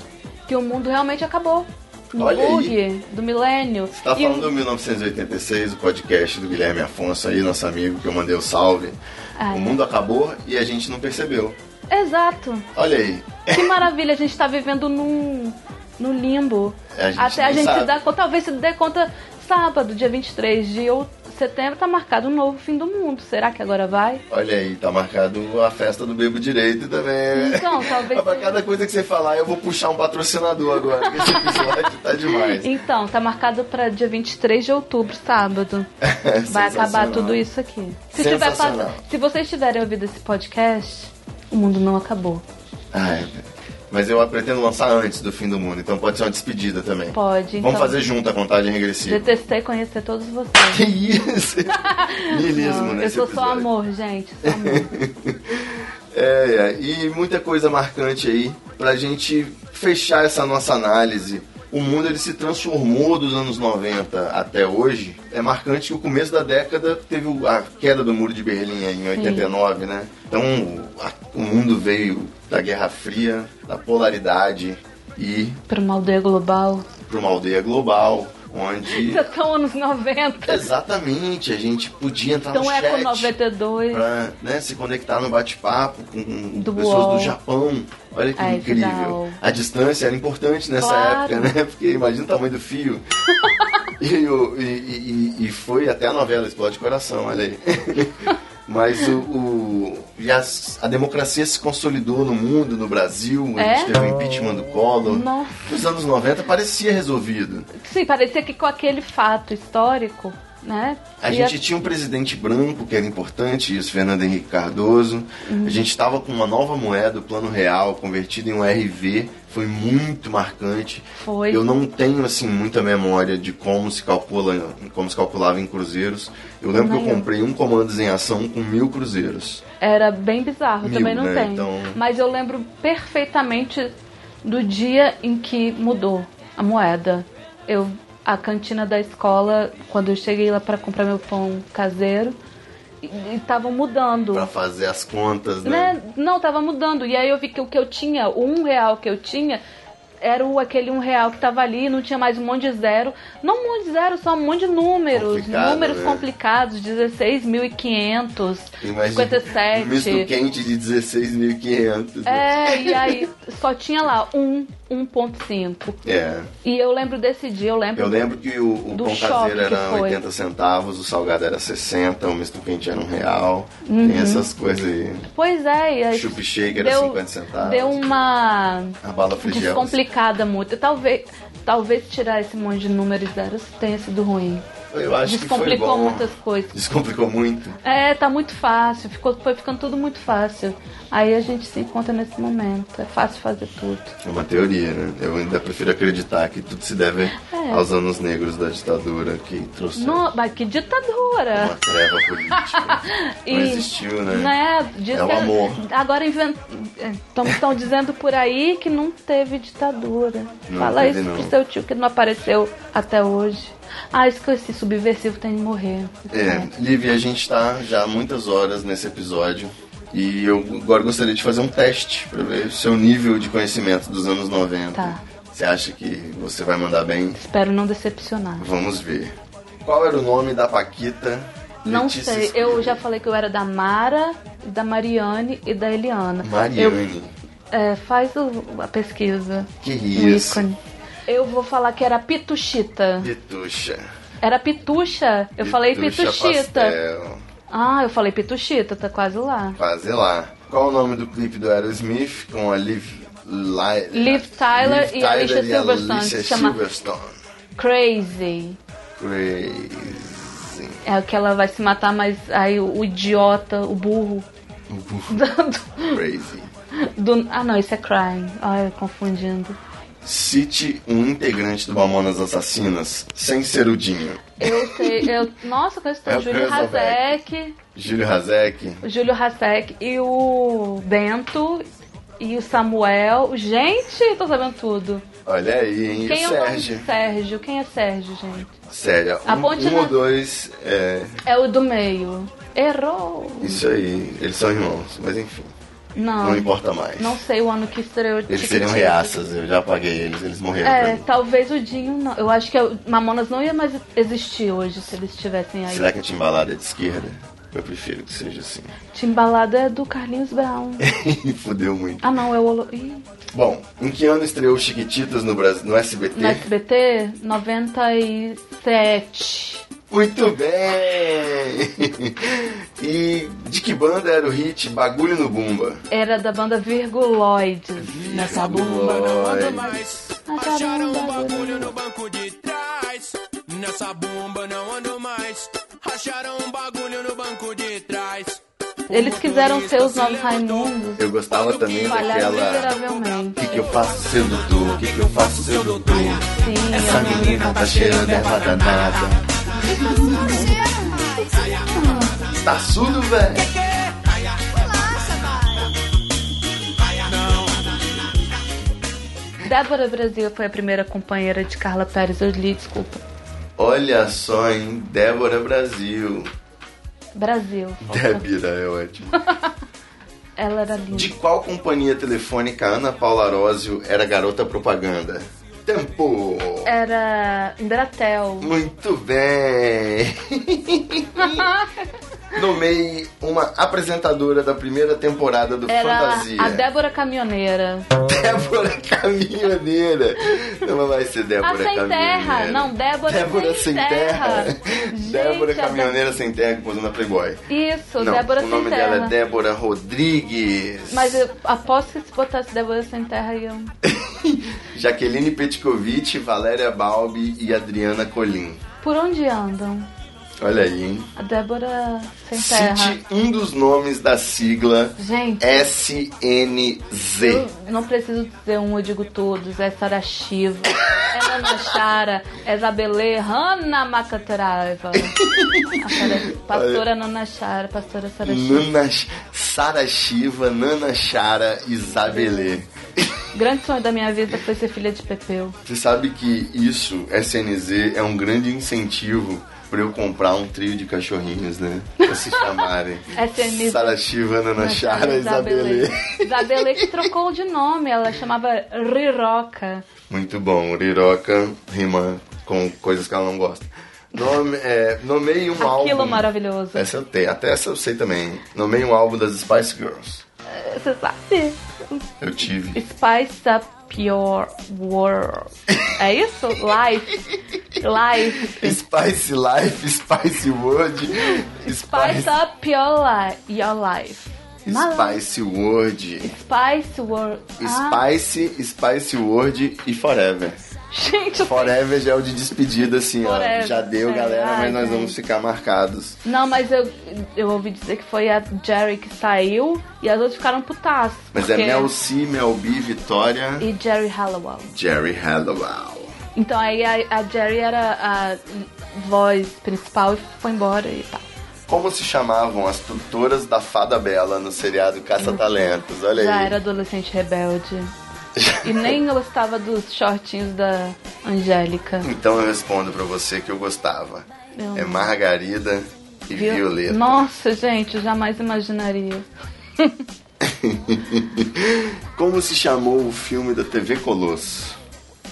E: que o mundo realmente acabou. No
D: Olha aí.
E: bug do milênio.
D: Você tá
E: É. E
D: falando do 1986, o podcast do Guilherme Afonso aí, nosso amigo, que eu mandei o salve.
E: Ah,
D: O
E: é.
D: mundo acabou e a gente não percebeu.
E: Exato.
D: Olha aí,
E: Que maravilha, a gente tá vivendo num, num limbo.
D: É, A gente
E: Até a
D: nem
E: gente
D: sabe.
E: se dá conta, talvez se dê conta sábado, dia 23 de ou- setembro, tá marcado um novo fim do mundo. Será que agora vai?
D: Olha aí, tá marcado a festa do bebo direito também. é.
E: Então, talvez
D: Pra
E: seja.
D: cada coisa que você falar, eu vou puxar um patrocinador agora, porque esse episódio tá demais.
E: Então, tá marcado pra dia 23 de outubro, sábado. Vai acabar
D: É Sensacional.
E: tudo isso aqui. Se, tiver pas-
D: Sensacional.
E: se vocês tiverem ouvido esse podcast, o mundo não acabou.
D: Ai, mas eu pretendo lançar antes do fim do mundo, então pode ser uma despedida também.
E: Pode,
D: Vamos
E: então.
D: fazer junto a contagem regressiva.
E: Detestei conhecer todos
D: Que
E: vocês.
D: isso? Nilismo,
E: Não,
D: né?
E: eu sou só amor, gente. Só amor.
D: É, é, e muita coisa marcante aí pra gente fechar essa nossa análise. O mundo ele se transformou dos anos 90 até hoje. É marcante que o começo da década teve o- a queda do Muro de Berlim aí em 89, né? Então o- a- o mundo veio da Guerra Fria, da polaridade e
E: Pra uma aldeia global.
D: para uma aldeia global, onde
E: Vocês são anos 90.
D: exatamente a gente podia entrar
E: Então
D: no
E: Eco
D: chat.
E: 92.
D: pra né, se conectar no bate-papo com
E: Do
D: pessoas
E: UOL.
D: do Japão. Olha que
E: É, isso dá
D: incrível.
E: o-
D: A distância era importante nessa
E: Claro.
D: época, né? Porque imagina o tamanho do fio. e, o- e- e- e- e foi até a novela Explode Coração, olha aí. Mas o. o- e as- a democracia se consolidou no mundo, no Brasil. A gente
E: É?
D: teve o impeachment do Collor.
E: Nossa.
D: Nos anos 90 parecia resolvido.
E: Sim, parecia que com aquele fato histórico, né?
D: A
E: ia-
D: gente tinha um presidente branco, que era importante, isso, Fernando Henrique Cardoso. A gente estava com uma nova moeda, o Plano Real, convertido em um RV. Foi muito marcante.
E: Foi.
D: Eu não tenho, assim, muita memória de como se calcula, como se calculava em cruzeiros. Eu lembro que eu
E: Maior.
D: comprei um comandos em ação com mil cruzeiros.
E: Era bem bizarro, eu
D: Mil,
E: também não
D: né?
E: tenho.
D: Então-
E: Mas eu lembro perfeitamente do dia em que mudou a moeda. Eu a cantina da escola, quando eu cheguei lá para comprar meu pão caseiro, e estavam mudando.
D: Pra fazer as contas, né?
E: Né? Não, tava mudando. E aí eu vi que o que eu tinha, o um real que eu tinha, era o, aquele um real que tava ali, não tinha mais um monte de zero. Não um monte de zero, só um monte de números.
D: Complicado,
E: números
D: né?
E: complicados, 16.500,
D: Imagina, um
E: 57.
D: Misto quente de 16.500.
E: É, e aí só tinha lá um, 1.5.
D: É.
E: E eu lembro desse dia, eu lembro.
D: Eu lembro que o, o
E: Do
D: pão
E: choque
D: caseiro
E: que
D: era
E: foi.
D: 80 centavos, o salgado era 60, o misto quente era um real. Tem
E: Uhum.
D: essas coisas aí.
E: Pois é, e aí
D: Chup shake era
E: deu,
D: 50 centavos.
E: deu uma
D: A bala frigel.
E: descomplicada muito. Talvez, talvez tirar esse monte de números e zeros tenha sido ruim.
D: Eu acho que foi
E: Descomplicou
D: bom.
E: muitas coisas.
D: Descomplicou muito.
E: É, tá muito fácil, ficou, foi ficando tudo muito fácil. Aí a gente se encontra nesse momento, é fácil fazer tudo.
D: É uma teoria, né? Eu ainda prefiro acreditar que tudo se deve
E: É.
D: aos anos negros da ditadura que trouxe
E: No, mas que ditadura!
D: uma treva política.
E: E-
D: Não existiu, né?
E: Né? Diz
D: É o
E: que-
D: amor.
E: Agora estão dizendo por aí que não teve ditadura.
D: Não
E: Fala
D: teve,
E: isso
D: não.
E: pro seu tio que não apareceu até hoje. Ah, esqueci, subversivo tem de morrer.
D: É, Liv, a gente tá já há muitas horas nesse episódio e eu agora gostaria de fazer um teste pra ver o seu nível de conhecimento dos anos 90.
E: Tá.
D: Você acha que você vai mandar bem?
E: Espero não decepcionar.
D: Vamos ver. Qual era o nome da Paquita?
E: Não
D: Letícia
E: sei,
D: Spiller?
E: eu já falei que eu era da Mara, da Mariane e da Eliana. Eu-
D: Mariane.
E: é, faz o- a pesquisa.
D: Que
E: O
D: isso.
E: ícone. Eu vou falar que era Pituchita.
D: Pitucha.
E: Era Pitucha. Eu falei Pituchita.
D: Pastel.
E: Ah, eu falei Pituchita, tá quase lá.
D: Quase lá. Qual o nome do clipe do Aerosmith com a Liv... Li-
E: Liv Tyler e Alicia Silverstone,
D: Alicia
E: se chama-
D: Silverstone.
E: Crazy.
D: Crazy.
E: É o que ela vai se matar, mas aí o, o idiota, o burro. do,
D: Crazy.
E: do- ah, não, isso é crime. Ai, eu confundindo.
D: Cite um integrante do Mamonas Assassinas sem ser o Dinho.
E: Eu sei, eu. Nossa, eu conheço
D: É o
E: tanto. Júlio
D: Crazy Back.
E: Hasek,
D: Júlio Hazek.
E: o Júlio Hasek e o Bento e o Samuel. Gente, tô sabendo tudo.
D: Olha aí, hein?
E: Quem
D: e
E: é
D: o
E: o nome de
D: Sérgio.
E: Sérgio? Quem é Sérgio, gente?
D: Sério,
E: A
D: um,
E: ponte
D: um ou
E: na-
D: dois. É,
E: É o do meio. Errou!
D: isso aí. Eles são irmãos, mas enfim.
E: Não.
D: Não importa mais.
E: Ah. Não sei o ano que estreou.
D: Eles seriam
E: Tiquititas.
D: reaças, eu já apaguei eles, eles morreram. pra
E: É,
D: mim.
E: talvez o Dinho não. Eu acho que é o Mamonas não ia mais existir hoje se eles estivessem aí.
D: Será que a timbalada é de esquerda? Eu prefiro que seja assim.
E: Timbalada é do Carlinhos Brown.
D: Fudeu muito.
E: ah, não, é o. Olo- Ih,
D: Bom, em que ano estreou Chiquititas no, Brasil, no SBT?
E: No SBT, 97.
D: Muito bem! e de que banda era o hit Bagulho no Bumba?
E: Era da banda Virguloid.
D: Nessa bumba não anda
A: mais.
E: Acharam um
A: bagulho no banco de trás. Nessa bomba não ando mais. Racharam um bagulho no banco de trás.
E: Eles quiseram ser os novos Raimundos.
D: Eu gostava também
E: Falharam
D: daquela... O
E: miseravelmente.
D: que, que eu faço, seu doutor? O que, que eu faço, seu doutor?
E: Sim,
D: Essa
E: eu não-
D: menina tá cheirando erva danada. Tá surdo, velho?
E: Débora Brasil foi a primeira companheira de Carla Pérez. Eu li, desculpa.
D: Olha só, hein? Débora Brasil.
E: Brasil.
D: Débora é ótimo.
E: Ela era linda.
D: De qual companhia telefônica Ana Paula Arósio era garota propaganda? Tempo!
E: Era Embratel.
D: Muito bem! Nomei uma apresentadora da primeira temporada do
E: Era
D: Fantasia.
E: a Débora Caminhoneira.
D: Débora Caminhoneira. Não vai ser
E: A
D: Débora
E: Ah, Sem
D: Caminhoneira.
E: Terra. Não, Débora,
D: Débora Sem Terra.
E: Gente,
D: Débora
E: a
D: Caminhoneira Sem Terra que posou na Playboy.
E: Dé- Isso,
D: Não,
E: Débora
D: o
E: Sem
D: nome
E: Terra.
D: dela é Débora Rodrigues.
E: Mas eu aposto que se botasse Débora Sem Terra iam.
D: Jaqueline Petkovic, Valéria Balbi e Adriana Colim.
E: Por onde andam?
D: Olha aí, hein?
E: A Débora Sem Terra.
D: Cite um dos nomes da sigla
E: Gente.
D: SNZ.
E: Eu não preciso dizer um, eu digo todos. É Sara Shiva, é Nana Chara, é Zabelê, Hanna Macateraiva. A Sara- Pastora Nana Chara, pastora Sara Shiva.
D: Nana Sara Shiva, Nana Chara e Zabelê.
E: Grande sonho da minha vida foi ser filha de Pepeu.
D: Você sabe que isso, SNZ, é um grande incentivo pra eu comprar um trio de cachorrinhos, né? Pra se chamarem.
E: SM.
D: Sara Shiva, Nana Chara e Isabelê.
E: Isabelê que trocou de nome, ela chamava Riroca.
D: Muito bom, Uriroca rima com coisas que ela não gosta. Nome, é, nomeie um álbum.
E: Aquilo maravilhoso.
D: Essa eu tenho, até essa eu sei também. Nomeie um álbum das Spice Girls.
E: Você sabe?
D: Eu tive.
E: Spice up your world. É isso? Life. Life.
D: Spice Life, Spice World,
E: Spice
D: Spice,
E: up your, li your life.
D: Spice World,
E: Spice world. Ah,
D: Spice, Spice World e Forever.
E: gente, eu
D: Forever já é o de despedida, assim, ó.
E: Forever,
D: Já deu,
E: é
D: galera, mas
E: verdade.
D: nós vamos ficar marcados.
E: Não, mas eu, eu ouvi dizer que foi a Jerry que saiu e as outras ficaram putaças.
D: Mas é
E: porque-
D: Mel C, Mel B, Vitória,
E: E Jerry Hallowell.
D: Jerry Hallowell.
E: Então aí a, a Jerry era a voz principal e foi embora e tal.
D: Como se chamavam as tutoras da Fada Bela no seriado Caça-Talentos? Olha
E: Já
D: aí.
E: era adolescente rebelde. E nem gostava dos shortinhos da Angélica.
D: Então eu respondo pra você que eu gostava.
E: Não.
D: É Margarida e
E: Viu?
D: Violeta.
E: Nossa, gente, eu jamais imaginaria.
D: Como se chamou o filme da TV Colosso?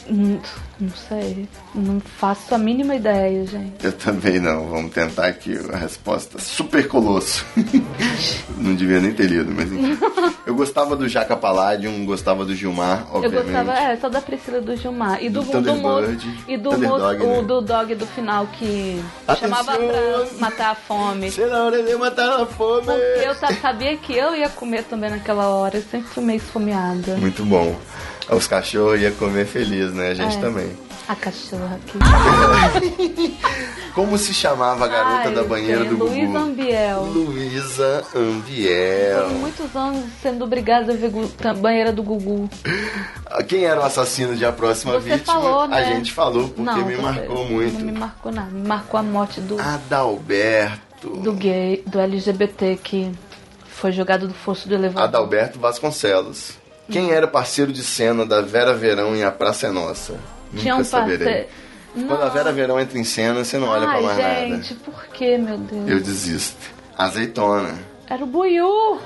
E: Não, não sei. Não faço a mínima ideia, gente.
D: Eu também não. Vamos tentar aqui a resposta. Super Colosso. não devia nem ter lido, mas enfim. Eu gostava do Jaca Paladium, gostava do Gilmar,
E: Eu
D: obviamente.
E: gostava, é, só da Priscila do Gilmar. E do,
D: Do
E: do, moço.
D: Thunderbird,
E: E do
D: Thunderdog,
E: moço,
D: né?
E: o do dog do final que
D: Atenção!
E: chamava pra matar a fome.
D: Sei lá, Aurelê matar a fome.
E: Porque eu sa- sabia que eu ia comer também naquela hora. Eu sempre fui meio esfomeada.
D: Muito bom. Os cachorros iam comer feliz, né? A gente
E: É.
D: também.
E: A cachorra aqui.
D: Como se chamava a garota
E: Ai,
D: da banheira do
E: gente,
D: Gugu?
E: Luísa Ambiel.
D: Luísa
E: Por
D: Ambiel.
E: muitos anos sendo obrigada a ver gu- ta- banheira do Gugu.
D: Ah, Quem era o assassino de A Próxima
E: Você
D: Vítima?
E: falou, né?
D: A gente falou, porque
E: Não,
D: me
E: você-
D: marcou
E: Não me
D: muito. Ah.
E: marcou nada. Me marcou a morte do,
D: Adalberto.
E: do gay, do LGBT que foi jogado do fosso do elevador.
D: Adalberto Vasconcelos. Quem era o parceiro de cena da Vera Verão em A Praça é Nossa?
E: Tinha
D: Nunca
E: um
D: saberei.
E: parceiro.
D: Quando a Vera Verão entra em cena, você não olha pra mais
E: Ai,
D: nada.
E: gente, por que, meu Deus?
D: Eu desisto. Azeitona.
E: Era o Buiú!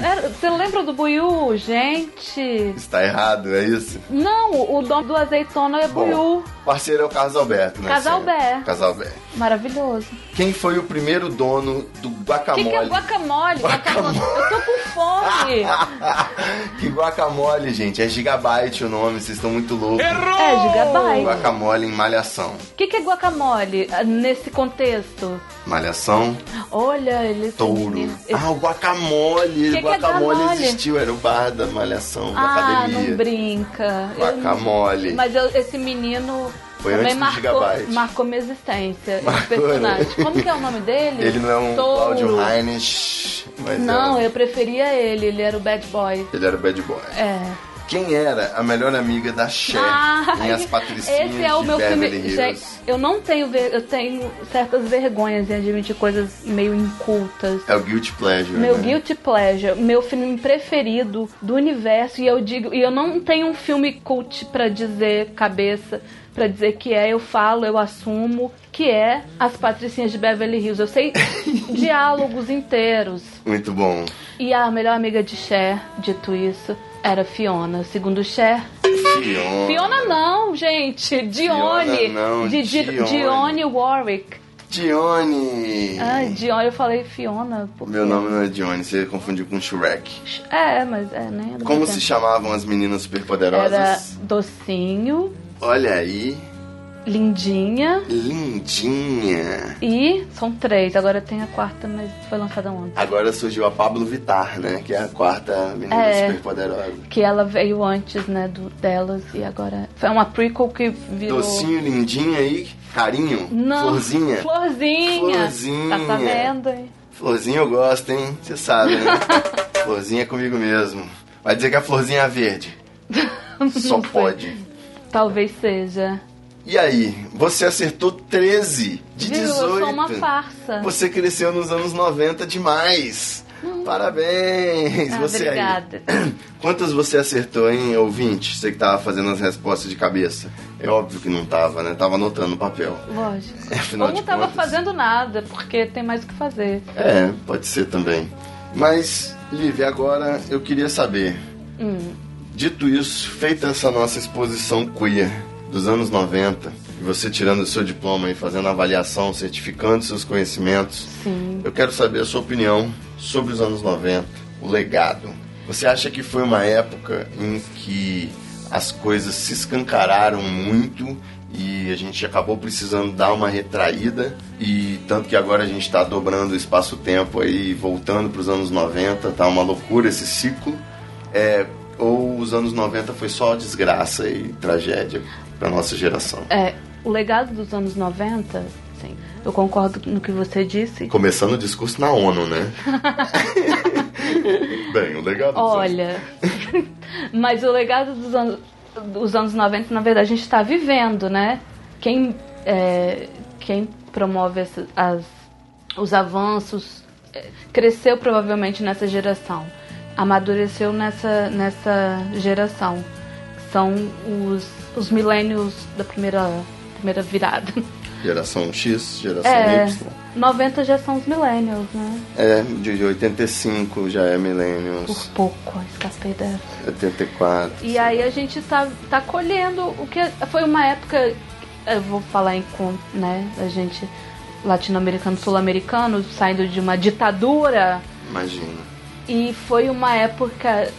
E: Era- Você lembra do Buiú, gente?
D: Está errado, é isso?
E: Não, o dono do azeitona é
D: Bom,
E: Buiú.
D: parceiro é o Carlos Alberto, né?
E: Casalbé.
D: senhor? Casalbé.
E: Maravilhoso.
D: Quem foi o primeiro dono do
E: O que,
D: guacamole?
E: que é guacamole? guacamole? Eu tô com fome!
D: Que guacamole, gente? É gigabyte o nome, vocês estão muito loucos.
E: é, gigabyte.
D: Guacamole em malhação.
E: O que, que é guacamole ah, nesse contexto?
D: Malhação,
E: Olha, ele.
D: touro. Ah, o guacamole.
E: Que que é
D: guacamole
E: guacamole?
D: existiu, era o bar da malhação, da
E: ah, não
D: academia.
E: brinca. Eu não-
D: Guacamole.
E: Mas eu- esse menino
D: Foi
E: também
D: antes do
E: marcou,
D: Gigabyte.
E: marcou minha existência.
D: Marcou, né?
E: Esse personagem. Como que é o nome dele?
D: Ele não é um
E: Touro.
D: Claudio Heinrich, mas
E: Não,
D: é um-
E: eu preferia ele, ele era o bad boy.
D: ele era o bad boy.
E: É.
D: Quem era a melhor amiga da Cher em As Patricinhas
E: Ah, esse é o
D: de
E: meu filme.
D: Beverly Hills?
E: Gente, eu não tenho ver- eu tenho certas vergonhas em admitir coisas meio incultas.
D: É o Guilty Pleasure,
E: Meu
D: né?
E: guilty pleasure, meu filme preferido do universo e eu digo, e eu não tenho um filme cult pra dizer cabeça, pra dizer que é, eu falo, eu assumo que é As Patricinhas de Beverly Hills. Eu sei diálogos inteiros.
D: Muito bom.
E: E a melhor amiga de Cher, dito isso, era Fiona, segundo Cher.
D: Fiona.
E: Fiona não, gente, Dione,
D: não,
E: de, de-
D: Dionne.
E: Dionne Warwick.
D: Dione.
E: Ah, Dione, eu falei Fiona. Por
D: Meu
E: quê?
D: nome não é Dione, você confundiu com Shrek.
E: É, mas é, né?
D: Como
E: Não
D: se
E: tem.
D: chamavam as meninas
E: Era
D: superpoderosas?
E: docinho,
D: Olha aí,
E: lindinha
D: lindinha.
E: e são três. Agora tem a quarta, mas foi lançada ontem.
D: Agora surgiu a Pablo Vittar, né? Que é a quarta menina
E: É.
D: superpoderosa.
E: Que ela veio antes, né, do, delas e agora. Foi uma prequel que virou.
D: Docinho, lindinha e carinho.
E: Não.
D: Florzinha.
E: Florzinha.
D: Florzinha.
E: Tá sabendo, hein?
D: Florzinha eu gosto, hein? Você sabe, né? Florzinha é comigo mesmo. Vai dizer que a florzinha é verde. Só
E: sei.
D: pode.
E: Talvez seja.
D: E aí, você acertou 13 de
E: Viu?
D: 18.
E: Eu sou uma farsa.
D: Você cresceu nos anos 90 demais. Parabéns!
E: Hum. Ah,
D: você
E: obrigada.
D: aí. Quantas você acertou, hein, ouvinte? Você que tava fazendo as respostas de cabeça. É óbvio que não tava, né? Tava anotando no papel.
E: Lógico.
D: É, afinal
E: Ou não
D: de
E: tava
D: contas-
E: fazendo nada, porque tem mais o que fazer.
D: É, pode ser também. Mas, Liv, agora eu queria saber.
E: Hum.
D: Dito isso, feita essa nossa exposição queer dos anos 90, e você tirando o seu diploma e fazendo a avaliação, certificando seus conhecimentos,
E: Sim.
D: eu quero saber a sua opinião sobre os anos 90, o legado. Você acha que foi uma época em que as coisas se escancararam muito e a gente acabou precisando dar uma retraída e tanto que agora a gente está dobrando o espaço-tempo aí, voltando para os anos 90, tá uma loucura esse ciclo. É, ou os anos 90 foi só desgraça e tragédia para nossa geração.
E: É, o legado dos anos 90, sim, eu concordo no que você disse.
D: Começando o discurso na ONU, né? Bem, o legado dos anos
E: Olha, mas o legado dos anos, dos anos 90, na verdade, a gente está vivendo, né? Quem, é, quem promove essa- as- os avanços é, cresceu provavelmente nessa geração, amadureceu nessa, nessa geração. São os, os milênios da primeira, primeira virada.
D: Geração X, geração
E: É,
D: Y.
E: 90 já são os millennials, né?
D: É, de 85 já é Millennials,
E: Por pouco, escapei dessa.
D: 84.
E: E aí a gente tá, tá colhendo o que foi uma época, eu vou falar em com, né, a gente latino-americano, sul-americano, saindo de uma ditadura
D: Imagina.
E: e foi uma época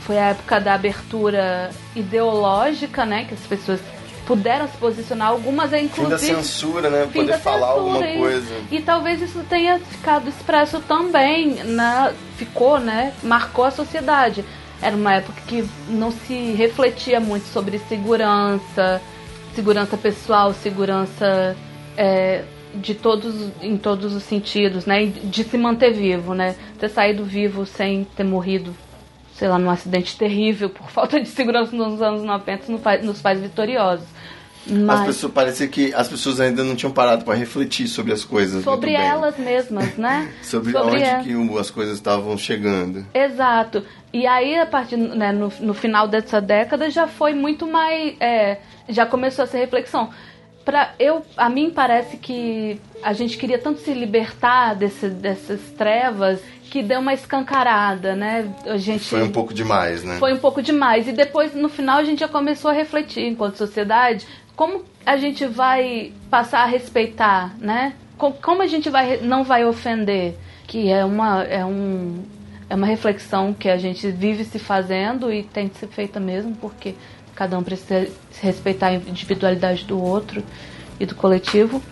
E: foi a época da abertura ideológica, né, que as pessoas puderam se posicionar, algumas é,
D: Fim da
E: inclusive
D: censura, né?
E: fim da
D: Poder falar alguma
E: censura, isso.
D: coisa.
E: E talvez isso tenha ficado expresso também, na, ficou, né? Marcou a sociedade. Era uma época que não se refletia muito sobre segurança, segurança pessoal, segurança é, de todos, em todos os sentidos, né? e De se manter vivo, né? Ter saído vivo sem ter morrido, sei lá, num acidente terrível por falta de segurança nos anos 90 nos faz, nos faz vitoriosos. Mas...
D: As pessoas parecia que as pessoas ainda não tinham parado pra refletir sobre as coisas.
E: sobre
D: muito bem.
E: elas mesmas, né?
D: Sobre, onde
E: ela.
D: que o- as coisas estavam chegando.
E: Exato. E aí, a partir né, no, no final dessa década, já foi muito mais. é, já começou essa reflexão. Pra, eu, a mim parece que a gente queria tanto se libertar desse, dessas trevas que deu uma escancarada, né? A gente
D: Foi um pouco demais, né?
E: foi um pouco demais. E depois, no final, a gente já começou a refletir enquanto sociedade como a gente vai passar a respeitar, né? Co- Como a gente vai, não vai ofender, que é uma, é, um, é uma reflexão que a gente vive se fazendo e tem que ser feita mesmo, porque cada um precisa se respeitar a individualidade do outro e do coletivo.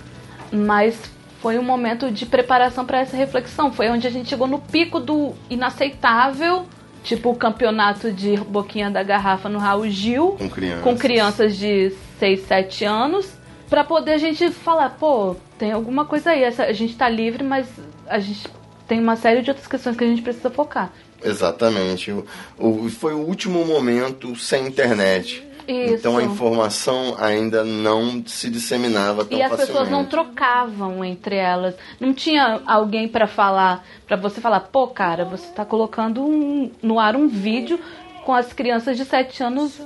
E: Mas foi um momento de preparação para essa reflexão. Foi onde a gente chegou no pico do inaceitável, tipo o campeonato de boquinha da garrafa no Raul Gil,
D: Com crianças.
E: com crianças de 6, 7 anos, para poder a gente falar, pô, tem alguma coisa aí. Essa- a gente tá livre, mas a gente tem uma série de outras questões que a gente precisa focar.
D: Exatamente. O, o- foi o último momento sem internet.
E: Isso.
D: Então a informação ainda não se disseminava tão
E: E as pessoas não
D: facilmente.
E: trocavam entre elas. Não tinha alguém pra falar, pra você falar, pô, cara, você tá colocando um- no ar um vídeo com as crianças de 7 anos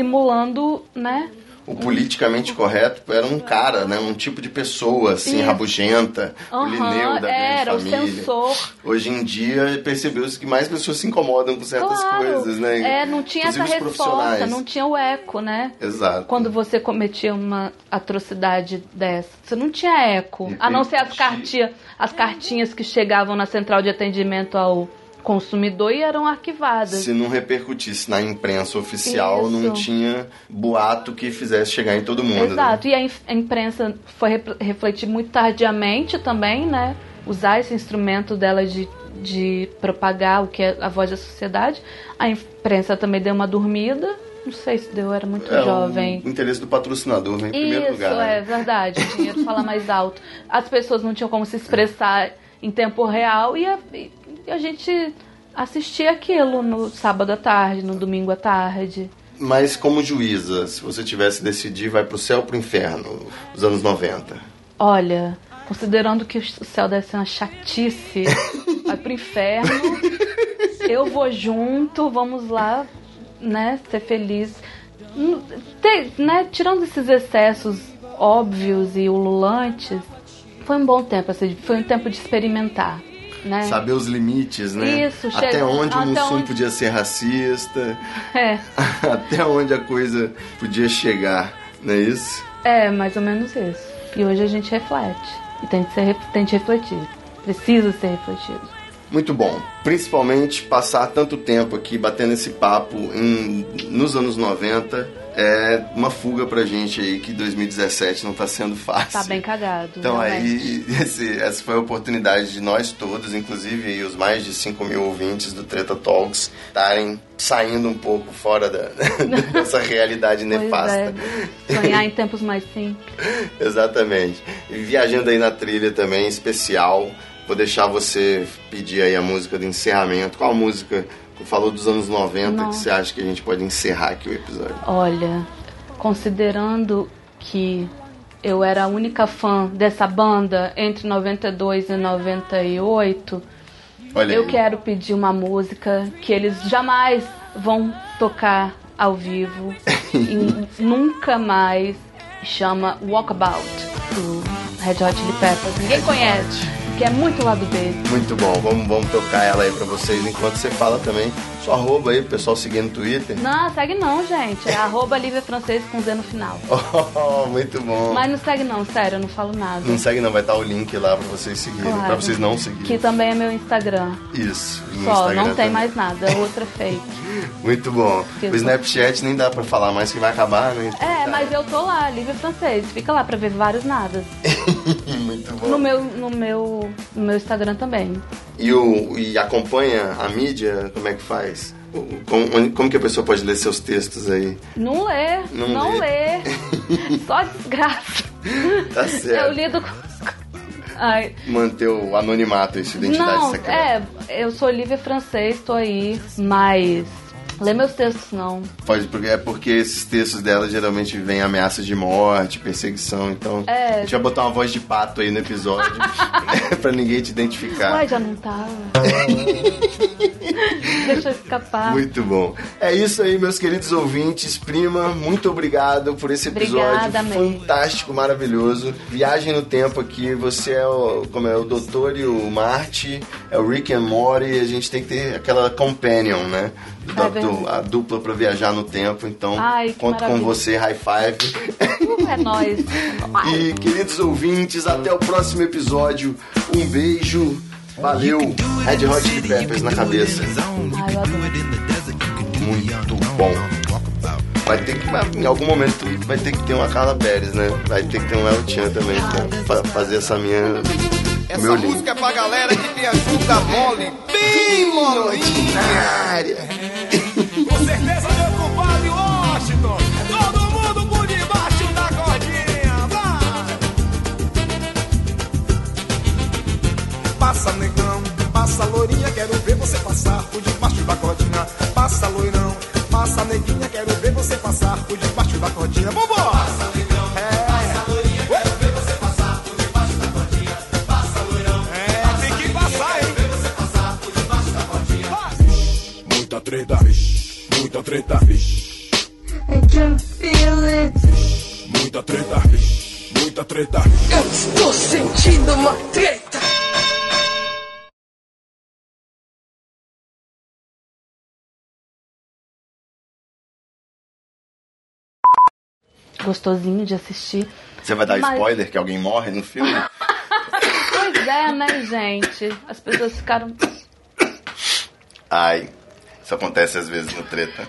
E: simulando, né?
D: O politicamente correto era um cara, né? Um tipo de pessoa, assim,
E: Isso.
D: rabugenta, o
E: Aham,
D: Lineu da
E: era o
D: grande família.
E: censor.
D: Hoje em dia percebeu-se que mais pessoas se incomodam com certas
E: Claro.
D: coisas, né?
E: É, não tinha essa
D: Inclusive os
E: resposta,
D: profissionais.
E: não tinha o eco, né?
D: Exato.
E: Quando você cometia uma atrocidade dessa, você não tinha eco. A não ser as cartinhas, as cartinhas que chegavam na central de atendimento ao consumidor e eram arquivadas.
D: Se não repercutisse na imprensa oficial, não
E: Isso.
D: tinha boato que fizesse chegar em todo mundo. Né?
E: Exato, e a, inf- a imprensa foi rep- refletir muito tardiamente também, né? Usar esse instrumento dela de, de propagar o que é a voz da sociedade. A imprensa também deu uma dormida. Não sei se deu, eu era muito
D: É,
E: jovem.
D: O interesse do patrocinador, né? Em primeiro
E: Isso,
D: lugar.
E: é
D: né?
E: verdade. O dinheiro fala mais alto. As pessoas não tinham como se expressar em tempo real e a, e a gente assistia aquilo no sábado à tarde, no domingo à tarde.
D: Mas como juíza, se você tivesse que decidir, vai pro céu ou pro inferno, os anos 90.
E: Olha, considerando que o céu deve ser uma chatice, vai pro inferno. eu vou junto, vamos lá, né, ser feliz. Hum, te- né, tirando esses excessos óbvios e ululantes, foi um bom tempo, assim, foi um tempo de experimentar, né?
D: Saber os limites, né?
E: Isso,
D: Até
E: chega-
D: onde o
E: até
D: Mussum
E: onde-
D: podia ser racista,
E: É,
D: até onde a coisa podia chegar, não é isso?
E: é mais ou menos isso. E hoje a gente reflete e tem de ser, re- tem de refletir. Precisa ser refletido.
D: Muito bom. Principalmente passar tanto tempo aqui batendo esse papo em- nos anos 90 é uma fuga pra gente aí que 2017 não tá sendo fácil.
E: Tá bem cagado. né?
D: Então
E: realmente.
D: aí, esse- essa foi a oportunidade de nós todos, inclusive aí os mais de 5 mil ouvintes do Treta Talks, estarem saindo um pouco fora da, dessa realidade nefasta.
E: Pois é. Sonhar em tempos mais simples.
D: Exatamente. E viajando aí na trilha também, especial. Vou deixar você pedir aí a música do encerramento. Qual a música que falou dos anos 90 que
E: Nossa.
D: você acha que a gente pode encerrar aqui o episódio?
E: Olha, considerando que eu era a única fã dessa banda entre 92 e 98,
D: Olha
E: eu
D: aí.
E: quero pedir uma música que eles jamais vão tocar ao vivo e nunca mais. Chama Walkabout do Red Hot Chili Peppers. Ninguém conhece, que é muito lado dele.
D: Muito bom. Vamos, vamos tocar ela aí pra vocês enquanto você fala também. Só arroba aí, pro pessoal seguir no Twitter.
E: Não, segue não, gente. É arroba Lívia Francês com Z no final.
D: Oh, muito bom.
E: Mas não segue não, sério, eu não falo nada.
D: Não segue não, vai estar o link lá pra vocês seguirem,
E: Claro.
D: pra vocês não seguirem.
E: Que também é meu Instagram.
D: Isso, no
E: Só,
D: Instagram
E: não tem
D: também.
E: mais nada, é outra fake.
D: Muito bom.
E: Que
D: O Snapchat nem dá pra falar mais que vai acabar, né? Então
E: É,
D: tá.
E: mas eu tô lá, Lívia Francês. Fica lá pra ver vários nadas.
D: Muito bom.
E: No meu, no meu, no meu Instagram também.
D: E, o, e acompanha a mídia, como é que faz? O- o- Como, onde- como que a pessoa pode ler seus textos aí?
E: Não lê,
D: Não
E: não,
D: lê.
E: lê. Só desgraça.
D: Tá certo.
E: Eu lido com. Ai.
D: Manter o anonimato, essa identidade
E: Não,
D: secreta.
E: é, eu sou Lívia Francês, tô aí, mas. Lê meus textos, não.
D: Pode, porque é porque esses textos dela geralmente vêm ameaças de morte, perseguição, então
E: É.
D: a gente vai botar uma voz de pato aí no episódio pra ninguém te identificar.
E: Uai, já não tava. Deixa eu escapar.
D: Muito bom. É isso aí, meus queridos ouvintes. Prima, muito obrigado por esse episódio
E: Obrigada, amém.
D: fantástico, maravilhoso. Viagem no tempo aqui. Você é o, como é, o doutor e o Marte, é o Rick and Morty. A gente tem que ter aquela companion, né? Da-
E: É verdade.
D: do- a dupla pra viajar no tempo. Então,
E: Ai, que
D: conto com
E: maravilha.
D: você. High five.
E: É nóis.
D: E queridos ouvintes, até o próximo episódio. Um beijo. Valeu. Red Hot Chili Peppers na cabeça.
E: Ai, eu adoro.
D: Muito bom. Vai ter que, vai- em algum momento, vai ter que ter uma Carla Pérez, né? Vai ter que ter um Léo Tchan também pra, pra fazer essa minha.
C: Essa
D: Meu lindo.
C: música é pra galera que tem a bunda mole, bem molinha. Com certeza, meu compadre Washington. Todo mundo por debaixo da cordinha. Vai! Passa, negão, passa, loirinha. Quero ver você passar por debaixo da cordinha. Passa, loirão, passa, neguinha. Quero ver você passar por debaixo da cordinha. Vambora! Passa, negão, passa, loirinha. Quero ver você passar por debaixo da cordinha. Passa, loirão, é, tem que passar, hein?
A: Muita treta, vixe, muita treta, vixe,
B: I can feel it.
A: muita treta, vixe, muita treta. vixe.
B: Eu estou sentindo uma treta.
E: Gostosinho de assistir.
D: Você vai dar
E: Mas-
D: spoiler que alguém morre no filme?
E: Pois é, né, gente? As pessoas ficaram.
D: Ai, isso acontece às vezes no treta.